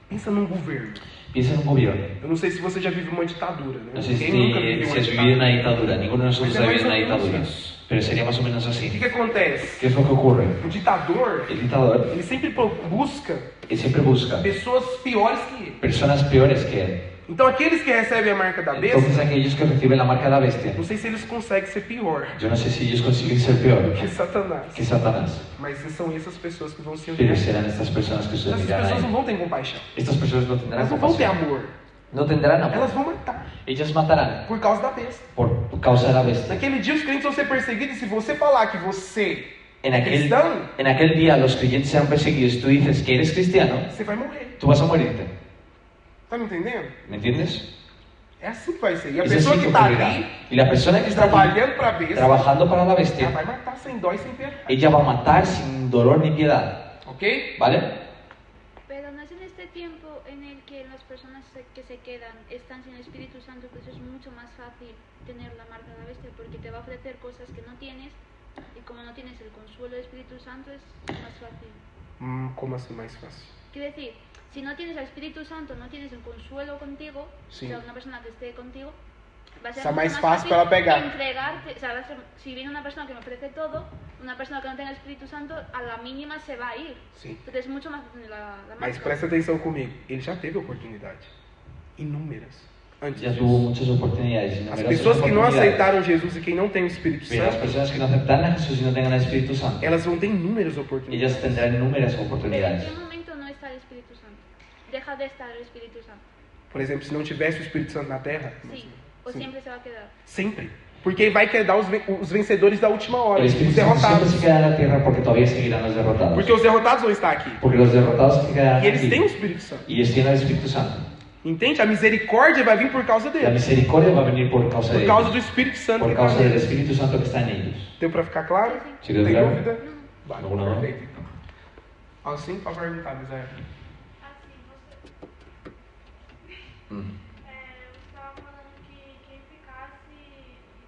[SPEAKER 1] Pensa num governo.
[SPEAKER 2] Piensa en un gobierno.
[SPEAKER 1] Eu não sei se você já vive uma ditadura, né?
[SPEAKER 2] No sé si,
[SPEAKER 1] Quem
[SPEAKER 2] si has vivido una ditadura, ninguno de nosotros
[SPEAKER 1] Pues
[SPEAKER 2] ha
[SPEAKER 1] es
[SPEAKER 2] vivido
[SPEAKER 1] más
[SPEAKER 2] una
[SPEAKER 1] o menos
[SPEAKER 2] dictadura, pero sería más o menos
[SPEAKER 1] O
[SPEAKER 2] así.
[SPEAKER 1] que, que acontece?
[SPEAKER 2] ¿Qué es lo que ocurre?
[SPEAKER 1] O ditador,
[SPEAKER 2] El dictador
[SPEAKER 1] ele sempre pro- busca
[SPEAKER 2] él siempre busca
[SPEAKER 1] pessoas piores que ele.
[SPEAKER 2] personas peores que él.
[SPEAKER 1] Então aqueles que recebem a marca da
[SPEAKER 2] Entonces
[SPEAKER 1] besta,
[SPEAKER 2] aquellos que reciben la marca de la bestia,
[SPEAKER 1] não sei se eles conseguem ser pior
[SPEAKER 2] yo no sé si ellos consiguen ser peor
[SPEAKER 1] que Satanás.
[SPEAKER 2] que Satanás,
[SPEAKER 1] Mas são essas pessoas que vão se unir.
[SPEAKER 2] pero serán estas personas que se
[SPEAKER 1] Essas
[SPEAKER 2] unirán a
[SPEAKER 1] pessoas não
[SPEAKER 2] él.
[SPEAKER 1] vão ter compaixão.
[SPEAKER 2] Estas personas no tendrán
[SPEAKER 1] Elas não vão ter
[SPEAKER 2] compasión,
[SPEAKER 1] amor.
[SPEAKER 2] no tendrán
[SPEAKER 1] Elas
[SPEAKER 2] amor.
[SPEAKER 1] vão matar
[SPEAKER 2] Ellas matarán
[SPEAKER 1] por causa da besta.
[SPEAKER 2] por causa de la bestia.
[SPEAKER 1] Naquele dia os crentes vão ser perseguidos e se você falar que você
[SPEAKER 2] En
[SPEAKER 1] é
[SPEAKER 2] aquel,
[SPEAKER 1] cristão,
[SPEAKER 2] en aquel día los creyentes serán perseguidos. Tú dices que eres cristiano,
[SPEAKER 1] você vai morrer.
[SPEAKER 2] tú vas a morirte.
[SPEAKER 1] Tá me entendendo?
[SPEAKER 2] ¿Me entiendes?
[SPEAKER 1] É assim que vai ser. E a
[SPEAKER 2] Es así
[SPEAKER 1] pessoa que
[SPEAKER 2] que
[SPEAKER 1] tá
[SPEAKER 2] ocurrirá.
[SPEAKER 1] ali,
[SPEAKER 2] Y la persona que está aquí,
[SPEAKER 1] trabalhando pra besta,
[SPEAKER 2] trabajando para la
[SPEAKER 1] ela
[SPEAKER 2] bestia,
[SPEAKER 1] vai matar sem dó e sem piedade.
[SPEAKER 2] ella va a matar sin dolor ni piedad.
[SPEAKER 1] Ok?
[SPEAKER 2] ¿Vale?
[SPEAKER 7] Pero no es en este tiempo en el que las personas se- que se quedan están sin Espíritu Santo, pues es mucho más fácil tener la marca de la bestia, porque te va a ofrecer cosas que no tienes, y como no tienes el consuelo del Espíritu Santo, es más fácil.
[SPEAKER 1] Hum, como assim mais fácil?
[SPEAKER 7] Quiero decir, si no tienes al Espíritu Santo, no tienes el consuelo contigo,
[SPEAKER 1] Sí.
[SPEAKER 7] o sea, una persona que esté contigo, va a ser
[SPEAKER 1] O sea,
[SPEAKER 7] mucho
[SPEAKER 1] más fácil para pegar.
[SPEAKER 7] entregarte. O sea, va a ser- si viene una persona que me ofrece todo, una persona que no tenga el Espíritu Santo, a la mínima se va a ir.
[SPEAKER 1] Sim.
[SPEAKER 7] Entonces es mucho más fácil la, la
[SPEAKER 1] Mas
[SPEAKER 7] marca.
[SPEAKER 1] presta atenção comigo. Ele já teve oportunidade. Inúmeras. Antes
[SPEAKER 2] Ya tuvo
[SPEAKER 1] disso.
[SPEAKER 2] muchas oportunidades.
[SPEAKER 1] As
[SPEAKER 2] numerosas
[SPEAKER 1] pessoas que não
[SPEAKER 2] oportunidades.
[SPEAKER 1] aceitaram Jesus e quem não tem o Espírito
[SPEAKER 2] Pero las
[SPEAKER 1] Santo,
[SPEAKER 2] personas que no aceptan a Jesús y no tengan el Espíritu Santo,
[SPEAKER 1] elas vão ter inúmeras
[SPEAKER 2] ellas
[SPEAKER 1] oportunidades.
[SPEAKER 2] tendrán numerosas
[SPEAKER 7] Pero en qué
[SPEAKER 2] oportunidades.
[SPEAKER 7] momento no está el Espíritu Santo. Deja de estar el Espíritu Santo.
[SPEAKER 1] Por exemplo, se não tivesse o Espírito Santo na Terra,
[SPEAKER 7] Sí. O
[SPEAKER 1] Sim.
[SPEAKER 7] siempre se va a quedar.
[SPEAKER 1] sempre. Porque vai quedar os, ven- os vencedores da última hora, tipo,
[SPEAKER 2] El
[SPEAKER 1] os
[SPEAKER 2] Espíritu Santo siempre se
[SPEAKER 1] derrotados.
[SPEAKER 2] queda en la tierra porque todavía seguirán los derrotados.
[SPEAKER 1] Porque os derrotados vão estar aqui.
[SPEAKER 2] Porque los derrotados se quedarán
[SPEAKER 1] E eles
[SPEAKER 2] aquí.
[SPEAKER 1] têm o Espírito Santo.
[SPEAKER 2] Y ellos tienen el Espíritu Santo.
[SPEAKER 1] Entende? A misericórdia vai vir por causa
[SPEAKER 2] La
[SPEAKER 1] deles.
[SPEAKER 2] misericordia va a venir por causa de
[SPEAKER 1] Por causa
[SPEAKER 2] ellos.
[SPEAKER 1] do Espírito Santo
[SPEAKER 2] Por
[SPEAKER 1] que tá
[SPEAKER 2] causa del
[SPEAKER 1] neles.
[SPEAKER 2] Espíritu Santo que está en ellos.
[SPEAKER 1] Deu pra ficar claro?
[SPEAKER 2] ¿Sí quedó
[SPEAKER 1] Tem
[SPEAKER 2] claro?
[SPEAKER 1] dúvida? Vale,
[SPEAKER 2] Alguma não?
[SPEAKER 1] perfeito então. Assim pra perguntar, mas é.
[SPEAKER 5] Assim, você
[SPEAKER 2] Mm.
[SPEAKER 5] é, você estava falando que quem ficasse,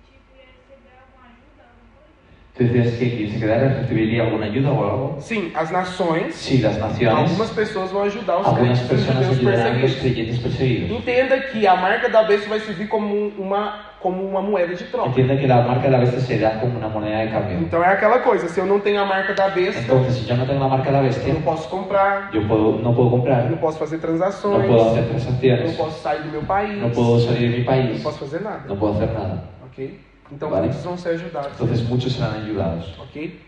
[SPEAKER 5] tipo, ia receber alguma ajuda, alguma coisa?
[SPEAKER 2] ¿Tú decías que quien se quedara recibiria alguna ayuda o algo?
[SPEAKER 1] Sim, as nações,
[SPEAKER 2] Sí, las naciones,
[SPEAKER 1] algumas pessoas vão ajudar os
[SPEAKER 2] algunas
[SPEAKER 1] crentes os
[SPEAKER 2] personas
[SPEAKER 1] judeus
[SPEAKER 2] ayudarán a los
[SPEAKER 1] perseguidos.
[SPEAKER 2] creyentes perseguidos.
[SPEAKER 1] Entenda que a marca da besta vai servir como um- uma, como uma moeda de troca.
[SPEAKER 2] Entiende que la marca de la bestia se da como una moneda de cambio.
[SPEAKER 1] Então é aquela coisa, se eu não tenho a marca da besta,
[SPEAKER 2] Entonces, si yo no tengo la marca de la
[SPEAKER 1] eu
[SPEAKER 2] bestia,
[SPEAKER 1] não posso comprar,
[SPEAKER 2] yo puedo, no puedo
[SPEAKER 1] eu
[SPEAKER 2] comprar,
[SPEAKER 1] não posso fazer
[SPEAKER 2] no
[SPEAKER 1] transações,
[SPEAKER 2] puedo hacer
[SPEAKER 1] eu não
[SPEAKER 2] transacciones,
[SPEAKER 1] posso sair do meu país,
[SPEAKER 2] no puedo salir de mi
[SPEAKER 1] não
[SPEAKER 2] país,
[SPEAKER 1] posso fazer nada,
[SPEAKER 2] no puedo hacer nada.
[SPEAKER 1] ok? Então
[SPEAKER 2] Vale.
[SPEAKER 1] muitos vão ser ajudados.
[SPEAKER 2] Entonces, muchos serán ayudados.
[SPEAKER 1] Ok?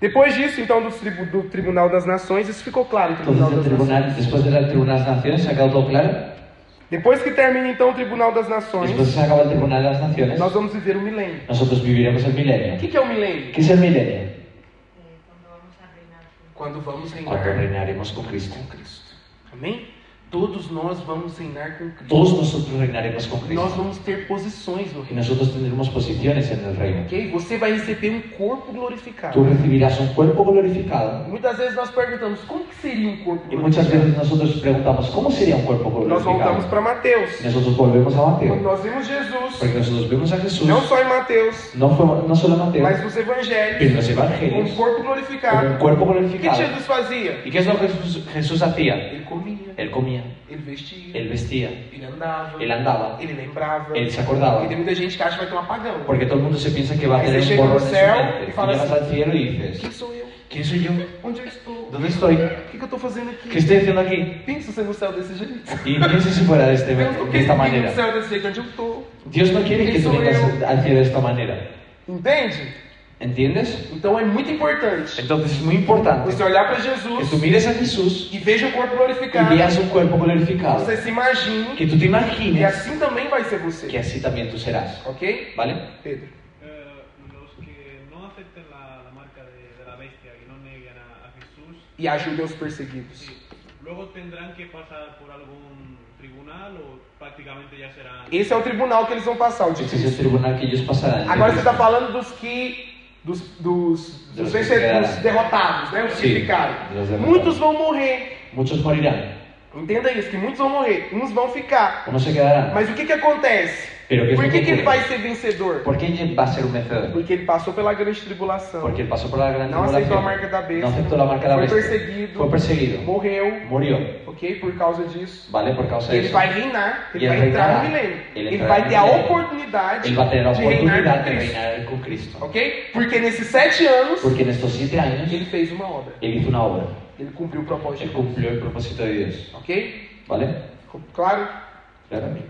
[SPEAKER 1] Depois disso, então, do, tribu- do Tribunal das Nações, isso ficou claro, o Tribunal
[SPEAKER 2] Entonces, el
[SPEAKER 1] das Nações.
[SPEAKER 2] tribunal, después del Tribunal de las Naciones, ¿se ha quedado todo claro?
[SPEAKER 1] Depois que termina, então, o Tribunal das Nações,
[SPEAKER 2] Después se acaba el Tribunal de las Naciones,
[SPEAKER 1] nós vamos viver o milênio.
[SPEAKER 2] nosotros viviremos el
[SPEAKER 1] O
[SPEAKER 2] milenio.
[SPEAKER 1] que, que é o milênio?
[SPEAKER 2] ¿Qué es el milenio?
[SPEAKER 4] Cuando vamos a reinar juntos.
[SPEAKER 1] Quando vamos reinar
[SPEAKER 2] Cuando reinaremos con Cristo.
[SPEAKER 1] com Cristo. Amém? Todos nós vamos reinar com Cristo.
[SPEAKER 2] Todos nosotros reinaremos con
[SPEAKER 1] Nós
[SPEAKER 2] Cristo.
[SPEAKER 1] vamos ter posições no
[SPEAKER 2] Y
[SPEAKER 1] reino.
[SPEAKER 2] nosotros tendremos posiciones en el reino.
[SPEAKER 1] Ok? Você vai receber um corpo
[SPEAKER 2] Tú
[SPEAKER 1] glorificado.
[SPEAKER 2] recibirás un cuerpo glorificado.
[SPEAKER 1] Muitas vezes nós perguntamos, como que seria um corpo
[SPEAKER 2] Y muchas
[SPEAKER 1] glorificado?
[SPEAKER 2] veces nosotros preguntamos, ¿cómo sería un cuerpo
[SPEAKER 1] Nós voltamos
[SPEAKER 2] glorificado?
[SPEAKER 1] para Mateus.
[SPEAKER 2] Y nosotros volvemos a
[SPEAKER 1] Quando
[SPEAKER 2] Mateo.
[SPEAKER 1] nós vimos Jesus,
[SPEAKER 2] Porque nosotros vemos a Jesús,
[SPEAKER 1] não só em Mateus,
[SPEAKER 2] no, fue- no solo en
[SPEAKER 1] mas
[SPEAKER 2] Mateo,
[SPEAKER 1] nos evangelhos.
[SPEAKER 2] pero en los
[SPEAKER 1] um
[SPEAKER 2] evangelios,
[SPEAKER 1] corpo
[SPEAKER 2] como un
[SPEAKER 1] glorificado.
[SPEAKER 2] cuerpo
[SPEAKER 1] O que
[SPEAKER 2] glorificado.
[SPEAKER 1] Jesus fazia?
[SPEAKER 2] ¿Y qué es lo que Jesús, Jesús hacía?
[SPEAKER 1] Ele comia,
[SPEAKER 2] Él comía,
[SPEAKER 1] ele vestia,
[SPEAKER 2] él vestía,
[SPEAKER 1] ele andava,
[SPEAKER 2] él andava,
[SPEAKER 1] ele lembrava.
[SPEAKER 2] él se acordaba.
[SPEAKER 1] E tem muita gente que acha que vai ter um apagão.
[SPEAKER 2] Porque todo el mundo se piensa que va a
[SPEAKER 1] Ahí se
[SPEAKER 2] tener un
[SPEAKER 1] llega
[SPEAKER 2] borrón
[SPEAKER 1] al
[SPEAKER 2] en su
[SPEAKER 1] cielo
[SPEAKER 2] mente.
[SPEAKER 1] y
[SPEAKER 2] Tú
[SPEAKER 1] fala
[SPEAKER 2] llegas
[SPEAKER 1] así.
[SPEAKER 2] al cielo y dices,
[SPEAKER 1] Quem sou eu?
[SPEAKER 2] ¿quién soy yo?
[SPEAKER 1] Onde eu estou?
[SPEAKER 2] ¿Dónde estoy?
[SPEAKER 1] O que, que eu estou fazendo aqui?
[SPEAKER 2] ¿Qué estoy haciendo aquí?
[SPEAKER 1] Pensa ser no céu desse jeito.
[SPEAKER 2] Y piensa si fuera de, este-
[SPEAKER 1] Deus não
[SPEAKER 2] de
[SPEAKER 1] quer
[SPEAKER 2] esta
[SPEAKER 1] que eu no
[SPEAKER 2] manera.
[SPEAKER 1] céu desse jeito onde eu estou.
[SPEAKER 2] Dios no quiere que tú
[SPEAKER 1] Eso
[SPEAKER 2] vengas
[SPEAKER 1] veo.
[SPEAKER 2] al cielo de esta manera.
[SPEAKER 1] Entende?
[SPEAKER 2] ¿Entiendes?
[SPEAKER 1] Então é muito importante
[SPEAKER 2] Entonces es muy importante
[SPEAKER 1] você olhar para
[SPEAKER 2] que tú
[SPEAKER 1] Jesus
[SPEAKER 2] mires a Jesús
[SPEAKER 1] e veja o corpo
[SPEAKER 2] y
[SPEAKER 1] glorificado.
[SPEAKER 2] veas un cuerpo glorificado.
[SPEAKER 1] Você se imagine
[SPEAKER 2] Que tú te
[SPEAKER 1] e
[SPEAKER 2] imagines
[SPEAKER 1] assim também vai ser você.
[SPEAKER 2] que é- así también tú serás.
[SPEAKER 1] Ok?
[SPEAKER 2] ¿Vale?
[SPEAKER 1] Pedro.
[SPEAKER 6] Eh, los que no acepten la, la marca de, de la bestia y no neguen a, a Jesús,
[SPEAKER 1] E ajuda os perseguidos.
[SPEAKER 6] sí, luego tendrán que pasar por algún tribunal o prácticamente ya serán...
[SPEAKER 1] Esse é o tribunal que eles vão passar, o de
[SPEAKER 2] Este es el
[SPEAKER 1] Cristo.
[SPEAKER 2] tribunal que ellos pasarán.
[SPEAKER 1] Agora você está falando dos que. dos, dos, dos,
[SPEAKER 2] Dos
[SPEAKER 1] vencedores,
[SPEAKER 2] que
[SPEAKER 1] dos derrotados, né? Os que
[SPEAKER 2] Sim,
[SPEAKER 1] ficaram.
[SPEAKER 2] dos derrotados.
[SPEAKER 1] Muitos vão morrer.
[SPEAKER 2] Muchos morirán,
[SPEAKER 1] Entenda isso, que muitos vão morrer. Uns vão ficar.
[SPEAKER 2] unos se quedarán.
[SPEAKER 1] Mas o que, que acontece?
[SPEAKER 2] Pero que es
[SPEAKER 1] Por
[SPEAKER 2] lo
[SPEAKER 1] que, que
[SPEAKER 2] que
[SPEAKER 1] ele vai
[SPEAKER 2] ocurre.
[SPEAKER 1] ser vencedor?
[SPEAKER 2] ¿Por qué él va a ser un vencedor?
[SPEAKER 1] Porque ele passou pela grande tribulação,
[SPEAKER 2] Porque él pasó por la gran
[SPEAKER 1] não aceitou a
[SPEAKER 2] tribulación.
[SPEAKER 1] marca da
[SPEAKER 2] No
[SPEAKER 1] besta,
[SPEAKER 2] aceptó la marca de la
[SPEAKER 1] foi
[SPEAKER 2] bestia.
[SPEAKER 1] perseguido,
[SPEAKER 2] Fue perseguido.
[SPEAKER 1] morreu,
[SPEAKER 2] Murió.
[SPEAKER 1] ok? Por causa disso.
[SPEAKER 2] ¿Vale? Por causa de
[SPEAKER 1] Ele
[SPEAKER 2] eso.
[SPEAKER 1] vai reinar, ele
[SPEAKER 2] E ele
[SPEAKER 1] vai entrar
[SPEAKER 2] reinará.
[SPEAKER 1] no milênio.
[SPEAKER 2] Ele
[SPEAKER 1] Ele
[SPEAKER 2] entrará
[SPEAKER 1] vai
[SPEAKER 2] no
[SPEAKER 1] ter a
[SPEAKER 2] milênio.
[SPEAKER 1] oportunidade,
[SPEAKER 2] Él va a tener la
[SPEAKER 1] de reinar
[SPEAKER 2] oportunidad
[SPEAKER 1] con
[SPEAKER 2] de
[SPEAKER 1] Cristo.
[SPEAKER 2] reinar con Cristo.
[SPEAKER 1] ok? Porque nesses sete anos,
[SPEAKER 2] Porque en estos siete años
[SPEAKER 1] ele fez uma obra.
[SPEAKER 2] él hizo una obra.
[SPEAKER 1] Ele cumpriu o propósito de
[SPEAKER 2] Él
[SPEAKER 1] Deus,
[SPEAKER 2] cumplió el propósito de Dios.
[SPEAKER 1] ok?
[SPEAKER 2] ¿Vale?
[SPEAKER 1] Ficou claro?
[SPEAKER 2] Claro.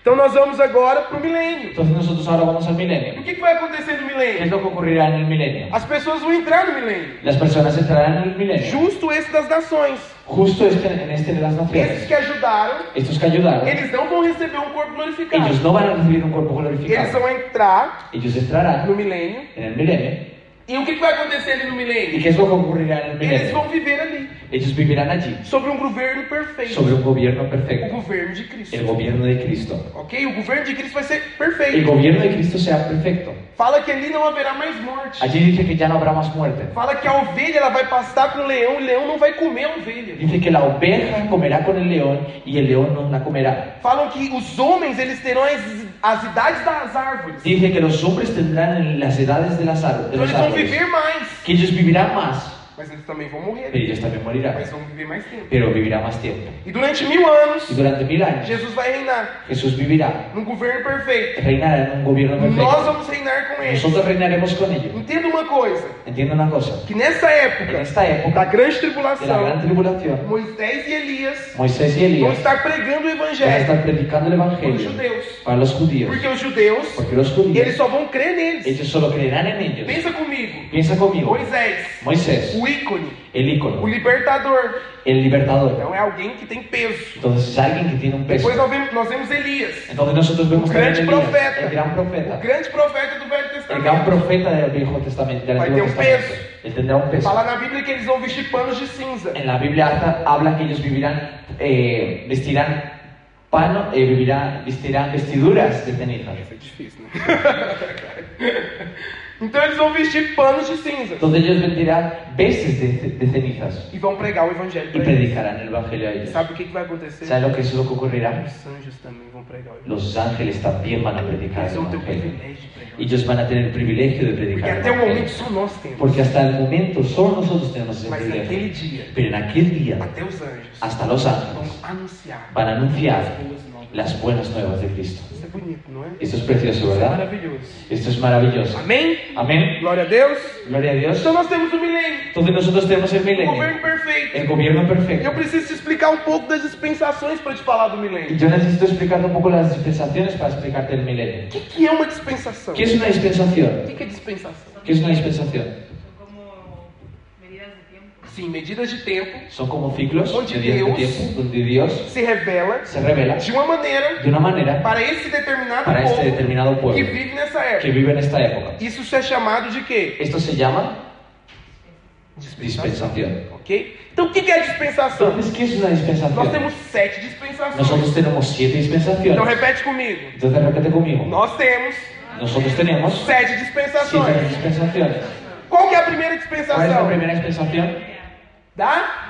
[SPEAKER 1] Então nós vamos agora pro milênio.
[SPEAKER 2] Entonces nosotros ahora vamos al
[SPEAKER 1] E o
[SPEAKER 2] milenio.
[SPEAKER 1] que, que vai acontecer no
[SPEAKER 2] ¿Qué es
[SPEAKER 1] milênio?
[SPEAKER 2] lo que ocurrirá en el milenio?
[SPEAKER 1] As pessoas vão entrar no milênio.
[SPEAKER 2] Las personas entrarán en el milenio.
[SPEAKER 1] Justo esse das nações.
[SPEAKER 2] Justo este, en este de las
[SPEAKER 1] Esses
[SPEAKER 2] naciones.
[SPEAKER 1] que ajudaram,
[SPEAKER 2] Estos que ayudaron,
[SPEAKER 1] eles não vão receber um corpo glorificado.
[SPEAKER 2] ellos no van a recibir un cuerpo
[SPEAKER 1] Eles
[SPEAKER 2] glorificado.
[SPEAKER 1] vão entrar
[SPEAKER 2] Ellos entrarán
[SPEAKER 1] no milênio.
[SPEAKER 2] en el milenio.
[SPEAKER 1] E o que, que vai acontecer ali no
[SPEAKER 2] ¿Y
[SPEAKER 1] milênio?
[SPEAKER 2] qué es lo que ocurrirá en el
[SPEAKER 1] Eles
[SPEAKER 2] milenio?
[SPEAKER 1] vão viver ali,
[SPEAKER 2] Ellos vivirán allí,
[SPEAKER 1] sobre um governo perfeito.
[SPEAKER 2] sobre un gobierno
[SPEAKER 1] O
[SPEAKER 2] perfecto.
[SPEAKER 1] governo de Cristo.
[SPEAKER 2] El gobierno de Cristo.
[SPEAKER 1] Ok? O governo de Cristo vai ser
[SPEAKER 2] El
[SPEAKER 1] perfeito.
[SPEAKER 2] gobierno de Cristo será perfecto.
[SPEAKER 1] Fala que ali não haverá mais morte.
[SPEAKER 2] Allí dice que ya no habrá más muerte.
[SPEAKER 1] Fala que a ovelha ela vai pastar pro leão, o leão não vai comer a ovelha.
[SPEAKER 2] Dice que la oveja comerá con el león y el león no la comerá.
[SPEAKER 1] Falam que os homens eles terão as, as idades das árvores.
[SPEAKER 2] Dice que los hombres tendrán en las edades de, las ar- de
[SPEAKER 1] Então
[SPEAKER 2] los
[SPEAKER 1] eles vão
[SPEAKER 2] árboles.
[SPEAKER 1] viver mais.
[SPEAKER 2] Que ellos vivirán más,
[SPEAKER 1] Mas eles também vão morrer.
[SPEAKER 2] pero ellos también morirán.
[SPEAKER 1] Mas vão viver mais tempo.
[SPEAKER 2] Pero vivirá más tiempo.
[SPEAKER 1] E durante mil anos,
[SPEAKER 2] Y durante mil años
[SPEAKER 1] Jesus vai reinar
[SPEAKER 2] Jesús vivirá,
[SPEAKER 1] num governo perfeito.
[SPEAKER 2] reinará en un gobierno
[SPEAKER 1] Nós
[SPEAKER 2] perfecto.
[SPEAKER 1] vamos reinar com ele.
[SPEAKER 2] Nosotros reinaremos con ellos.
[SPEAKER 1] Entenda uma coisa:
[SPEAKER 2] Entiende una cosa.
[SPEAKER 1] que nessa
[SPEAKER 2] En
[SPEAKER 1] época
[SPEAKER 2] esta
[SPEAKER 1] da
[SPEAKER 2] época
[SPEAKER 1] grande
[SPEAKER 2] de la gran
[SPEAKER 1] tribulação,
[SPEAKER 2] tribulación,
[SPEAKER 1] Moisés e Elias
[SPEAKER 2] Moisés y
[SPEAKER 1] vão
[SPEAKER 2] Elías
[SPEAKER 1] estar pregando o
[SPEAKER 2] van a
[SPEAKER 1] evangelho
[SPEAKER 2] estar predicando el
[SPEAKER 1] para os
[SPEAKER 2] evangelio
[SPEAKER 1] judeus.
[SPEAKER 2] para los judíos.
[SPEAKER 1] Porque os judeus,
[SPEAKER 2] Porque los
[SPEAKER 1] eles
[SPEAKER 2] judíos,
[SPEAKER 1] só vão crer neles.
[SPEAKER 2] ellos solo creerán en ellos.
[SPEAKER 1] Pensa comigo:
[SPEAKER 2] Piensa conmigo.
[SPEAKER 1] Moisés,
[SPEAKER 2] Moisés,
[SPEAKER 1] o ícone,
[SPEAKER 2] el
[SPEAKER 1] o
[SPEAKER 2] ícono,
[SPEAKER 1] libertador.
[SPEAKER 2] el libertador.
[SPEAKER 1] Então é alguém que tem peso.
[SPEAKER 2] Entonces alguien que tiene un peso.
[SPEAKER 1] Depois nós vemos, nós vemos Elias,
[SPEAKER 2] Entonces nosotros vemos
[SPEAKER 1] Un
[SPEAKER 2] también
[SPEAKER 1] gran
[SPEAKER 2] Elías,
[SPEAKER 1] profeta.
[SPEAKER 2] el gran
[SPEAKER 1] o
[SPEAKER 2] profeta,
[SPEAKER 1] grande é um profeta do Velho
[SPEAKER 2] el gran
[SPEAKER 1] Testamento.
[SPEAKER 2] profeta del Viejo Testamento, del
[SPEAKER 1] Vai
[SPEAKER 2] Antiguo
[SPEAKER 1] ter um peso.
[SPEAKER 2] Testamento. Él tendrá un peso.
[SPEAKER 1] Fala na Bíblia que eles vão vestir panos de cinza.
[SPEAKER 2] En la Biblia hasta habla que ellos vivirán, eh, vestirán pano, eh, vivirán, vestirán vestiduras de ceniza.
[SPEAKER 1] difícil, né? então eles vão vestir panos de cinza
[SPEAKER 2] Entonces ellos vestirán veces de, de cenizas
[SPEAKER 1] e vão pregar o evangelho.
[SPEAKER 2] y
[SPEAKER 1] Pra eles.
[SPEAKER 2] predicarán el evangelio a ellos.
[SPEAKER 1] Sabe o que, que vai acontecer?
[SPEAKER 2] ¿Sabes lo que es lo que ocurrirá?
[SPEAKER 1] Os anjos também vão pregar o evangelho.
[SPEAKER 2] Los ángeles también van a predicar
[SPEAKER 1] Eles
[SPEAKER 2] el
[SPEAKER 1] vão ter o
[SPEAKER 2] evangelio.
[SPEAKER 1] privilégio de pregar. o evangelho.
[SPEAKER 2] Ellos van a tener el privilegio de
[SPEAKER 1] Porque
[SPEAKER 2] predicar el
[SPEAKER 1] até o momento
[SPEAKER 2] evangelio.
[SPEAKER 1] só nós temos.
[SPEAKER 2] Porque é hasta el momento solo nosotros tenemos ese
[SPEAKER 1] Mas naquele
[SPEAKER 2] privilegio.
[SPEAKER 1] dia,
[SPEAKER 2] Pero en aquel día,
[SPEAKER 1] até os anjos
[SPEAKER 2] hasta los ángeles
[SPEAKER 1] vão anunciar
[SPEAKER 2] van a
[SPEAKER 1] as
[SPEAKER 2] anunciar
[SPEAKER 1] boas novas.
[SPEAKER 2] las buenas nuevas de Cristo.
[SPEAKER 1] Isso é bonito, não é?
[SPEAKER 2] Esto es precioso,
[SPEAKER 1] Isso é
[SPEAKER 2] ¿verdad?
[SPEAKER 1] maravilhoso.
[SPEAKER 2] Esto es maravilloso.
[SPEAKER 1] Amém?
[SPEAKER 2] Amén.
[SPEAKER 1] Glória a Deus.
[SPEAKER 2] Gloria a Dios.
[SPEAKER 1] Então nós temos o milênio,
[SPEAKER 2] Entonces nosotros tenemos el
[SPEAKER 1] o
[SPEAKER 2] milenio,
[SPEAKER 1] governo perfeito.
[SPEAKER 2] el gobierno perfecto.
[SPEAKER 1] Eu preciso te explicar um pouco das dispensações para te falar do
[SPEAKER 2] Y
[SPEAKER 1] milênio.
[SPEAKER 2] yo necesito explicarte un poco las dispensaciones para explicarte el
[SPEAKER 1] O
[SPEAKER 2] milenio.
[SPEAKER 1] que, que é uma dispensação?
[SPEAKER 2] ¿Qué es una
[SPEAKER 1] O
[SPEAKER 2] dispensación?
[SPEAKER 1] que, que é dispensação?
[SPEAKER 2] ¿Qué es una dispensación?
[SPEAKER 5] Son como medidas de tiempo.
[SPEAKER 1] Sim, medidas de tempo
[SPEAKER 2] Son como ciclos
[SPEAKER 1] Onde
[SPEAKER 2] de días de
[SPEAKER 1] Deus-
[SPEAKER 2] tiempo donde Dios
[SPEAKER 1] se revela
[SPEAKER 2] se revela
[SPEAKER 1] de uma maneira
[SPEAKER 2] de una manera
[SPEAKER 1] para esse determinado
[SPEAKER 2] para este
[SPEAKER 1] povo
[SPEAKER 2] determinado
[SPEAKER 1] que
[SPEAKER 2] pueblo
[SPEAKER 1] vive nessa
[SPEAKER 2] que
[SPEAKER 1] época.
[SPEAKER 2] vive en esta época.
[SPEAKER 1] Isso é chamado de quê?
[SPEAKER 2] Esto se llama
[SPEAKER 1] Dispensação.
[SPEAKER 2] dispensación.
[SPEAKER 1] Ok? Então o que, que é dispensação?
[SPEAKER 2] Entonces, ¿qué es una
[SPEAKER 1] Nós
[SPEAKER 2] dispensación?
[SPEAKER 1] temos sete dispensações.
[SPEAKER 2] Nosotros tenemos siete
[SPEAKER 1] Então
[SPEAKER 2] dispensaciones.
[SPEAKER 1] repete comigo.
[SPEAKER 2] Entonces repite conmigo.
[SPEAKER 1] Nós temos
[SPEAKER 2] Nosotros tenemos
[SPEAKER 1] sete
[SPEAKER 2] siete
[SPEAKER 1] dispensações.
[SPEAKER 2] dispensaciones.
[SPEAKER 1] Qual que é a primeira
[SPEAKER 2] ¿Cuál es la
[SPEAKER 1] dispensação?
[SPEAKER 2] primera dispensación?
[SPEAKER 1] Da?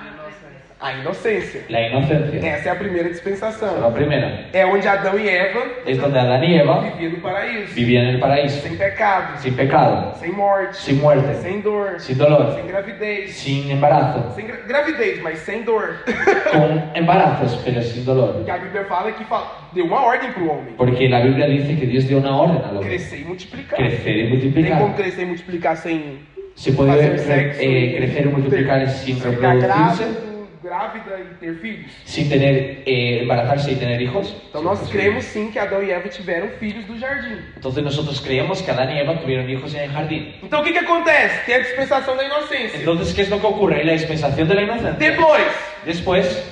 [SPEAKER 1] A inocência.
[SPEAKER 2] La inocencia.
[SPEAKER 1] Essa é a primeira
[SPEAKER 2] Esa es
[SPEAKER 1] dispensação.
[SPEAKER 2] La primera
[SPEAKER 1] É onde Adão e Eva
[SPEAKER 2] es donde Adán y Eva
[SPEAKER 1] viviam no paraíso.
[SPEAKER 2] vivían en el paraíso,
[SPEAKER 1] Sem pecado,
[SPEAKER 2] sin pecado,
[SPEAKER 1] sem morte,
[SPEAKER 2] sin muerte,
[SPEAKER 1] sem dor,
[SPEAKER 2] sin dolor,
[SPEAKER 1] sem gravidez.
[SPEAKER 2] sin embarazo,
[SPEAKER 1] Sem gra- gravidez, mas sem dor.
[SPEAKER 2] con embarazos, pero sin dolor.
[SPEAKER 1] Porque a Bíblia fala é que fala- deu uma ordem pro homem.
[SPEAKER 2] Porque la Biblia dice que Dios dio una orden al hombre,
[SPEAKER 1] Crescer e multiplicar.
[SPEAKER 2] crecer y
[SPEAKER 1] Tem como
[SPEAKER 2] multiplicar.
[SPEAKER 1] crescer e multiplicar sem
[SPEAKER 2] Se puede
[SPEAKER 1] Hacer sexo
[SPEAKER 2] eh,
[SPEAKER 1] y-
[SPEAKER 2] crecer y multiplicar sin
[SPEAKER 1] ficar
[SPEAKER 2] reproducirse,
[SPEAKER 1] grávido, grávida e ter filhos.
[SPEAKER 2] sin tener, eh, embarazarse y tener hijos.
[SPEAKER 1] Então nós cremos sim que Adão e Eva tiveram filhos do jardim.
[SPEAKER 2] Entonces nosotros creemos que Adán y Eva tuvieron hijos en el jardín.
[SPEAKER 1] Então o que que acontece? Tem a dispensação da inocência.
[SPEAKER 2] Entonces, ¿qué es lo que ocurre en la dispensación de la inocencia?
[SPEAKER 1] Depois,
[SPEAKER 2] Después,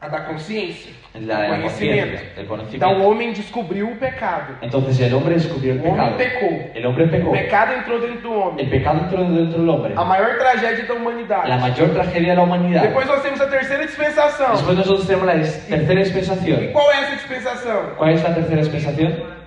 [SPEAKER 1] a da consciência.
[SPEAKER 2] la de la conciencia, el
[SPEAKER 1] Então o
[SPEAKER 2] conocimiento.
[SPEAKER 1] homem descobriu o pecado.
[SPEAKER 2] Entonces el hombre descubrió el
[SPEAKER 1] O homem
[SPEAKER 2] pecado.
[SPEAKER 1] pecou.
[SPEAKER 2] El hombre
[SPEAKER 1] O
[SPEAKER 2] pecó.
[SPEAKER 1] pecado entrou dentro do
[SPEAKER 2] El
[SPEAKER 1] hombre.
[SPEAKER 2] pecado entró dentro del hombre.
[SPEAKER 1] A maior tragédia da humanidade.
[SPEAKER 2] La mayor tragedia de la humanidad.
[SPEAKER 1] Depois nós temos a terceira dispensação.
[SPEAKER 2] Después nosotros tenemos la dis- tercera
[SPEAKER 1] E
[SPEAKER 2] dispensación.
[SPEAKER 1] qual é essa dispensação?
[SPEAKER 2] ¿Cuál es la tercera dispensación?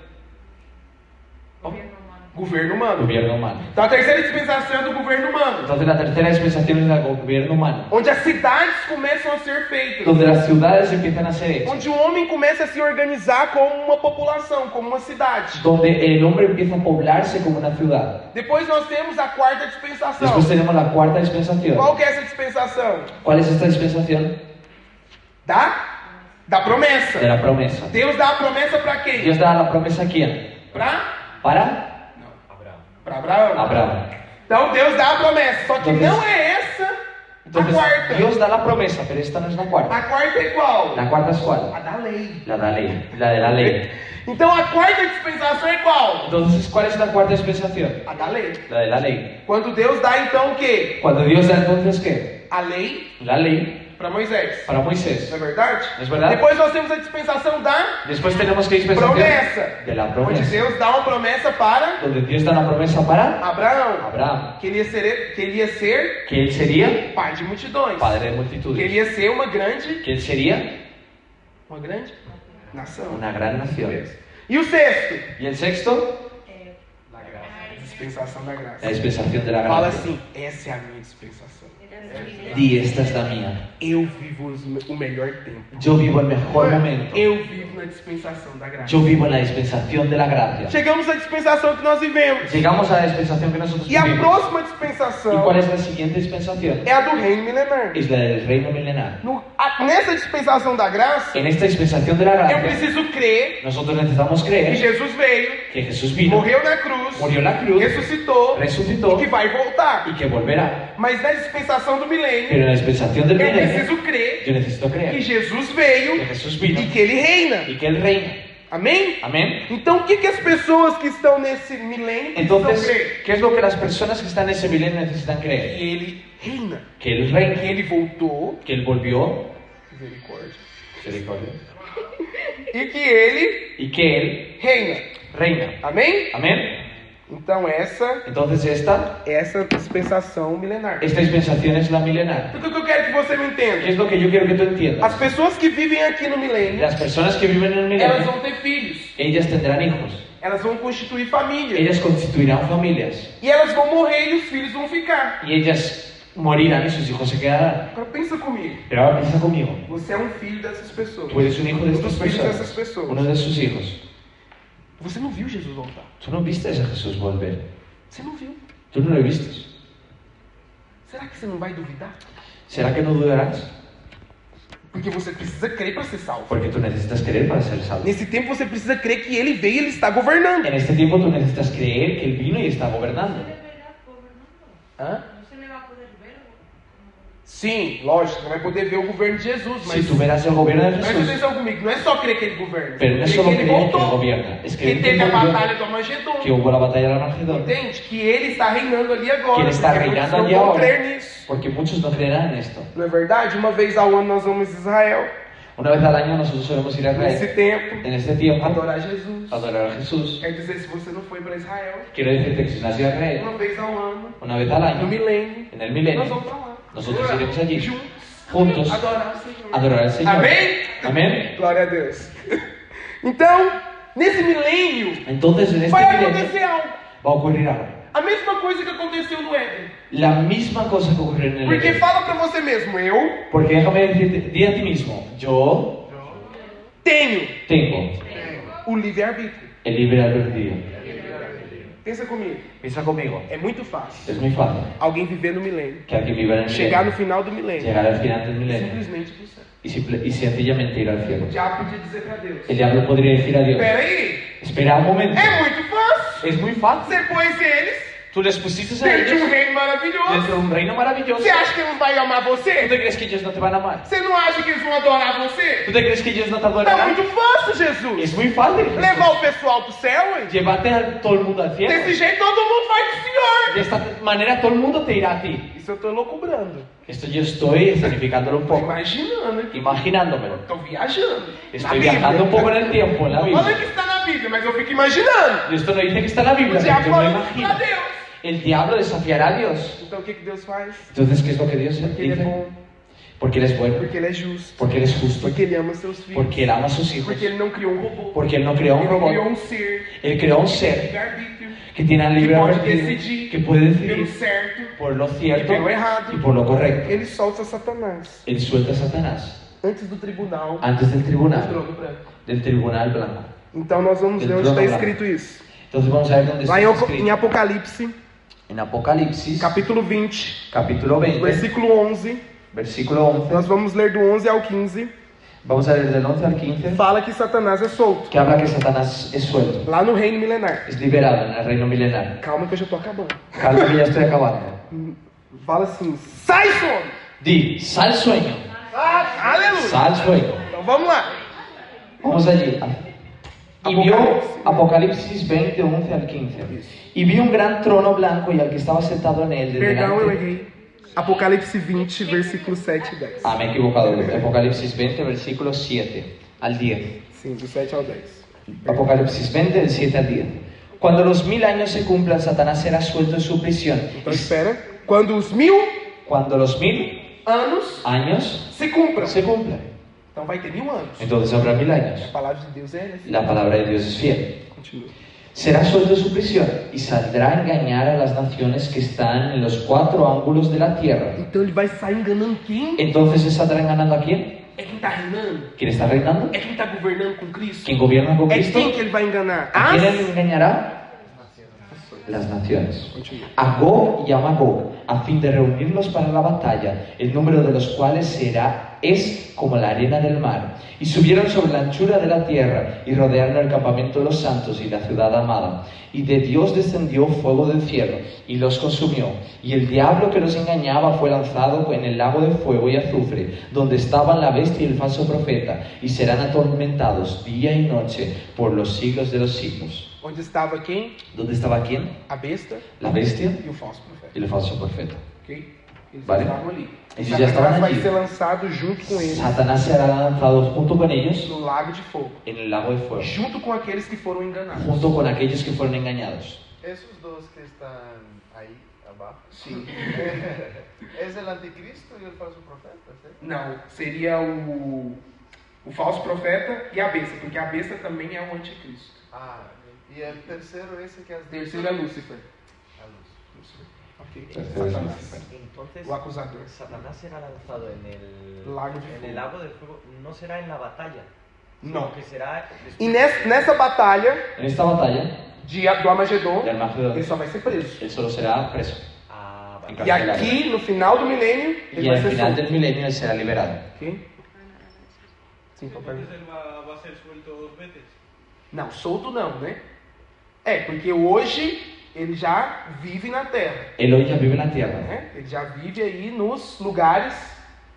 [SPEAKER 5] Gobierno humano.
[SPEAKER 1] Governo humano.
[SPEAKER 2] gobierno humano.
[SPEAKER 1] Então a terceira dispensação é do governo humano.
[SPEAKER 2] Entonces la tercera dispensación es el gobierno humano,
[SPEAKER 1] Onde as cidades começam a ser feitas.
[SPEAKER 2] donde las ciudades empiezan a ser hechas,
[SPEAKER 1] Onde o homem começa a se organizar como uma população, como uma cidade.
[SPEAKER 2] donde el hombre empieza a poblarse como una ciudad.
[SPEAKER 1] Depois nós temos a quarta dispensação.
[SPEAKER 2] Después tenemos la cuarta dispensación.
[SPEAKER 1] Qual que é essa dispensação?
[SPEAKER 2] ¿Cuál es esta dispensação?
[SPEAKER 1] Da? Da promessa.
[SPEAKER 2] De la promesa.
[SPEAKER 1] Deus dá a promessa para quem?
[SPEAKER 2] Dios da la promesa a quién?
[SPEAKER 1] Para?
[SPEAKER 2] Para
[SPEAKER 1] Para Abraão.
[SPEAKER 2] Abraham.
[SPEAKER 1] Então Deus dá a promessa, só que
[SPEAKER 2] Então,
[SPEAKER 1] não é essa a
[SPEAKER 2] Entonces,
[SPEAKER 1] quarta.
[SPEAKER 2] Dios da la promesa, pero esta no es la cuarta.
[SPEAKER 1] A quarta é igual.
[SPEAKER 2] La cuarta es
[SPEAKER 1] A
[SPEAKER 2] cuál?
[SPEAKER 1] da lei.
[SPEAKER 2] La de la ley. La de la ley.
[SPEAKER 1] Então a quarta dispensação é qual?
[SPEAKER 2] Entonces, ¿cuál es la cuarta dispensación?
[SPEAKER 1] A da lei.
[SPEAKER 2] La de la ley.
[SPEAKER 1] Quando Deus dá então o quê?
[SPEAKER 2] Cuando Dios da entonces qué?
[SPEAKER 1] A lei
[SPEAKER 2] La lei
[SPEAKER 1] para Moisés.
[SPEAKER 2] para
[SPEAKER 1] Não
[SPEAKER 2] Moisés.
[SPEAKER 1] é verdade?
[SPEAKER 2] É verdade.
[SPEAKER 1] Depois nós temos a dispensação da
[SPEAKER 2] Después tenemos que dispensación
[SPEAKER 1] promessa.
[SPEAKER 2] de la
[SPEAKER 1] Onde
[SPEAKER 2] promesa.
[SPEAKER 1] Deus dá uma promessa para
[SPEAKER 2] Donde Dios da la promesa para
[SPEAKER 1] Abraão.
[SPEAKER 2] Abraham,
[SPEAKER 1] Que ele ia ser, que ele ia ser
[SPEAKER 2] que él sería
[SPEAKER 1] pai de multidões.
[SPEAKER 2] padre de
[SPEAKER 1] Que
[SPEAKER 2] multitudes,
[SPEAKER 1] ele ia ser uma grande.
[SPEAKER 2] que él sería
[SPEAKER 1] Uma grande nação.
[SPEAKER 2] una gran nación.
[SPEAKER 1] E o sexto?
[SPEAKER 2] Y el sexto,
[SPEAKER 1] Dispensação da graça.
[SPEAKER 2] la dispensación É de la
[SPEAKER 1] Fala
[SPEAKER 2] gracia.
[SPEAKER 1] assim, essa é a minha dispensação.
[SPEAKER 2] Di, esta es la mía.
[SPEAKER 1] Eu vivo os me- o melhor tempo.
[SPEAKER 2] Yo vivo el mejor momento.
[SPEAKER 1] Eu vivo na dispensação da graça.
[SPEAKER 2] Yo vivo en la dispensación de la gracia.
[SPEAKER 1] Chegamos à dispensação que nós vivemos.
[SPEAKER 2] Llegamos a la dispensación que nosotros
[SPEAKER 1] E a
[SPEAKER 2] vivimos.
[SPEAKER 1] próxima
[SPEAKER 2] ¿Y
[SPEAKER 1] dispensação
[SPEAKER 2] cuál es la siguiente dispensación?
[SPEAKER 1] é a do reino milenar.
[SPEAKER 2] Es la del reino milenar.
[SPEAKER 1] No- a- nessa dispensação da graça,
[SPEAKER 2] En esta dispensación de la
[SPEAKER 1] eu
[SPEAKER 2] gracia,
[SPEAKER 1] preciso crer
[SPEAKER 2] nosotros necesitamos
[SPEAKER 1] que
[SPEAKER 2] creer
[SPEAKER 1] Jesus veio,
[SPEAKER 2] que Jesús vino,
[SPEAKER 1] morreu na cruz,
[SPEAKER 2] murió en la cruz,
[SPEAKER 1] ressuscitou e
[SPEAKER 2] resucitó
[SPEAKER 1] que vai voltar.
[SPEAKER 2] y que volverá.
[SPEAKER 1] Mas na dispensación do milênio,
[SPEAKER 2] Pero en la dispensación del
[SPEAKER 1] eu
[SPEAKER 2] milenio,
[SPEAKER 1] preciso crer
[SPEAKER 2] yo necesito
[SPEAKER 1] que
[SPEAKER 2] creer
[SPEAKER 1] Jesus veio
[SPEAKER 2] que Jesús vino
[SPEAKER 1] e que ele reina.
[SPEAKER 2] y que Él reina.
[SPEAKER 1] Amém?
[SPEAKER 2] Amén.
[SPEAKER 1] Então, o que, que as pessoas que estão nesse milênio precisam crer?
[SPEAKER 2] Entonces, ¿qué es lo que las personas que están en ese milenio necesitan
[SPEAKER 1] que
[SPEAKER 2] creer?
[SPEAKER 1] ele reina,
[SPEAKER 2] Que Él
[SPEAKER 1] que
[SPEAKER 2] reina,
[SPEAKER 1] ele voltou,
[SPEAKER 2] que Él volvió,
[SPEAKER 1] misericórdia,
[SPEAKER 2] misericordia,
[SPEAKER 1] e que ele
[SPEAKER 2] y que Él
[SPEAKER 1] reina.
[SPEAKER 2] reina.
[SPEAKER 1] Amém?
[SPEAKER 2] Amén.
[SPEAKER 1] Então essa
[SPEAKER 2] Entonces, esta,
[SPEAKER 1] essa dispensación milenar.
[SPEAKER 2] esta dispensación es la milenar.
[SPEAKER 1] Então, o que eu quero que você me
[SPEAKER 2] ¿Qué
[SPEAKER 1] entenda?
[SPEAKER 2] es lo que yo quiero que tú entiendas?
[SPEAKER 1] As pessoas que vivem aqui no milênio,
[SPEAKER 2] Las personas que viven en el
[SPEAKER 1] elas
[SPEAKER 2] milenio,
[SPEAKER 1] vão ter filhos,
[SPEAKER 2] ellas tendrán hijos,
[SPEAKER 1] elas vão constituir família,
[SPEAKER 2] ellas constituirán familias,
[SPEAKER 1] e elas vão morrer e os filhos vão ficar.
[SPEAKER 2] y ellas morirán y sus hijos se quedarán.
[SPEAKER 1] Agora pensa comigo,
[SPEAKER 2] Pero ahora piensa conmigo,
[SPEAKER 1] você é um filho dessas pessoas.
[SPEAKER 2] tú eres un hijo de
[SPEAKER 1] Um
[SPEAKER 2] estas
[SPEAKER 1] dos filhos dessas
[SPEAKER 2] personas, uno
[SPEAKER 1] pessoas.
[SPEAKER 2] de sus hijos.
[SPEAKER 1] Você não viu Jesus voltar.
[SPEAKER 2] Tú no viste a Jesús volver,
[SPEAKER 1] Você não viu.
[SPEAKER 2] tú no lo viste.
[SPEAKER 1] Será que você não vai duvidar?
[SPEAKER 2] ¿Será que no dudarás?
[SPEAKER 1] Porque você precisa crer para ser salvo.
[SPEAKER 2] Porque tú necesitas creer para ser salvo.
[SPEAKER 1] Nesse tempo você precisa crer que ele veio e ele está governando.
[SPEAKER 2] En este tiempo tú necesitas creer que Él vino y está gobernando.
[SPEAKER 1] Hã?
[SPEAKER 5] Você não vai poder ver
[SPEAKER 1] Sim, lógico, você vai poder ver o governo de Jesus,
[SPEAKER 2] Si
[SPEAKER 1] mas
[SPEAKER 2] tú verás el gobierno de
[SPEAKER 1] presta
[SPEAKER 2] Jesús,
[SPEAKER 1] atenção comigo, não é só crer que ele governa,
[SPEAKER 2] pero no es
[SPEAKER 1] crer que
[SPEAKER 2] solo
[SPEAKER 1] ele
[SPEAKER 2] creer que Él
[SPEAKER 1] voltou,
[SPEAKER 2] gobierna, es
[SPEAKER 1] que
[SPEAKER 2] creer que,
[SPEAKER 1] teve a
[SPEAKER 2] él volvió,
[SPEAKER 1] batalha do Armagedon,
[SPEAKER 2] que hubo la batalla de Armagedon.
[SPEAKER 1] entende? Que ele está reinando ali agora,
[SPEAKER 2] Que ele está
[SPEAKER 1] porque é muitos
[SPEAKER 2] reinando
[SPEAKER 1] não
[SPEAKER 2] ali
[SPEAKER 1] vão
[SPEAKER 2] agora.
[SPEAKER 1] crer nisso.
[SPEAKER 2] Porque muchos no creerán en esto.
[SPEAKER 1] Não é verdade? Uma vez ao ano nós vamos a Israel,
[SPEAKER 2] Una vez al año nosotros solemos ir a Israel.
[SPEAKER 1] nesse tempo,
[SPEAKER 2] En este tiempo,
[SPEAKER 1] adorar Jesus.
[SPEAKER 2] é adorar a Jesús.
[SPEAKER 1] Quer dizer, se você não foi para Israel,
[SPEAKER 2] Quiero decirte que si nació a Israel,
[SPEAKER 1] uma vez ao ano,
[SPEAKER 2] una vez al
[SPEAKER 1] no
[SPEAKER 2] año,
[SPEAKER 1] milênio,
[SPEAKER 2] en el
[SPEAKER 1] nós
[SPEAKER 2] milenio,
[SPEAKER 1] vamos para lá.
[SPEAKER 2] Ah, nosotros iremos allí
[SPEAKER 1] Juntos,
[SPEAKER 2] juntos a
[SPEAKER 1] adorar o Senhor.
[SPEAKER 2] adorar al Señor.
[SPEAKER 1] Amém?
[SPEAKER 2] Amén.
[SPEAKER 1] Glória a Deus. Então, nesse milênio,
[SPEAKER 2] Entonces, en este
[SPEAKER 1] vai
[SPEAKER 2] milenio
[SPEAKER 1] acontecer algo.
[SPEAKER 2] va a ocurrir algo.
[SPEAKER 1] A mesma coisa que aconteceu no Éden.
[SPEAKER 2] La misma cosa que ocurrió en el
[SPEAKER 1] Porque
[SPEAKER 2] Edén.
[SPEAKER 1] fala pra você mesmo, eu
[SPEAKER 2] Porque déjame decirte, di a ti mismo, yo
[SPEAKER 1] tenho
[SPEAKER 2] tengo
[SPEAKER 1] o livre-arbítrio.
[SPEAKER 2] el libre albedrío.
[SPEAKER 1] Pensa comigo,
[SPEAKER 2] Piensa conmigo,
[SPEAKER 1] é muito fácil.
[SPEAKER 2] es muy fácil
[SPEAKER 1] Alguém viver no milênio,
[SPEAKER 2] que alguien viva en el
[SPEAKER 1] chegar no
[SPEAKER 2] milenio,
[SPEAKER 1] final do milênio,
[SPEAKER 2] llegar al final del
[SPEAKER 1] e
[SPEAKER 2] milenio
[SPEAKER 1] simplesmente do céu.
[SPEAKER 2] y, simple- y sencillamente ir al cielo.
[SPEAKER 1] O diabo podia dizer pra Deus:
[SPEAKER 2] El diablo podría decir a Dios,
[SPEAKER 1] Peraí,
[SPEAKER 2] espera un momento,
[SPEAKER 1] é muito fácil.
[SPEAKER 2] es muy fácil.
[SPEAKER 1] Você pôs eles
[SPEAKER 2] Tú les pusiste a
[SPEAKER 1] dentro de
[SPEAKER 2] ellos
[SPEAKER 1] um reino maravilhoso.
[SPEAKER 2] dentro de un reino maravilloso.
[SPEAKER 1] Você acha que eles vão amar
[SPEAKER 2] ¿Tú
[SPEAKER 1] você?
[SPEAKER 2] te crees que ellos no te van a amar?
[SPEAKER 1] Você não acha que eles vão adorar você?
[SPEAKER 2] ¿Tú te crees que ellos no te
[SPEAKER 1] Tá
[SPEAKER 2] adorarán?
[SPEAKER 1] muito fácil, Jesus.
[SPEAKER 2] Es muy fácil. Jesús.
[SPEAKER 1] levar o pessoal pro céu, hein?
[SPEAKER 2] Llévate a todo el mundo al cielo.
[SPEAKER 1] Desse jeito todo mundo vai pro senhor.
[SPEAKER 2] De esta manera todo el mundo te irá a ti.
[SPEAKER 1] Isso eu tô loucubrando.
[SPEAKER 2] Esto yo estoy significándolo un
[SPEAKER 1] Tô
[SPEAKER 2] poco,
[SPEAKER 1] imaginando aqui.
[SPEAKER 2] imaginándomelo.
[SPEAKER 1] Tô viajando. Na
[SPEAKER 2] Estoy
[SPEAKER 1] Bíblia.
[SPEAKER 2] viajando un poco en el tiempo, en la
[SPEAKER 1] Não Fala que
[SPEAKER 2] Biblia.
[SPEAKER 1] está na Bíblia, mas eu fico imaginando.
[SPEAKER 2] Y esto no dice que está en la Biblia,
[SPEAKER 1] O
[SPEAKER 2] pero
[SPEAKER 1] diabo
[SPEAKER 2] yo me lo
[SPEAKER 1] falando pra
[SPEAKER 2] imagino.
[SPEAKER 1] Deus.
[SPEAKER 2] El diablo desafiará a Dios.
[SPEAKER 1] Então o que, que Deus faz?
[SPEAKER 2] Entonces, ¿qué es lo que Dios
[SPEAKER 1] Porque ele é
[SPEAKER 2] dice?
[SPEAKER 1] bom,
[SPEAKER 2] Porque Él es bueno,
[SPEAKER 1] porque ele é justo,
[SPEAKER 2] porque Él es justo,
[SPEAKER 1] porque ele ama seus filhos,
[SPEAKER 2] porque é Él ama a sus hijos,
[SPEAKER 1] porque ele não criou um robô,
[SPEAKER 2] porque Él no creó un
[SPEAKER 1] ele criou
[SPEAKER 2] robot,
[SPEAKER 1] um ser,
[SPEAKER 2] Él creó un ser
[SPEAKER 1] livre-arbítrio.
[SPEAKER 2] que tiene a
[SPEAKER 1] que
[SPEAKER 2] libre
[SPEAKER 1] pode
[SPEAKER 2] arbítrio,
[SPEAKER 1] decidir
[SPEAKER 2] é que puede
[SPEAKER 1] pelo
[SPEAKER 2] decidir
[SPEAKER 1] certo
[SPEAKER 2] por lo
[SPEAKER 1] e
[SPEAKER 2] cierto
[SPEAKER 1] pelo
[SPEAKER 2] y
[SPEAKER 1] errado.
[SPEAKER 2] por lo correcto.
[SPEAKER 1] Ele solta Satanás
[SPEAKER 2] Él suelta a Satanás
[SPEAKER 1] antes do tribunal
[SPEAKER 2] antes del
[SPEAKER 1] do
[SPEAKER 2] tribunal,
[SPEAKER 1] trono branco.
[SPEAKER 2] del tribunal blanco.
[SPEAKER 1] Então nós vamos ver
[SPEAKER 2] Ele
[SPEAKER 1] onde está
[SPEAKER 2] trono lá.
[SPEAKER 1] escrito isso.
[SPEAKER 2] Entonces vamos a ver dónde
[SPEAKER 1] Lá
[SPEAKER 2] está
[SPEAKER 1] em, Apo- em
[SPEAKER 2] escrito.
[SPEAKER 1] Apocalipse,
[SPEAKER 2] En Apocalipsis,
[SPEAKER 1] capítulo 20,
[SPEAKER 2] capítulo 20,
[SPEAKER 1] versículo 11,
[SPEAKER 2] versículo 11,
[SPEAKER 1] nós vamos ler do 11 ao 15,
[SPEAKER 2] vamos a ver del 11 al 15,
[SPEAKER 1] fala que Satanás é solto,
[SPEAKER 2] que habla que Satanás es suelto,
[SPEAKER 1] lá no reino milenar.
[SPEAKER 2] es liberado en el reino milenario.
[SPEAKER 1] Calma que eu já tô acabando.
[SPEAKER 2] Calma que ya estoy acabando.
[SPEAKER 1] Fala assim, sai fome!
[SPEAKER 2] Di, sal sueño,
[SPEAKER 1] Ah, aleluia!
[SPEAKER 2] sal sueño.
[SPEAKER 1] Então vamos lá.
[SPEAKER 2] Vamos allí. Y vio
[SPEAKER 1] Apocalipsis.
[SPEAKER 2] Apocalipsis 20, 11 al 15. Y vi un gran trono blanco y al que estaba sentado en él. de
[SPEAKER 1] Perdão, eu
[SPEAKER 2] delante-
[SPEAKER 1] errei. Apocalipse 20, versículo 7 e 10.
[SPEAKER 2] Ah, me he equivocado. Apocalipsis 20, versículo 7 al 10.
[SPEAKER 1] Sim, do 7 ao 10.
[SPEAKER 2] Apocalipsis 20, del 7 al 10. Cuando los mil años se cumplan, Satanás será suelto de su prisión.
[SPEAKER 1] Então espera. Quando os mil
[SPEAKER 2] Cuando los mil
[SPEAKER 1] anos
[SPEAKER 2] años
[SPEAKER 1] se cumpram.
[SPEAKER 2] se cumplan.
[SPEAKER 1] Então vai ter mil anos.
[SPEAKER 2] Entonces habrá mil
[SPEAKER 1] A
[SPEAKER 2] años.
[SPEAKER 1] palavra de Deus é essa.
[SPEAKER 2] La palabra de Dios es fiel.
[SPEAKER 1] Continua.
[SPEAKER 2] Será suelto de su prisión y saldrá a engañar a las naciones que están en los cuatro ángulos de la tierra.
[SPEAKER 1] Então ele vai sair enganando quem?
[SPEAKER 2] Entonces se saldrá engañando a quién?
[SPEAKER 1] É quem tá reinando?
[SPEAKER 2] ¿Quién está reinando?
[SPEAKER 1] É quem tá governando com Cristo?
[SPEAKER 2] ¿Quién gobierna con
[SPEAKER 1] É
[SPEAKER 2] Cristo?
[SPEAKER 1] quem que ele vai enganar? Ah?
[SPEAKER 2] ¿A quién
[SPEAKER 1] As?
[SPEAKER 2] él engañará? Las naciones.
[SPEAKER 1] Continua.
[SPEAKER 2] A Gog y a Magog, a fin de reunirlos para la batalla, el número de los cuales será es como la arena del mar. Y subieron sobre la anchura de la tierra y rodearon el campamento de los santos y la ciudad amada. Y de Dios descendió fuego del cielo y los consumió. Y el diablo que los engañaba fue lanzado en el lago de fuego y azufre, donde estaban la bestia y el falso profeta, y serán atormentados día y noche por los siglos de los siglos.
[SPEAKER 1] Onde estava quem?
[SPEAKER 2] ¿Dónde estaba quién?
[SPEAKER 1] A besta
[SPEAKER 2] La bestia
[SPEAKER 1] e o falso profeta.
[SPEAKER 2] y el falso profeta.
[SPEAKER 1] Ok? Eles
[SPEAKER 2] Vale.
[SPEAKER 1] estavam ali.
[SPEAKER 2] Eles já
[SPEAKER 1] Satanás
[SPEAKER 2] estavam
[SPEAKER 1] vai
[SPEAKER 2] ali.
[SPEAKER 1] ser lançado junto com eles
[SPEAKER 2] Satanás será lanzado junto con ellos
[SPEAKER 1] no lago de fogo.
[SPEAKER 2] en el lago de fuego,
[SPEAKER 1] Junto com aqueles que foram enganados.
[SPEAKER 2] junto con aquellos que fueron engañados.
[SPEAKER 8] Esos dos que están ahí abajo.
[SPEAKER 1] Sim.
[SPEAKER 8] Es el anticristo y el falso profeta, ¿sí?
[SPEAKER 1] Não, seria o, o falso profeta e a besta, porque a besta também é o anticristo.
[SPEAKER 8] Ah, y el tercero ese que has
[SPEAKER 1] O
[SPEAKER 8] dicho.
[SPEAKER 1] terceiro é Lúcifer. É
[SPEAKER 8] A luz.
[SPEAKER 1] Lúcifer. Ok.
[SPEAKER 2] Terceiro é
[SPEAKER 1] Satanás.
[SPEAKER 9] Entonces,
[SPEAKER 1] O acusador.
[SPEAKER 9] Satanás será lanzado en el
[SPEAKER 1] Lago de
[SPEAKER 9] en
[SPEAKER 1] fuego.
[SPEAKER 9] el lago de fuego. No será en la batalla,
[SPEAKER 1] Não.
[SPEAKER 9] sino que será.
[SPEAKER 1] E nessa, nessa batalha
[SPEAKER 2] En esta batalla,
[SPEAKER 1] de, do Armagedon,
[SPEAKER 2] el
[SPEAKER 1] ele
[SPEAKER 2] Armagedón,
[SPEAKER 1] só vai ser preso.
[SPEAKER 2] él solo será preso.
[SPEAKER 9] Ah, vale.
[SPEAKER 1] E aqui, no final do milênio, ele
[SPEAKER 2] Y
[SPEAKER 1] vai
[SPEAKER 2] al
[SPEAKER 1] ser
[SPEAKER 2] é final
[SPEAKER 1] solto.
[SPEAKER 2] del milenio él será liberado.
[SPEAKER 1] Ok? Sim, papai.
[SPEAKER 6] Entonces él va, va a ser suelto dos veces.
[SPEAKER 1] Não, solto não, né? É, porque hoje ele já vive na Terra.
[SPEAKER 2] Él hoy ya vive en la tierra.
[SPEAKER 1] Né? Ele já vive aí nos lugares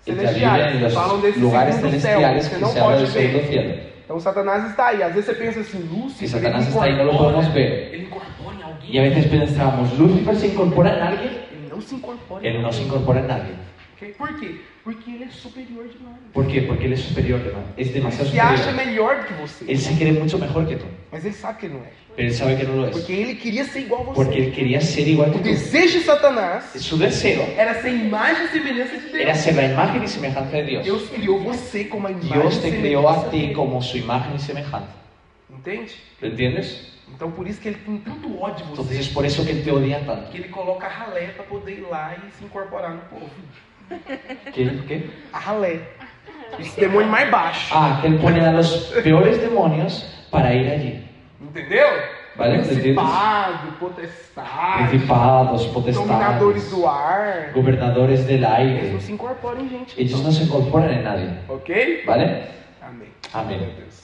[SPEAKER 2] Él ya vive en
[SPEAKER 1] celestiais. Falam
[SPEAKER 2] los
[SPEAKER 1] desse
[SPEAKER 2] lugares
[SPEAKER 1] segundo céu,
[SPEAKER 2] celestiales
[SPEAKER 1] você
[SPEAKER 2] que
[SPEAKER 1] não
[SPEAKER 2] se habla
[SPEAKER 1] pode
[SPEAKER 2] del
[SPEAKER 1] ver.
[SPEAKER 2] segundo cielo.
[SPEAKER 1] Então Satanás está aí. Às vezes você pensa assim,
[SPEAKER 2] Que
[SPEAKER 1] Lúcifer,
[SPEAKER 2] Satanás
[SPEAKER 1] ele
[SPEAKER 2] está ahí, no lo
[SPEAKER 1] incorpora-
[SPEAKER 2] podemos ver.
[SPEAKER 1] Ele incorpora em alguém.
[SPEAKER 2] Y a veces pensamos, ¿Lucifer se incorpora en alguien?
[SPEAKER 1] Ele não se incorpora. em
[SPEAKER 2] Él no se
[SPEAKER 1] alguém.
[SPEAKER 2] incorpora en alguien.
[SPEAKER 1] Ok? Por quê? Porque ele é superior demais.
[SPEAKER 2] ¿Por qué? Porque él es superior, ¿no? es demasiado
[SPEAKER 1] Ele se acha
[SPEAKER 2] superior.
[SPEAKER 1] melhor do que você.
[SPEAKER 2] Él se cree mucho mejor que tú,
[SPEAKER 1] Mas ele sabe que ele não é.
[SPEAKER 2] pero él sabe que no lo es.
[SPEAKER 1] Porque ele queria ser igual a
[SPEAKER 2] Porque
[SPEAKER 1] você.
[SPEAKER 2] él quería ser igual que
[SPEAKER 1] O
[SPEAKER 2] tú.
[SPEAKER 1] desejo de Satanás
[SPEAKER 2] Su deseo
[SPEAKER 1] era ser imagem e semelhança de
[SPEAKER 2] era
[SPEAKER 1] Deus.
[SPEAKER 2] ser la imagen y semejanza de Dios.
[SPEAKER 1] Deus criou você como a imagem
[SPEAKER 2] Dios
[SPEAKER 1] e
[SPEAKER 2] te creó
[SPEAKER 1] semelhança
[SPEAKER 2] a ti
[SPEAKER 1] dele.
[SPEAKER 2] como su imagen y semejanza.
[SPEAKER 1] Entende?
[SPEAKER 2] ¿Lo entiendes?
[SPEAKER 1] Então por isso que ele tem tanto ódio de
[SPEAKER 2] Entonces
[SPEAKER 1] você.
[SPEAKER 2] es por eso que él te odia tanto.
[SPEAKER 1] Que ele coloca a ralé pra poder ir lá e se incorporar no povo.
[SPEAKER 2] ¿Qué? ¿Quê?
[SPEAKER 1] A ralé. Esse demônio mais baixo.
[SPEAKER 2] Ah, que él pone a los peores demonios para ir allí.
[SPEAKER 1] Entendeu?
[SPEAKER 2] Vale, entendidos.
[SPEAKER 1] Principado, potestade,
[SPEAKER 2] Principados, potestades,
[SPEAKER 1] dominadores do ar.
[SPEAKER 2] gobernadores del
[SPEAKER 1] Eles
[SPEAKER 2] aire.
[SPEAKER 1] não se incorporam em gente.
[SPEAKER 2] Ellos no se incorporan en nadie.
[SPEAKER 1] Ok?
[SPEAKER 2] ¿Vale?
[SPEAKER 1] Amém. Meu
[SPEAKER 2] Amén.
[SPEAKER 1] Deus.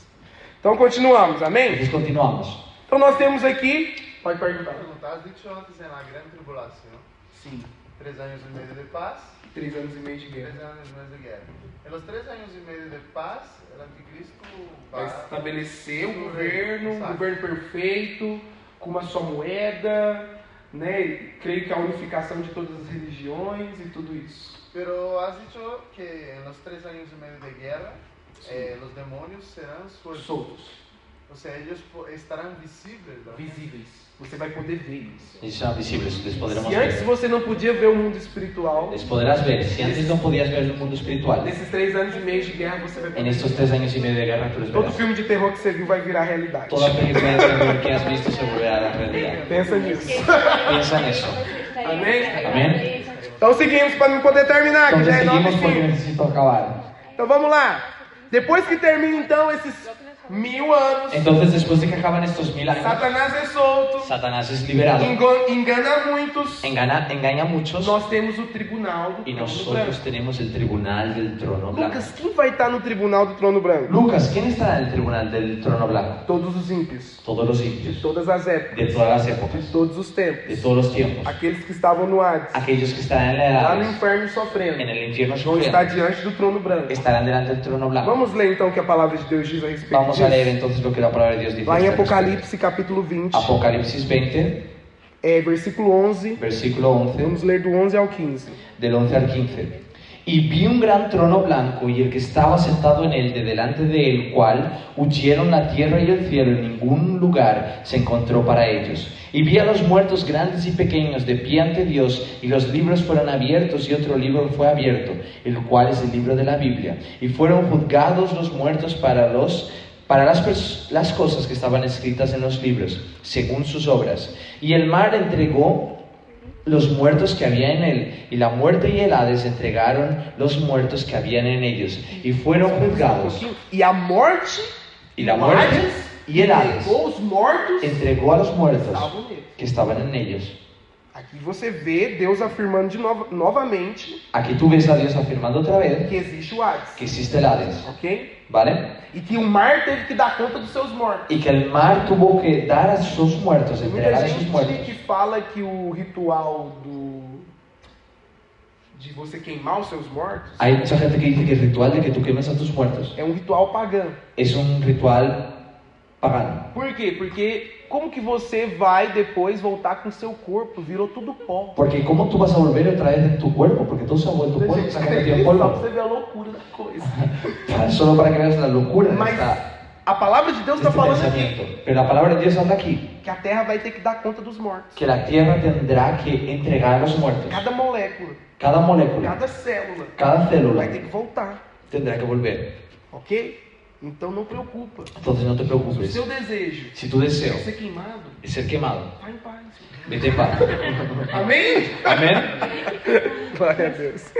[SPEAKER 1] Então continuamos, amém?
[SPEAKER 2] Entonces continuamos.
[SPEAKER 1] Então nós temos aqui. Pode perguntar.
[SPEAKER 8] Pregunta, Has dicho antes en la gran tribulación,
[SPEAKER 1] Sim.
[SPEAKER 8] tres años y medio de paz,
[SPEAKER 1] Três anos e meio de guerra.
[SPEAKER 8] tres años más de guerra. En los tres años y medio de paz, el anticristo va
[SPEAKER 1] Vai estabelecer um
[SPEAKER 8] Sim.
[SPEAKER 1] governo, um
[SPEAKER 8] Exato.
[SPEAKER 1] governo perfeito, com uma só moeda, né? E Creio que a unificação de todas as religiões e tudo isso.
[SPEAKER 8] Pero has dicho que en los tres años y medio de guerra eh, los demonios serán sueltos.
[SPEAKER 1] Soltos.
[SPEAKER 8] Ou seja, eles po- estarão visíveis. Não?
[SPEAKER 1] Visíveis. Você vai poder ver isso.
[SPEAKER 2] Y son visibles, les podremos
[SPEAKER 1] Se antes
[SPEAKER 2] ver.
[SPEAKER 1] você não podia ver o mundo espiritual,
[SPEAKER 2] Les podrás ver. Si antes no podías ver el mundo espiritual,
[SPEAKER 1] nesses três anos e meio de guerra você vai
[SPEAKER 2] en
[SPEAKER 1] poder.
[SPEAKER 2] estos tres años y medio de guerra tú les
[SPEAKER 1] Todo
[SPEAKER 2] verás.
[SPEAKER 1] filme de terror que você viu vai virar realidade.
[SPEAKER 2] Toda película de terror que has visto se volverá la realidad.
[SPEAKER 1] Pensa nisso.
[SPEAKER 2] Piensa en eso.
[SPEAKER 1] Amém?
[SPEAKER 2] Amén.
[SPEAKER 1] Então seguimos para não poder terminar, que
[SPEAKER 2] Entonces
[SPEAKER 1] já é nove
[SPEAKER 2] Então seguimos
[SPEAKER 1] e
[SPEAKER 2] porque
[SPEAKER 1] quinze.
[SPEAKER 2] necesito acabar.
[SPEAKER 1] Então vamos lá. Depois que termina então esses mil anos,
[SPEAKER 2] Entonces después de que acaban estos mil años,
[SPEAKER 1] Satanás é solto,
[SPEAKER 2] Satanás es liberado.
[SPEAKER 1] engo- engana muitos.
[SPEAKER 2] Engana, engaña a muchos
[SPEAKER 1] Nós temos o tribunal do
[SPEAKER 2] y
[SPEAKER 1] trono
[SPEAKER 2] nosotros
[SPEAKER 1] branco.
[SPEAKER 2] tenemos el tribunal del trono blanco.
[SPEAKER 1] Lucas, quem vai estar no tribunal do trono branco?
[SPEAKER 2] Lucas, ¿quién está en el tribunal del trono blanco?
[SPEAKER 1] Todos os ímpios,
[SPEAKER 2] Todos los
[SPEAKER 1] de
[SPEAKER 2] indios,
[SPEAKER 1] todas as épocas,
[SPEAKER 2] de todas las épocas,
[SPEAKER 1] de todos os
[SPEAKER 2] de
[SPEAKER 1] tempos,
[SPEAKER 2] todos los tiempos.
[SPEAKER 1] aqueles que estavam no Hades,
[SPEAKER 2] Aquellos que están en la
[SPEAKER 1] lá no
[SPEAKER 2] edad,
[SPEAKER 1] inferno sofrendo,
[SPEAKER 2] en el infierno
[SPEAKER 1] vão estar
[SPEAKER 2] sufriendo,
[SPEAKER 1] diante do trono branco.
[SPEAKER 2] estarán delante del trono blanco.
[SPEAKER 1] Vamos ler então o que a palavra de Deus diz a respeito
[SPEAKER 2] Vamos a leer
[SPEAKER 1] disso?
[SPEAKER 2] entonces lo que la palabra de Dios dice.
[SPEAKER 1] Lá em
[SPEAKER 2] al respecto.
[SPEAKER 1] Apocalipse, capítulo 20,
[SPEAKER 2] Apocalipsis 20,
[SPEAKER 1] é, versículo 11,
[SPEAKER 2] versículo 11.
[SPEAKER 1] vamos ler do 11 ao 15.
[SPEAKER 2] del 11 al 15. Y vi un gran trono blanco y el que estaba sentado en él, de delante del cual huyeron la tierra y el cielo, y ningún lugar se encontró para ellos. Y vi a los muertos grandes y pequeños de pie ante Dios, y los libros fueron abiertos y otro libro fue abierto, el cual es el libro de la Biblia. Y fueron juzgados los muertos para los para las, pers- las cosas que estaban escritas en los libros, según sus obras. Y el mar entregó los muertos que había en él, y la muerte y el Hades entregaron los muertos que habían en ellos, y fueron juzgados.
[SPEAKER 1] E a morte
[SPEAKER 2] Y la muerte y el Hades
[SPEAKER 1] entregou os mortos
[SPEAKER 2] entregó a los muertos
[SPEAKER 1] estavam neles.
[SPEAKER 2] que estaban en ellos.
[SPEAKER 1] Aqui você vê Deus afirmando de novo, novamente
[SPEAKER 2] Aquí tú ves a Dios afirmando otra vez
[SPEAKER 1] que existe o Hades,
[SPEAKER 2] que existe el Hades,
[SPEAKER 1] ok?
[SPEAKER 2] ¿vale?
[SPEAKER 1] E que o mar teve que dar conta dos seus mortos.
[SPEAKER 2] Y que el mar tuvo que dar a sus muertos,
[SPEAKER 1] Tem muita
[SPEAKER 2] entregar a sus
[SPEAKER 1] gente
[SPEAKER 2] muertos.
[SPEAKER 1] que fala que o ritual do de você queimar os seus mortos
[SPEAKER 2] Hay mucha gente que dice que el ritual de que tú quemes a tus muertos
[SPEAKER 1] é um ritual pagano.
[SPEAKER 2] es un ritual pagano.
[SPEAKER 1] Por quê? Porque como que você vai depois voltar com seu corpo? Virou tudo pó.
[SPEAKER 2] Porque ¿cómo tú vas a volver otra vez en tu cuerpo? Porque todo se ha vuelto polvo,
[SPEAKER 1] Gente,
[SPEAKER 2] se ha convertido en
[SPEAKER 1] Só pra
[SPEAKER 2] polvo.
[SPEAKER 1] você ver a loucura da coisa.
[SPEAKER 2] Ah, Solo para que veas la locura de
[SPEAKER 1] Mas
[SPEAKER 2] esta-
[SPEAKER 1] a palavra de Deus
[SPEAKER 2] de
[SPEAKER 1] está
[SPEAKER 2] este
[SPEAKER 1] falando aqui
[SPEAKER 2] pensamiento. Pero la palabra de Dios habla aquí,
[SPEAKER 1] que a terra vai ter que dar conta dos mortos.
[SPEAKER 2] que la tierra tendrá que entregar a los muertos.
[SPEAKER 1] Cada molécula,
[SPEAKER 2] Cada molécula,
[SPEAKER 1] cada célula
[SPEAKER 2] cada
[SPEAKER 1] vai
[SPEAKER 2] célula
[SPEAKER 1] ter que voltar,
[SPEAKER 2] tendrá que volver.
[SPEAKER 1] ok? Então não preocupa.
[SPEAKER 2] Entonces no
[SPEAKER 1] Se
[SPEAKER 2] te
[SPEAKER 1] o
[SPEAKER 2] preocupes.
[SPEAKER 1] seu desejo
[SPEAKER 2] Si tu deseo
[SPEAKER 1] é ser queimado,
[SPEAKER 2] es ser queimado,
[SPEAKER 1] vai em paz.
[SPEAKER 2] vete en paz.
[SPEAKER 1] Amém?
[SPEAKER 2] Amén.
[SPEAKER 1] Glória a Deus.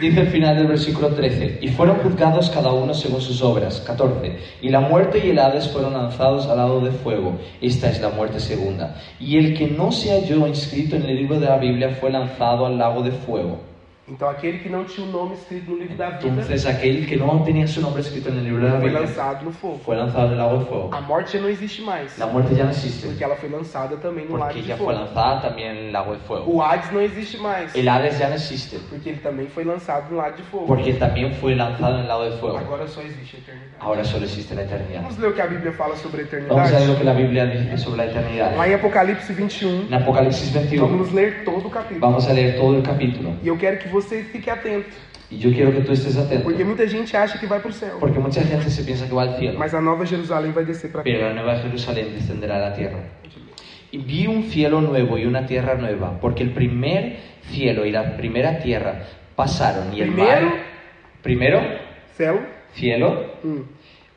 [SPEAKER 2] Dice el final del versículo 13, y fueron juzgados cada uno según sus obras. 14, y la muerte y el Hades fueron lanzados al lado de fuego. Esta es la muerte segunda. Y el que no se halló inscrito en el libro de la Biblia fue lanzado al lago de fuego.
[SPEAKER 1] Então aquele que não tinha o nome escrito no livro da vida
[SPEAKER 2] Entonces aquel que no tenía su nombre escrito en el libro de la
[SPEAKER 1] foi
[SPEAKER 2] Biblia
[SPEAKER 1] lançado no fogo.
[SPEAKER 2] fue lanzado en el lago de fuego.
[SPEAKER 1] A morte não existe mais,
[SPEAKER 2] La muerte ya no existe
[SPEAKER 1] porque ela foi lançada também no lago
[SPEAKER 2] porque
[SPEAKER 1] de
[SPEAKER 2] ya fue
[SPEAKER 1] fogo.
[SPEAKER 2] lanzada también en el lago de fuego.
[SPEAKER 1] O Hades não existe mais,
[SPEAKER 2] El Hades ya no existe
[SPEAKER 1] porque ele também foi lançado no lago de fogo.
[SPEAKER 2] porque también fue lanzado en el lago de fuego.
[SPEAKER 1] Agora só existe a eternidade.
[SPEAKER 2] Ahora solo existe la eternidad.
[SPEAKER 1] Vamos ler o que a Bíblia fala sobre a
[SPEAKER 2] Vamos a ver lo
[SPEAKER 1] eternidade?
[SPEAKER 2] que la Biblia dice sobre la eternidad.
[SPEAKER 1] Lá em Apocalipse 21,
[SPEAKER 2] En Apocalipsis 21
[SPEAKER 1] vamos ler todo o capítulo.
[SPEAKER 2] vamos a leer todo el capítulo.
[SPEAKER 1] E eu quero que você fique atento,
[SPEAKER 2] Y yo quiero que tú estés atento.
[SPEAKER 1] porque muita gente acha que vai para o céu,
[SPEAKER 2] Porque mucha gente se piensa que va al cielo,
[SPEAKER 1] mas a Nova Jerusalém vai descer para
[SPEAKER 2] pero la nueva Jerusalén descenderá a la tierra. Y vi un cielo nuevo y una tierra nueva, porque el primer cielo y la primera tierra pasaron y el mar... Primero,
[SPEAKER 1] céu
[SPEAKER 2] cielo,
[SPEAKER 1] hum,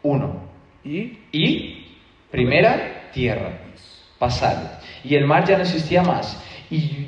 [SPEAKER 2] uno.
[SPEAKER 1] e
[SPEAKER 2] Y primera tierra pasaron. Y el mar ya no existía más. Y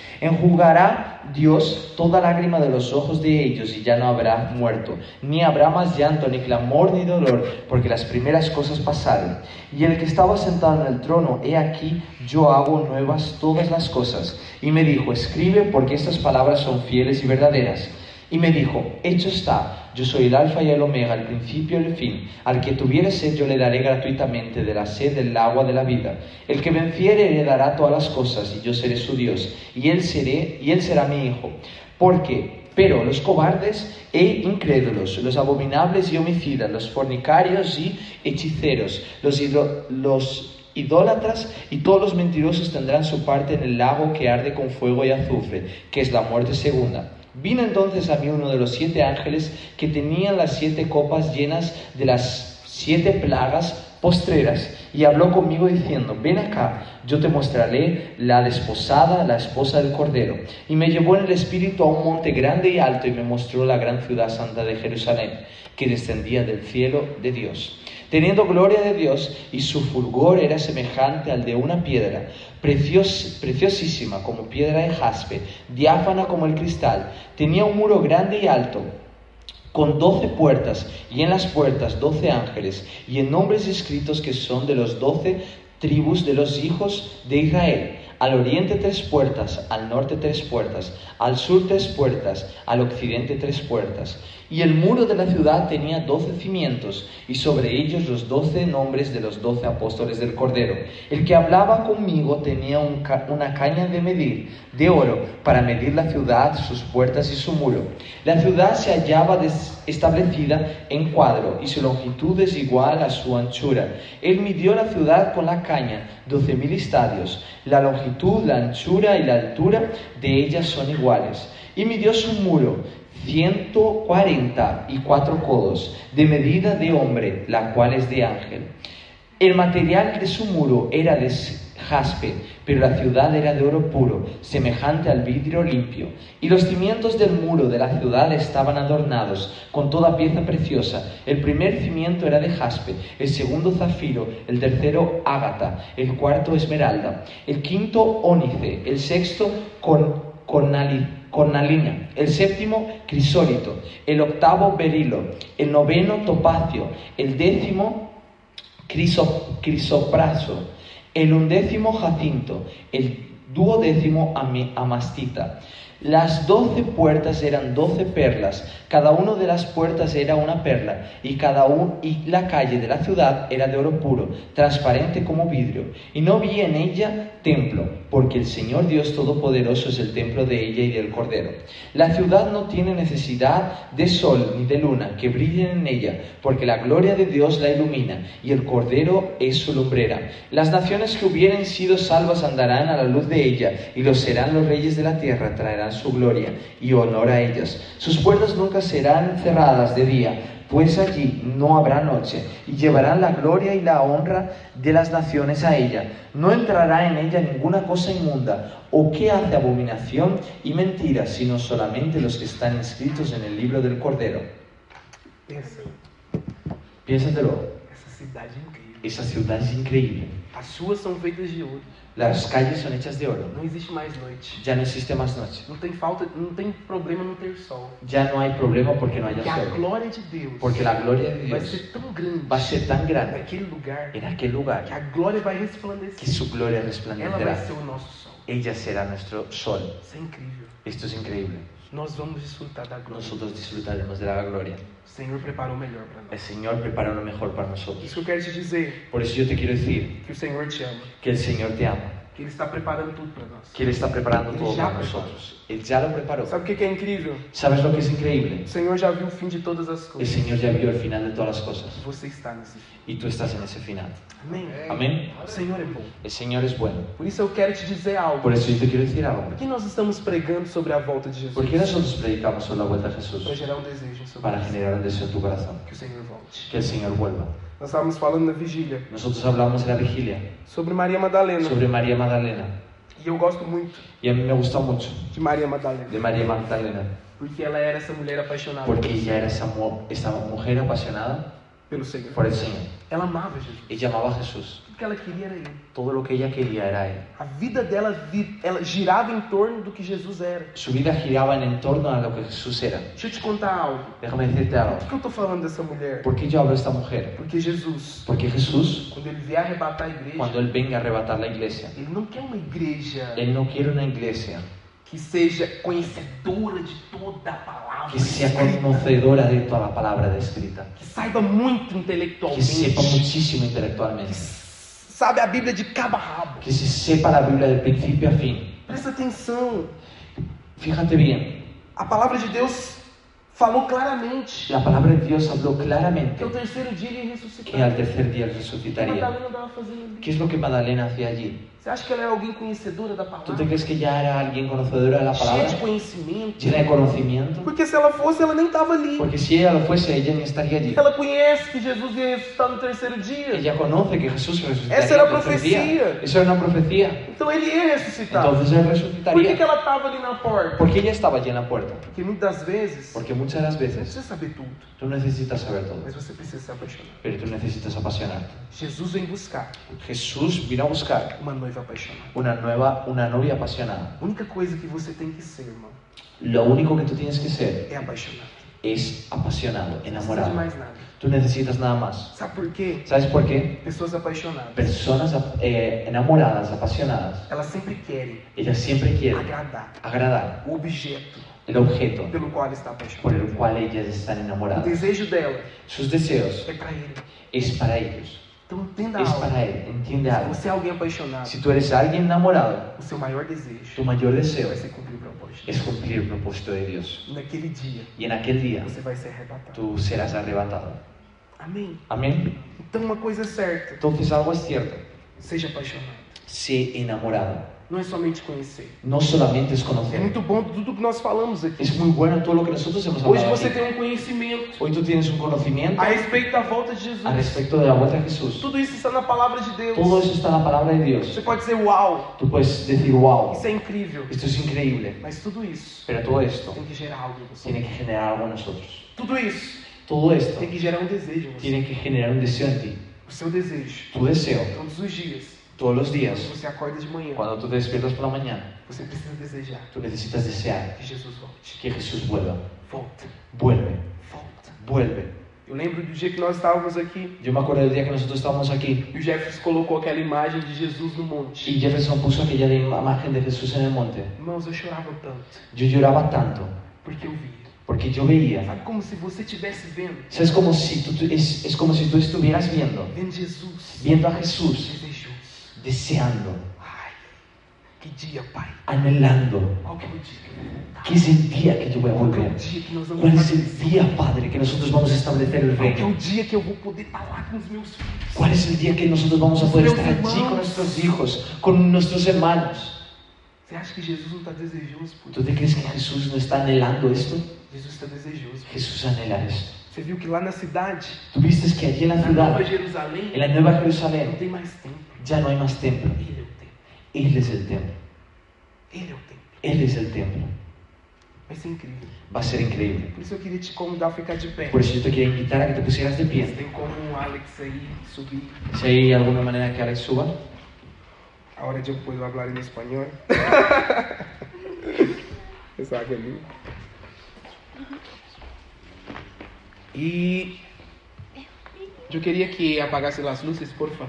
[SPEAKER 2] Enjugará Dios toda lágrima de los ojos de ellos y ya no habrá muerto, ni habrá más llanto, ni clamor, ni dolor, porque las primeras cosas pasaron. Y el que estaba sentado en el trono, he aquí, yo hago nuevas todas las cosas. Y me dijo, escribe porque estas palabras son fieles y verdaderas. Y me dijo, hecho está, yo soy el alfa y el omega, el principio y el fin. Al que tuviere sed yo le daré gratuitamente de la sed del agua de la vida. El que venciere heredará todas las cosas, y yo seré su Dios, y él, seré, y él será mi hijo. Porque Pero los cobardes e incrédulos, los abominables y homicidas, los fornicarios y hechiceros, los, idó- los idólatras y todos los mentirosos tendrán su parte en el lago que arde con fuego y azufre, que es la muerte segunda. Vino entonces a mí uno de los siete ángeles que tenía las siete copas llenas de las siete plagas postreras y habló conmigo diciendo, ven acá, yo te mostraré la desposada, la esposa del Cordero. Y me llevó en el espíritu a un monte grande y alto y me mostró la gran ciudad santa de Jerusalén, que descendía del cielo de Dios, teniendo gloria de Dios y su fulgor era semejante al de una piedra, precios- preciosísima como piedra de jaspe, diáfana como el cristal. Tenía un muro grande y alto con doce puertas, y en las puertas doce ángeles, y en nombres escritos que son de los doce tribus de los hijos de Israel. Al oriente tres puertas, al norte tres puertas, al sur tres puertas, al occidente tres puertas. Y el muro de la ciudad tenía doce cimientos, y sobre ellos los doce nombres de los doce apóstoles del Cordero. El que hablaba conmigo tenía un ca- una caña de medir, de oro, para medir la ciudad, sus puertas y su muro. La ciudad se hallaba des- establecida en cuadro, y su longitud es igual a su anchura. Él midió la ciudad con la caña, doce mil estadios. La longitud, la anchura y la altura de ellas son iguales. Y midió su muro, 144 codos de medida de hombre, la cual es de ángel. El material de su muro era de jaspe, pero la ciudad era de oro puro, semejante al vidrio limpio. Y los cimientos del muro de la ciudad estaban adornados con toda pieza preciosa. El primer cimiento era de jaspe, el segundo zafiro, el tercero ágata, el cuarto esmeralda, el quinto ónice, el sexto con cornali- cornalina, el séptimo crisólito, el octavo berilo, el noveno topacio, el décimo criso- crisopraso, el undécimo jacinto, el duodécimo ami- amastita. Las doce puertas eran doce perlas, cada una de las puertas era una perla, y cada un- y la calle de la ciudad era de oro puro, transparente como vidrio, y no vi en ella templo, porque el Señor Dios Todopoderoso es el templo de ella y del Cordero. La ciudad no tiene necesidad de sol ni de luna que brillen en ella, porque la gloria de Dios la ilumina, y el Cordero es su lumbrera. Las naciones que hubieren sido salvas andarán a la luz de ella, y los serán los reyes de la tierra, traerán su gloria y honor a ellas. Sus puertas nunca serán cerradas de día, pues allí no habrá noche, y llevarán la gloria y la honra de las naciones a ella. No entrará en ella ninguna cosa inmunda, o que hace abominación y mentira, sino solamente los que están inscritos en el libro del Cordero.
[SPEAKER 1] Pensa,
[SPEAKER 2] Piénsatelo,
[SPEAKER 1] essa cidade é incrível.
[SPEAKER 2] esa ciudad es increíble.
[SPEAKER 1] As ruas são feitas de ouro.
[SPEAKER 2] Las calles son hechas de oro,
[SPEAKER 1] Não existe mais noite.
[SPEAKER 2] ya no existe más noche,
[SPEAKER 1] Não tem falta, não tem problema não ter sol.
[SPEAKER 2] ya no hay problema porque no haya
[SPEAKER 1] Porque a
[SPEAKER 2] sol,
[SPEAKER 1] glória de Deus
[SPEAKER 2] porque la gloria de
[SPEAKER 1] vai
[SPEAKER 2] Dios
[SPEAKER 1] ser tão grande
[SPEAKER 2] va a ser tan grande
[SPEAKER 1] naquele lugar
[SPEAKER 2] en aquel
[SPEAKER 1] que
[SPEAKER 2] lugar
[SPEAKER 1] a glória vai
[SPEAKER 2] que
[SPEAKER 1] resplandecer.
[SPEAKER 2] su gloria
[SPEAKER 1] Ela vai
[SPEAKER 2] resplandecerá.
[SPEAKER 1] ser o nosso sol.
[SPEAKER 2] Ella será nuestro sol.
[SPEAKER 1] Isso é incrível.
[SPEAKER 2] Esto es increíble.
[SPEAKER 1] Nós vamos desfrutar da glória.
[SPEAKER 2] Nosotros disfrutaremos de la gloria.
[SPEAKER 1] O Senhor preparou o melhor para
[SPEAKER 2] El
[SPEAKER 1] nós. É
[SPEAKER 2] Señor prepara lo mejor para nosotros.
[SPEAKER 1] Isso que eu quero te dizer,
[SPEAKER 2] Por eso yo te quiero decir
[SPEAKER 1] que o Senhor te ama,
[SPEAKER 2] que el Señor te ama,
[SPEAKER 1] que Ele está preparando tudo para nós.
[SPEAKER 2] que Él está preparando
[SPEAKER 1] Él
[SPEAKER 2] todo
[SPEAKER 1] ya
[SPEAKER 2] para
[SPEAKER 1] preparó.
[SPEAKER 2] nosotros. Él ya lo preparó.
[SPEAKER 1] Sabe o que que é incrível?
[SPEAKER 2] ¿Sabes lo que es increíble?
[SPEAKER 1] O Senhor já viu o fim de todas as
[SPEAKER 2] El
[SPEAKER 1] coisas.
[SPEAKER 2] Señor ya vio el final de todas las cosas
[SPEAKER 1] Você está nesse fim.
[SPEAKER 2] y tú estás en ese final.
[SPEAKER 1] Amém?
[SPEAKER 2] Amén.
[SPEAKER 1] O Senhor é bom.
[SPEAKER 2] El Señor es bueno.
[SPEAKER 1] Por isso eu quero te dizer algo.
[SPEAKER 2] Por eso yo te quiero decir algo.
[SPEAKER 1] Por que nós estamos pregando sobre a volta de
[SPEAKER 2] ¿Por
[SPEAKER 1] Jesus?
[SPEAKER 2] qué nosotros predicamos sobre la vuelta a
[SPEAKER 1] Para
[SPEAKER 2] Jesús?
[SPEAKER 1] gerar um desejo em sobre
[SPEAKER 2] Para
[SPEAKER 1] nós.
[SPEAKER 2] generar un deseo en tu corazón.
[SPEAKER 1] Que o Senhor volte.
[SPEAKER 2] Que el Señor vuelva.
[SPEAKER 1] Nós estávamos falando na vigília
[SPEAKER 2] Nosotros hablamos en la vigilia
[SPEAKER 1] sobre Maria Madalena.
[SPEAKER 2] sobre María Magdalena.
[SPEAKER 1] E eu gosto muito
[SPEAKER 2] Y a mí me gusta mucho
[SPEAKER 1] de Maria Madalena.
[SPEAKER 2] de María Magdalena.
[SPEAKER 1] Porque ela era esa mulher apaixonada
[SPEAKER 2] Porque ella era esa, mu- esa mujer apasionada
[SPEAKER 1] pelo Senhor.
[SPEAKER 2] por el Señor.
[SPEAKER 1] Ela amava Jesus.
[SPEAKER 2] Ella amaba a Jesús.
[SPEAKER 1] Tudo que ela queria era ele.
[SPEAKER 2] Todo lo que ella quería era Él.
[SPEAKER 1] A vida dela vi- ela girava em torno do que Jesus era.
[SPEAKER 2] Su vida giraba en torno a lo que Jesús era.
[SPEAKER 1] Deixa eu te contar algo.
[SPEAKER 2] Déjame decirte algo.
[SPEAKER 1] Por que eu estou falando dessa mulher?
[SPEAKER 2] ¿Por qué yo hablo de esta mujer?
[SPEAKER 1] Porque Jesus,
[SPEAKER 2] Porque Jesús,
[SPEAKER 1] quando ele vier arrebatar a igreja,
[SPEAKER 2] cuando Él venga a arrebatar la iglesia,
[SPEAKER 1] ele não quer uma igreja
[SPEAKER 2] Él no quiere una iglesia
[SPEAKER 1] que seja conhecedora de toda a palavra.
[SPEAKER 2] que sea
[SPEAKER 1] escrita,
[SPEAKER 2] conocedora de toda la palabra descrita,
[SPEAKER 1] que saiba muito
[SPEAKER 2] que sepa
[SPEAKER 1] intelectualmente.
[SPEAKER 2] muchísimo intelectualmente,
[SPEAKER 1] Sabe a Bíblia de cabo a rabo.
[SPEAKER 2] que se sepa la Biblia de principio a fin.
[SPEAKER 1] Presta atenção.
[SPEAKER 2] Fíjate bien,
[SPEAKER 1] A palavra de Deus falou claramente
[SPEAKER 2] La palabra de Dios habló
[SPEAKER 1] que
[SPEAKER 2] claramente
[SPEAKER 1] ao terceiro dia ele ia
[SPEAKER 2] que é
[SPEAKER 1] ressuscitar.
[SPEAKER 2] al tercer día él
[SPEAKER 1] O que
[SPEAKER 2] resucitaría.
[SPEAKER 1] Madalena estava fazendo ali?
[SPEAKER 2] ¿Qué es lo que Magdalena hacía allí?
[SPEAKER 1] Você acha que ela era alguém conhecedora da
[SPEAKER 2] ¿Tú te
[SPEAKER 1] palavra?
[SPEAKER 2] crees que ya era alguien conocedora de la
[SPEAKER 1] Cheia de
[SPEAKER 2] palabra?
[SPEAKER 1] conhecimento.
[SPEAKER 2] ¿Llena de conocimiento?
[SPEAKER 1] Porque se ela fosse, ela nem estava ali.
[SPEAKER 2] Porque si ella lo fuese, ella ni estaría allí.
[SPEAKER 1] Ela conhece que Jesus ia ressuscitar no terceiro dia.
[SPEAKER 2] Ella conoce que Jesús resucitaría.
[SPEAKER 1] Esa era
[SPEAKER 2] el tercer día.
[SPEAKER 1] profecía.
[SPEAKER 2] Esa era una profecía.
[SPEAKER 1] Então ele ia ressuscitar.
[SPEAKER 2] Entonces él
[SPEAKER 1] Por que, que
[SPEAKER 2] resucitaría.
[SPEAKER 1] ela estava ali na porta?
[SPEAKER 2] Porque ella estaba allí en la puerta.
[SPEAKER 1] Porque muitas das vezes, você
[SPEAKER 2] Porque muchas de las
[SPEAKER 1] não
[SPEAKER 2] veces
[SPEAKER 1] precisa saber tudo,
[SPEAKER 2] tú necesitas saber todo,
[SPEAKER 1] mas você precisa se apaixonar.
[SPEAKER 2] pero tú necesitas apasionarte.
[SPEAKER 1] Jesus vem buscar
[SPEAKER 2] Jesús vino a buscar
[SPEAKER 1] uma noiva apaixonada.
[SPEAKER 2] una nueva, una novia apasionada.
[SPEAKER 1] A única coisa que você tem que ser, irmão,
[SPEAKER 2] Lo único que tú tienes que ser
[SPEAKER 1] é apaixonado.
[SPEAKER 2] es apasionado,
[SPEAKER 1] Não precisa de
[SPEAKER 2] enamorado.
[SPEAKER 1] mais nada.
[SPEAKER 2] Tú necesitas nada más.
[SPEAKER 1] Sabe por quê?
[SPEAKER 2] ¿Sabes por qué?
[SPEAKER 1] Pessoas apaixonadas,
[SPEAKER 2] Personas eh, enamoradas, apasionadas,
[SPEAKER 1] elas sempre querem
[SPEAKER 2] ellas siempre quieren
[SPEAKER 1] agradar
[SPEAKER 2] agradar
[SPEAKER 1] o objeto
[SPEAKER 2] el objeto
[SPEAKER 1] pelo qual ela está
[SPEAKER 2] por
[SPEAKER 1] apaixonada.
[SPEAKER 2] el cual ellas están
[SPEAKER 1] O
[SPEAKER 2] enamoradas.
[SPEAKER 1] desejo dela
[SPEAKER 2] Sus deseos
[SPEAKER 1] é para ele.
[SPEAKER 2] es para ellos,
[SPEAKER 1] Então entenda
[SPEAKER 2] es
[SPEAKER 1] algo.
[SPEAKER 2] para él, entiende
[SPEAKER 1] Se
[SPEAKER 2] algo.
[SPEAKER 1] você é alguém apaixonado,
[SPEAKER 2] Si tú eres alguien enamorado,
[SPEAKER 1] o seu maior
[SPEAKER 2] tu
[SPEAKER 1] desejo
[SPEAKER 2] mayor deseo
[SPEAKER 1] vai ser cumprir o propósito.
[SPEAKER 2] es cumplir el propósito de Dios.
[SPEAKER 1] Naquele dia,
[SPEAKER 2] Y en aquel día
[SPEAKER 1] você vai ser arrebatado.
[SPEAKER 2] tú serás arrebatado.
[SPEAKER 1] Amém?
[SPEAKER 2] Amén.
[SPEAKER 1] Então uma coisa é certa,
[SPEAKER 2] Entonces algo es cierto.
[SPEAKER 1] seja apaixonado.
[SPEAKER 2] Sé enamorado.
[SPEAKER 1] Não é somente conhecer.
[SPEAKER 2] No solamente es
[SPEAKER 1] É
[SPEAKER 2] conocer.
[SPEAKER 1] muito bom tudo que nós falamos aqui.
[SPEAKER 2] Es muy bueno todo lo que nosotros hemos
[SPEAKER 1] Hoje
[SPEAKER 2] hablado. aquí.
[SPEAKER 1] você tem um conhecimento
[SPEAKER 2] Hoy tú tienes un conocimiento
[SPEAKER 1] a respeito da volta de Jesus.
[SPEAKER 2] al respecto de la vuelta de Jesús.
[SPEAKER 1] Tudo isso está na palavra de Deus.
[SPEAKER 2] Todo eso está en la palabra de
[SPEAKER 1] Você
[SPEAKER 2] Dios.
[SPEAKER 1] pode dizer uau,
[SPEAKER 2] Tú puedes decir, wow,
[SPEAKER 1] isso é incrível.
[SPEAKER 2] esto es increíble.
[SPEAKER 1] Mas tudo isso
[SPEAKER 2] Pero todo esto
[SPEAKER 1] tem que gerar algo em você.
[SPEAKER 2] tiene que generar algo en nosotros.
[SPEAKER 1] Tudo isso
[SPEAKER 2] Todo esto
[SPEAKER 1] tem que gerar um desejo em você.
[SPEAKER 2] tiene que generar un deseo en ti.
[SPEAKER 1] O seu desejo.
[SPEAKER 2] Tu deseo,
[SPEAKER 1] Todos os dias,
[SPEAKER 2] todos los
[SPEAKER 1] quando
[SPEAKER 2] días,
[SPEAKER 1] você acorda de manhã,
[SPEAKER 2] cuando tú te despiertas por la mañana,
[SPEAKER 1] você precisa desejar
[SPEAKER 2] tú necesitas desear
[SPEAKER 1] que Jesus volte.
[SPEAKER 2] que Jesús vuelva.
[SPEAKER 1] Volta,
[SPEAKER 2] Vuelve,
[SPEAKER 1] volta.
[SPEAKER 2] vuelve.
[SPEAKER 1] Eu lembro do dia que nós estávamos aqui
[SPEAKER 2] Yo me acuerdo del día que nosotros estábamos aquí
[SPEAKER 1] e o Jefferson colocou aquela imagem de Jesus no monte.
[SPEAKER 2] y Jefferson puso aquella de- imagen de Jesús en el monte.
[SPEAKER 1] Irmãos, eu chorava tanto
[SPEAKER 2] Yo lloraba tanto
[SPEAKER 1] porque eu via.
[SPEAKER 2] porque yo veía.
[SPEAKER 1] Sabe como se você estivesse vendo?
[SPEAKER 2] O sea, es como si tú, tú- es, es como si tú estuvieras viendo,
[SPEAKER 1] Vendo Jesus.
[SPEAKER 2] viendo a Jesús,
[SPEAKER 1] Desejoso.
[SPEAKER 2] deseando,
[SPEAKER 1] Ai, que dia, Pai.
[SPEAKER 2] anhelando.
[SPEAKER 1] Qual que é o dia que eu vou voltar?
[SPEAKER 2] ¿Qué es el día que yo voy a
[SPEAKER 1] Qual que é o
[SPEAKER 2] volver?
[SPEAKER 1] dia que nós vamos
[SPEAKER 2] ¿Cuál es
[SPEAKER 1] fazer?
[SPEAKER 2] el día, Padre, que nosotros vamos a establecer el
[SPEAKER 1] Qual que é
[SPEAKER 2] reino?
[SPEAKER 1] o dia que eu vou poder estar lá com os meus filhos?
[SPEAKER 2] ¿Cuál es el día que nosotros vamos a poder estar allí con nuestros hijos, con nuestros hermanos?
[SPEAKER 1] Você acha que Jesus não está desejoso por
[SPEAKER 2] ¿Tú te crees que Jesús no está anhelando esto?
[SPEAKER 1] Jesus está desejoso.
[SPEAKER 2] Jesús anhela esto.
[SPEAKER 1] Você viu que lá na cidade,
[SPEAKER 2] ¿Tú viste que allí en la
[SPEAKER 1] na Nova
[SPEAKER 2] ciudad,
[SPEAKER 1] Jerusalém,
[SPEAKER 2] en la Nueva
[SPEAKER 1] É, não
[SPEAKER 2] Jerusalén,
[SPEAKER 1] tem mais templo.
[SPEAKER 2] ya no hay más templo?
[SPEAKER 1] Ele é o templo.
[SPEAKER 2] Él es el templo.
[SPEAKER 1] Ele é o templo.
[SPEAKER 2] Él es el templo.
[SPEAKER 1] Vai ser incrível.
[SPEAKER 2] Va a ser increíble.
[SPEAKER 1] Por isso eu queria te convidar a ficar de pé.
[SPEAKER 2] Por eso yo te quiero invitar a que te pusieras de
[SPEAKER 1] Você
[SPEAKER 2] pie.
[SPEAKER 1] tem como o Alex aí subir.
[SPEAKER 2] Si hay alguna manera que Alex suba.
[SPEAKER 1] Ahora yo puedo hablar en español. Esa água é ali. E eu queria que apagasse as luzes, porfa.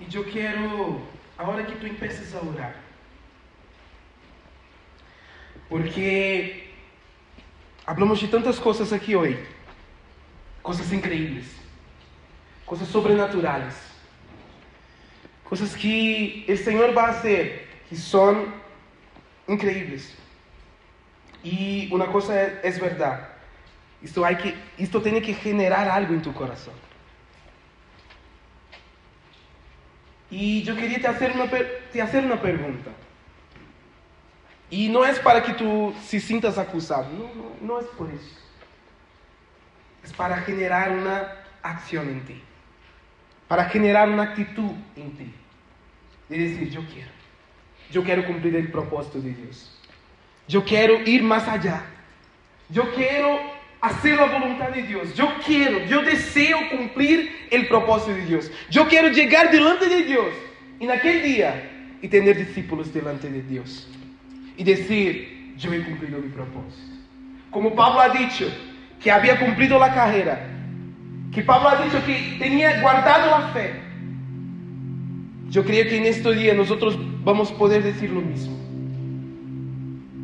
[SPEAKER 1] E eu quero, a hora que tu empeces a orar. Porque hablamos de tantas coisas aqui hoje. Coisas incríveis coisas sobrenaturais, coisas que o Senhor vai fazer, que são incríveis. E uma coisa é, é verdade, isto, hay que, isto tem que generar algo em tu coração. E eu queria te fazer uma, per- te fazer uma pergunta. E não é para que tu se sintas acusado, não, não, não é por isso. es para generar una acción en ti, para generar una actitud en ti. De decir, yo quiero, yo quiero cumplir el propósito de Dios, yo quiero ir más allá, yo quiero hacer la voluntad de Dios, yo quiero, yo deseo cumplir el propósito de Dios, yo quiero llegar delante de Dios en aquel día y tener discípulos delante de Dios y decir, yo he cumplido mi propósito. Como Pablo ha dicho, que había cumplido la carrera, que Pablo ha dicho que tenía guardado la fe. Yo creo que en este día nosotros vamos a poder decir lo mismo.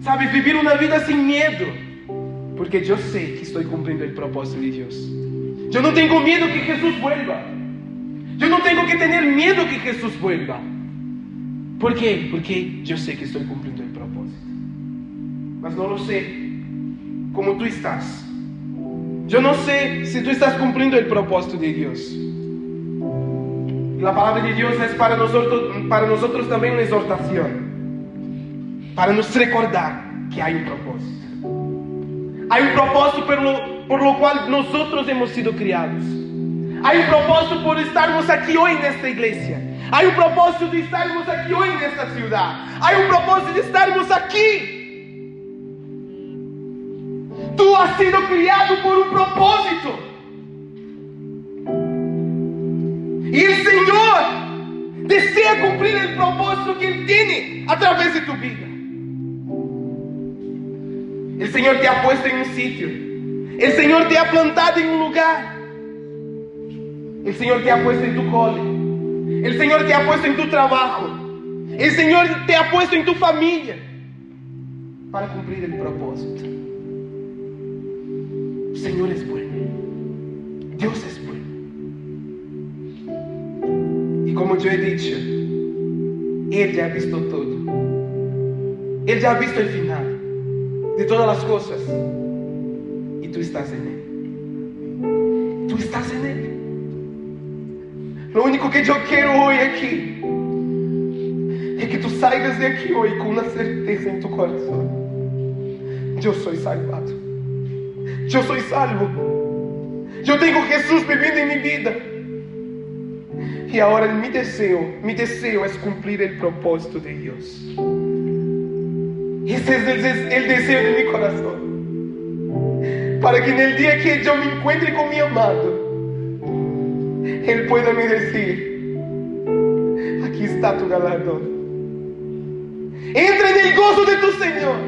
[SPEAKER 1] ¿Sabes? Vivir una vida sin miedo. Porque yo sé que estoy cumpliendo el propósito de Dios. Yo no tengo miedo que Jesús vuelva. Yo no tengo que tener miedo que Jesús vuelva. ¿Por qué? Porque yo sé que estoy cumpliendo el propósito. Mas no lo sé como tú estás. Yo no sé si tú estás cumpliendo el propósito de Dios. Y la palabra de Dios es para nosotros, para nosotros también una exhortación, para nos recordar que hay un propósito. Hay un propósito por lo, por lo cual nosotros hemos sido criados. Hay un propósito por estarmos aquí hoy en esta iglesia. Hay un um propósito de estarmos aquí hoy en esta ciudad. Hay un propósito de estarmos aquí. Tú has sido criado por un propósito. Y el Señor desea cumplir el propósito que Él tiene a través de tu vida. El Señor te ha puesto en un sitio. El Señor te ha plantado en un lugar. El Señor te ha puesto en tu cole. El Señor te ha puesto en tu trabajo. El Señor te ha puesto en tu familia para cumplir el propósito. El Señor es bueno. Dios es bueno. Y como yo he dicho, Él ya ha visto todo. Él ya ha visto el final de todas las cosas. Y tú estás en Él. Tú estás en Él. Lo único que yo quiero hoy aquí es que tú salgas de aquí hoy con una certeza en tu corazón. Yo soy salvado. Yo soy salvo. Yo tengo Jesús viviendo en mi vida. Y ahora mi deseo, mi deseo es cumplir el propósito de Dios. Ese es el, des- el deseo de mi corazón. Para que en el día que yo me encuentre con mi amado, él puede me decir, aquí está tu galardón. Entra en el gozo de tu Señor.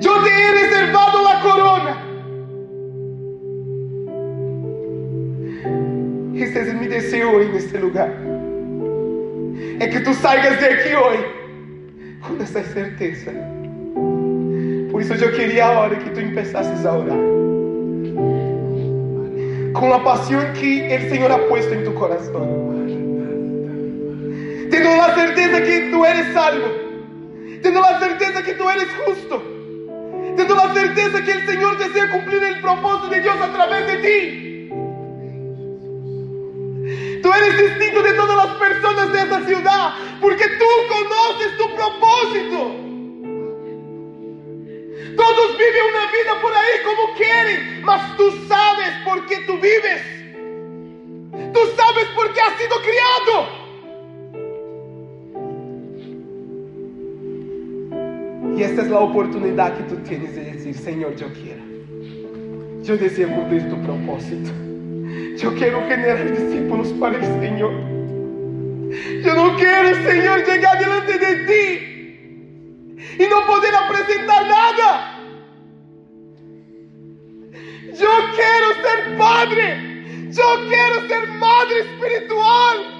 [SPEAKER 1] Yo te he reservado la corona. Este es mi deseo hoy en este lugar. Es que tú salgas de aquí hoy con esa certeza. Por eso yo quería ahora que tú empezases a orar con la pasión que el Señor ha puesto en tu corazón. Tengo la certeza que tú eres salvo. Tengo la certeza que tú eres justo. Tengo la certeza que el Señor desea cumplir el propósito de Dios a través de ti. Tú eres distinto de todas las personas de esta ciudad porque tú conoces tu propósito. Todos viven una vida por ahí como quieren, mas tú sabes por qué tú vives. Tú sabes por qué has sido criado. Y esta es la oportunidad que tú tienes de decir, Señor, yo quiero. Yo deseo cumplir tu propósito. Yo quiero generar discípulos para el Señor. Yo no quiero, Señor, llegar delante de ti y no poder presentar nada. Yo quiero ser padre, yo quiero ser madre espiritual.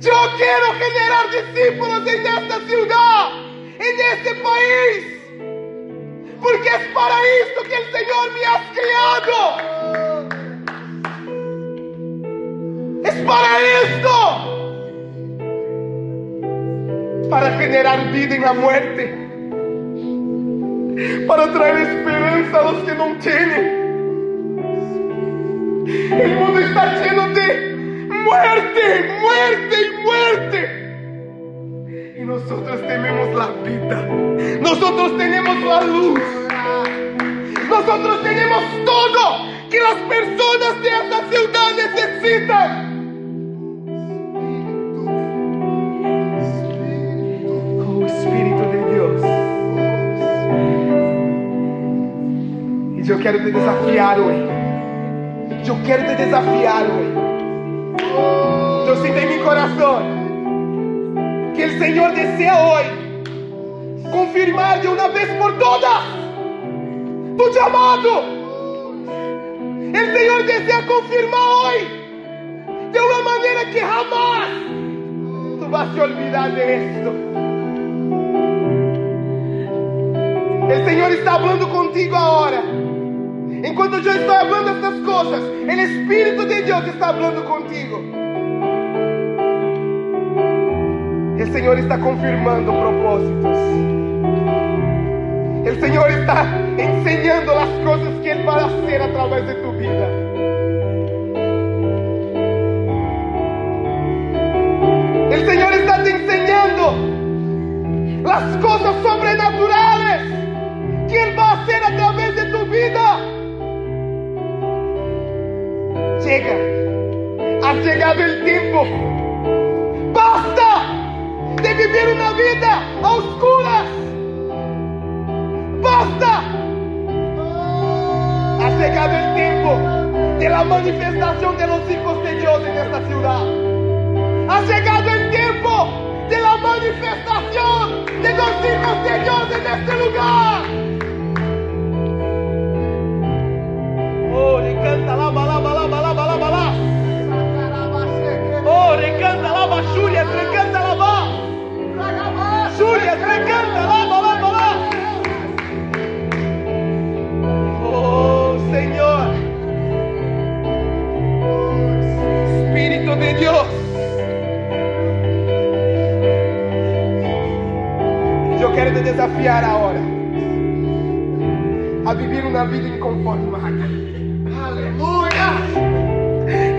[SPEAKER 1] Yo quiero generar discípulos en esta ciudad, en este país, porque es para esto que el Señor me ha criado. Es para esto para generar vida en la muerte, para traer esperanza a los que no tienen. El mundo está lleno de muerte, muerte y muerte. Y nosotros tenemos la vida, nosotros tenemos la luz, nosotros tenemos todo que las personas de esta ciudad necesitan. Oh Espírito de Deus. E eu quero te desafiar hoje. Eu quero te desafiar hoje. Eu sinto em meu coração que o Senhor deseja hoje confirmar de uma vez por todas tu chamado. O Senhor deseja confirmar hoje de uma maneira que jamais tu vas te olvidar de esto. El Señor está hablando contigo ahora. Enquanto yo estoy hablando estas cosas, el Espíritu de Dios está hablando contigo. El Señor está confirmando propósitos. El Señor está enseñando las cosas que Él va a hacer a través de tu vida. El Señor está te enseñando las cosas sobrenaturales que Él va a hacer a través de tu vida. Llega, ha llegado el tiempo. Basta de vivir una vida a oscuras. Basta. Ha llegado el tiempo de la manifestación de los hijos de Dios en esta ciudad ha llegado el tiempo de la manifestación de los hijos de Dios en este lugar. Oh, le canta la bala, bala, bala, bala, bala. Oh, le canta la ba, Julia, le canta la ba. Julia, le canta la bala, bala. Oh, Señor. Espíritu de Dios. Eu quero te desafiar agora a vivir uma vida inconformada. Aleluia!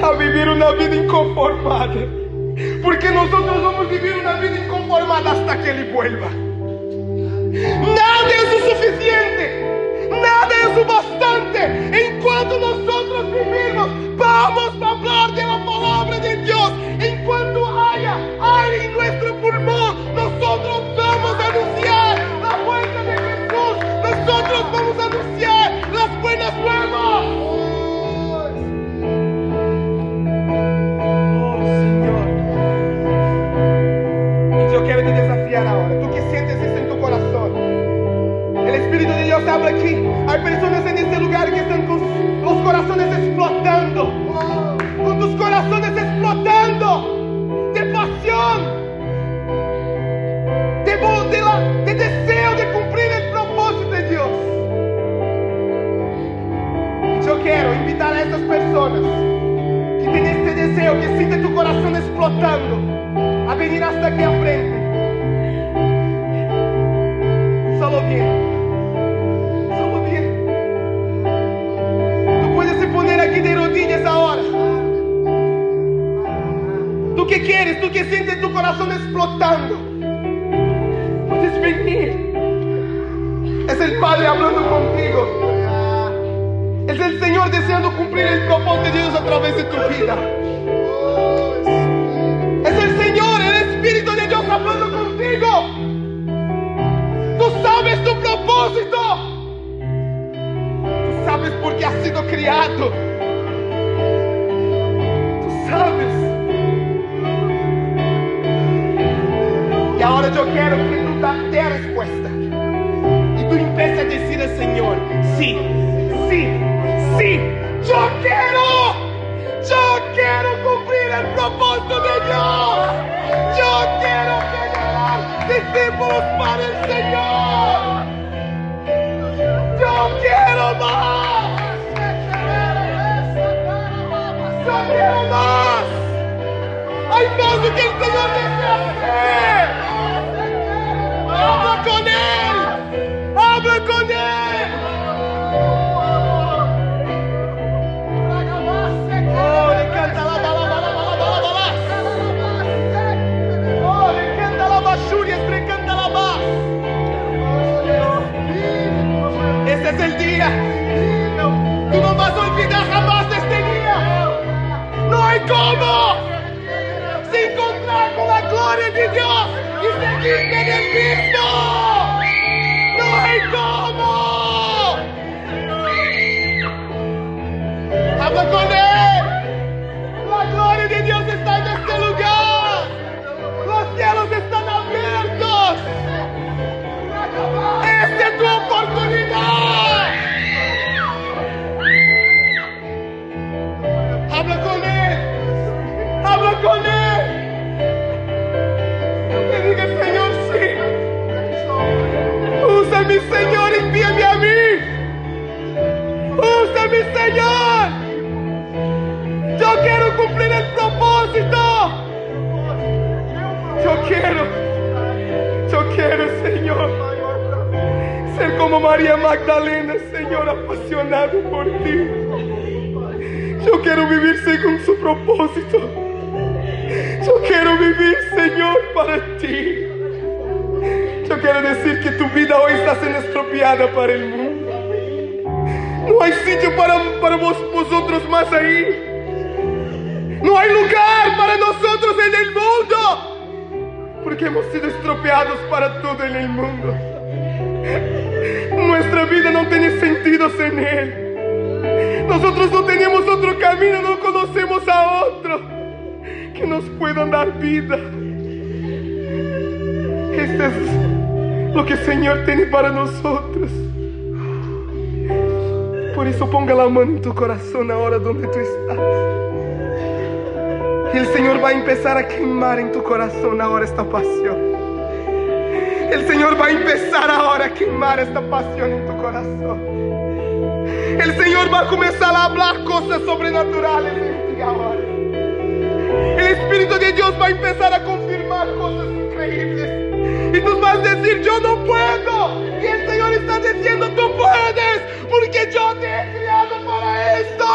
[SPEAKER 1] A vivir uma vida inconformada. Porque nós vamos viver uma vida inconformada hasta que Ele vuelva. Nada é o suficiente. Nada é o bastante. Enquanto nós vivimos, vamos falar de la palavra de Deus. Enquanto haya aire em nosso pulmão, nós vamos anunciar a vuelta de Jesus. Nós vamos anunciar as buenas nuevas. Oh, Senhor. Y yo quiero te desafiar ahora. Tú que sientes eso en tu corazón. El Espíritu de Dios habla aquí. Hay personas en este lugar que están con los corazones explotando. Con tus corazones explotando. De pasión. De, vo- de, la- de deseo de cumplir el propósito de Dios. Y Yo quiero invitar a estas personas que tem este deseo, que siente tu corazón explotando, a venir hasta aquí a frente. Solo bien, solo bien. Tú um puedes se poner aquí de rodillas ahora. Tú que quieres, tú que sientes tu corazón explotando, puedes venir. Es el Padre hablando contigo. Es el Señor deseando cumplir el propósito de Dios a través de tu vida. Es el Señor, el Espíritu de Dios hablando contigo. Tú sabes tu propósito. Tú sabes por qué has sido criado. Tú sabes. Y ahora yo quiero que tú da- dé respuesta. Y tú empiezas a decir al Señor, sí, sí, sí, yo quiero, yo quiero cumplir el propósito de Dios. Yo quiero generar discípulos para el Señor. Yo quiero más. Yo quiero más. Hay más de que el Señor desea hacer. Habla con él. Habla con él. Oh, le canta la bala, bala, bala, bala, bala. Oh, le canta la basurias, le canta la bas. Este es el día. Tú no vas a olvidar jamás de este día. No hay cómo se encontrar con la gloria de Dios y seguir en el mismo. No hay cómo. Habla con él. La gloria de Dios está en este lugar. Los cielos están abiertos. Esta es tu oportunidad. Habla con él. Habla con él. Que diga, Señor, sí. Usa mi Señor, envíame a mí. Usa mi Señor. como María Magdalena, Señor, apasionado por ti. Yo quiero vivir según su propósito. Yo quiero vivir, Señor, para ti. Yo quiero decir que tu vida hoy está siendo estropeada para el mundo. No hay sitio para, para vos, vosotros más ahí. No hay lugar para nosotros en el mundo. Porque hemos sido estropeados para todo en el mundo. Nuestra vida no tiene sentido sin Él. Nosotros no tenemos otro camino, no conocemos a otro que nos pueda dar vida. Este es lo que el Señor tiene para nosotros. Por eso ponga la mano en tu corazón ahora donde tú estás. Y el Señor va a empezar a quemar en tu corazón ahora esta pasión. El Señor va a empezar ahora a quemar esta pasión en tu corazón. El Señor va a comenzar a hablar cosas sobrenaturales en ti ahora. El Espíritu de Dios va a empezar a confirmar cosas increíbles. Y tú vas a decir, yo no puedo. Y el Señor está diciendo, tú puedes, porque yo te he criado para esto.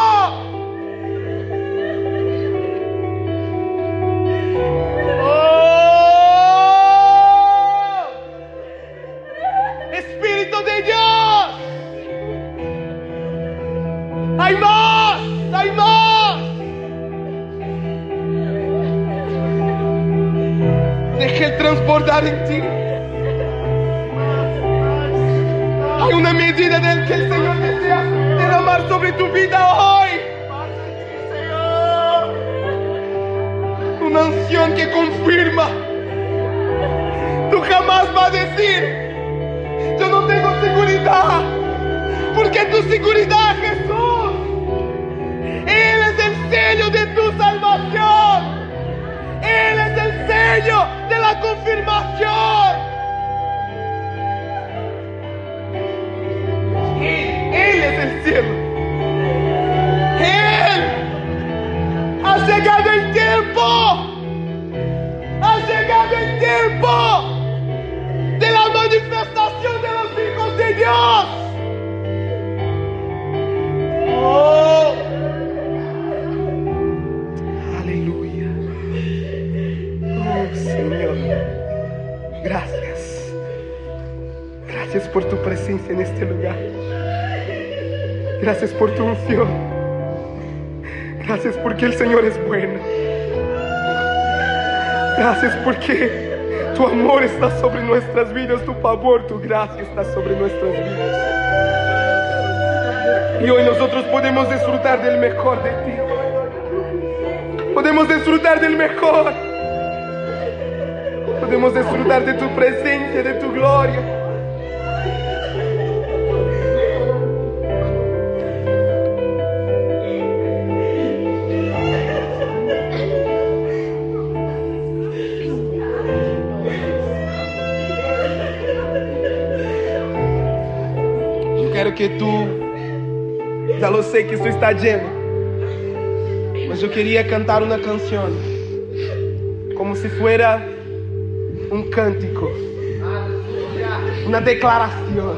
[SPEAKER 1] ¡Oh! Espíritu de Dios, hay más, hay más. Deje el transbordar en ti. Hay una medida del que el Señor desea derramar sobre tu vida hoy. una unción que confirma. Tú jamás vas a decir, yo no tengo seguridad, porque tu seguridad, Jesús, Él es el sello de tu salvación. Él es el sello de la confirmación. Él, Él es el cielo. Él ha llegado el tiempo. Ha llegado el tiempo de la manifestación de los hijos de Dios. Oh. Aleluya. Oh Señor. Gracias. Gracias por tu presencia en este lugar. Gracias por tu unción. Gracias porque el Señor es bueno. Gracias porque tu amor está sobre nuestras vidas, tu favor, tu gracia está sobre nuestras vidas. Y hoy nosotros podemos disfrutar del mejor de ti. Podemos disfrutar del mejor. Podemos disfrutar de tu presencia, de tu gloria. Yo quero que tu. Já lo sei que isso está lleno. Mas eu queria cantar uma canção. Como se fuera um cântico. Uma declaração.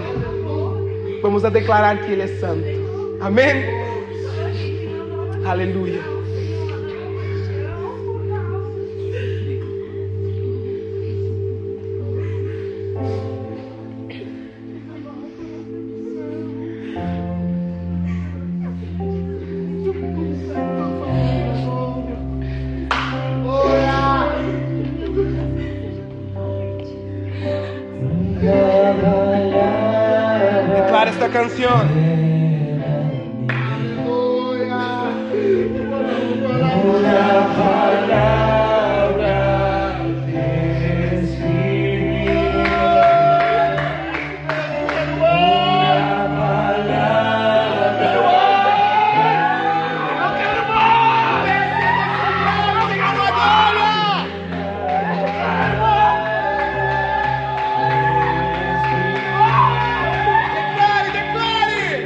[SPEAKER 1] Vamos a declarar que Ele é santo. Amém? Aleluia. Declara esta canción. Declare, declare.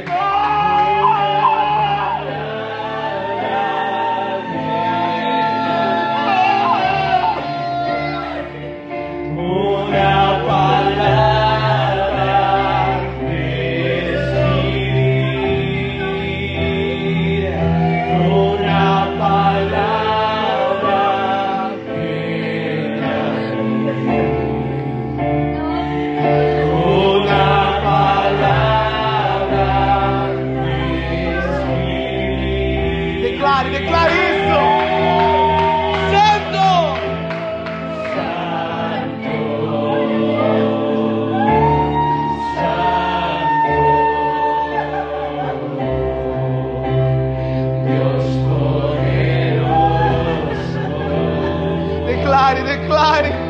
[SPEAKER 1] clare.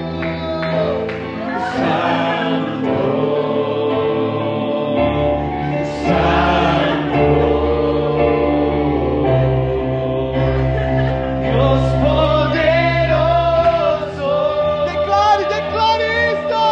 [SPEAKER 1] Declare, declare isto!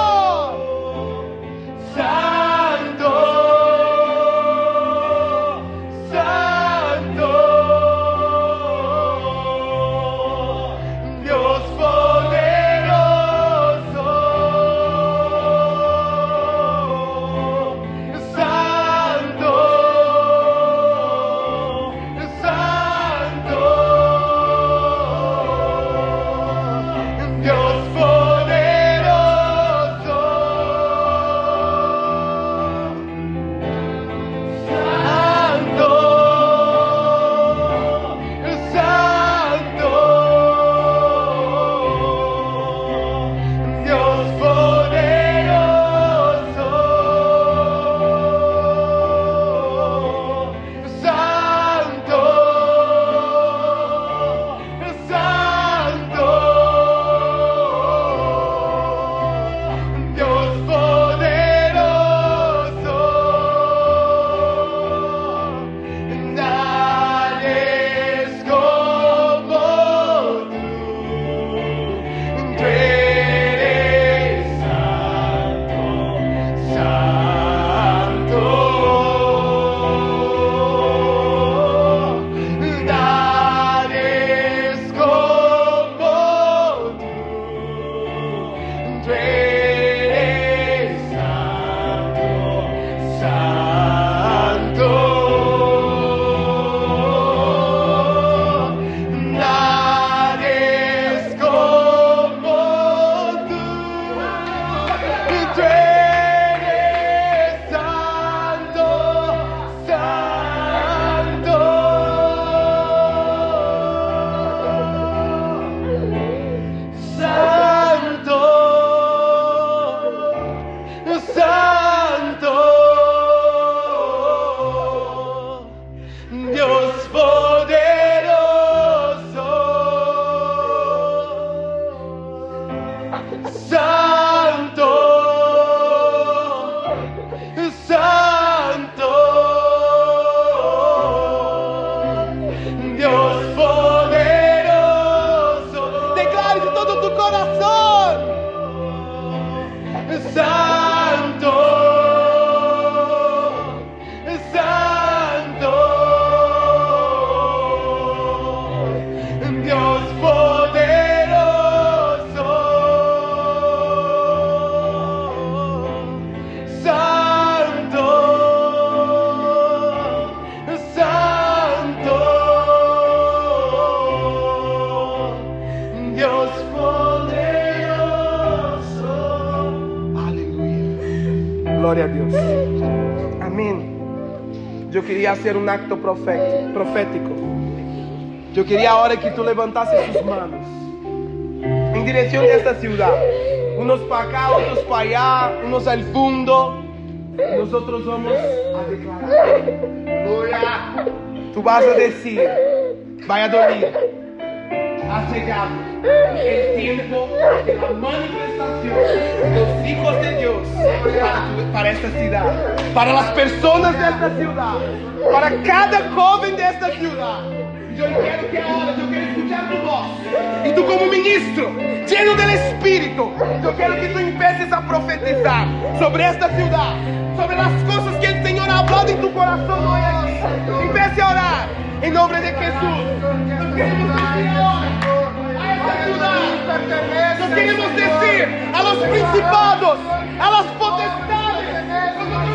[SPEAKER 1] Declare de todo tu corazón. Santo, Santo, Dios poderoso, Santo, Santo, Dios poderoso. Aleluya. Gloria a Dios. Amén. Yo quería hacer un acto profet- profético. Yo quería ahora que tú levantases tus manos en dirección de esta ciudad. Unos para acá, otros para allá, unos al fondo. Nosotros vamos a declarar. Gloria. Tú vas a decir, vaya a dormir ha llegado el tiempo de la manifestación de los hijos de Dios para, tu- para esta ciudad, para las personas de esta ciudad, para cada joven de esta ciudad. Yo quiero que ahora, yo quiero escuchar tu voz. Y tú como ministro, lleno del Espíritu, yo quiero que tú empieces a profetizar sobre esta ciudad, sobre las cosas que el Señor ha hablado en tu corazón hoy aquí. Empiece a orar en nombre de Jesús. Nós queremos dizer agora a essa ciudad. Nós queremos dizer a los principados, a las potestades. Nós queremos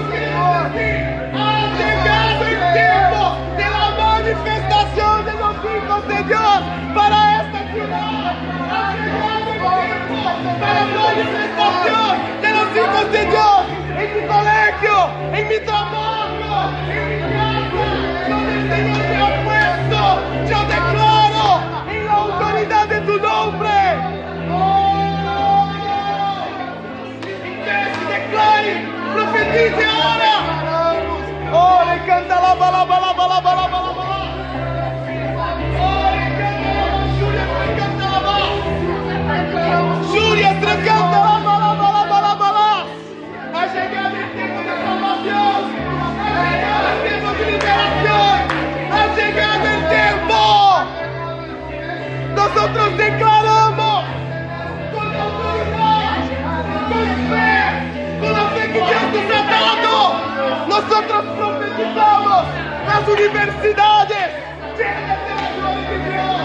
[SPEAKER 1] dizer ha llegado el tiempo de la manifestación de los hijos de Dios para esta ciudad. Ha llegado el tiempo para la manifestación de los hijos de Dios en mi colegio, en mi trabajo, en mi casa, donde el Señor te ha puesto. Yo declaro en la autoridad de tu nombre. ¡Oh! En é é Nosotros profetizamos las universidades llenas de la gloria de Dios.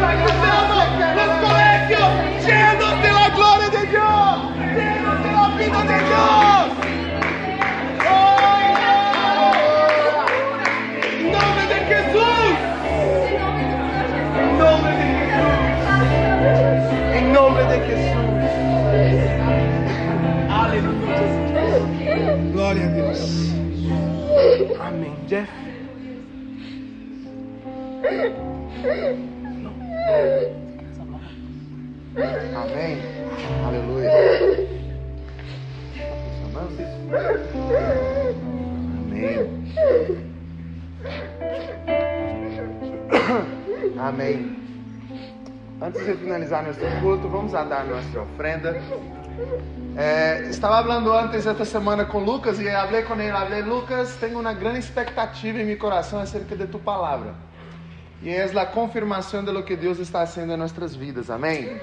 [SPEAKER 1] Nosotros profetizamos los colegios llenos de la gloria de Dios, llenos de la vida de Dios. ¡Oh! En nombre de Jesús. En nombre de Jesús. En nombre de Jesús. Aleluya. Glória a Deus. Amém. Jeff.
[SPEAKER 8] Amén. Aleluya. ¿Está funcionando? Amén. Amén. Antes de finalizar nuestro culto, vamos a dar nuestra ofrenda. Eh, estaba hablando antes esta semana con Lucas y hablé con él. Hablé, Lucas, tengo una gran expectativa en mi corazón acerca de tu palabra. Y es la confirmación de lo que Dios está haciendo en nuestras vidas. Amén.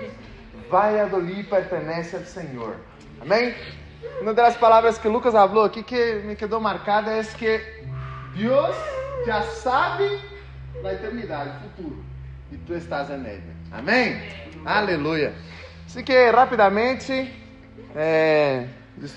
[SPEAKER 8] Valladolid pertenece al Señor. Amén. Una de las palabras que Lucas habló aqui que me quedó marcada es que Dios já sabe la eternidade, o futuro. E tu estás en ella. Amém. Aleluia. Así que rapidamente. Assim eh,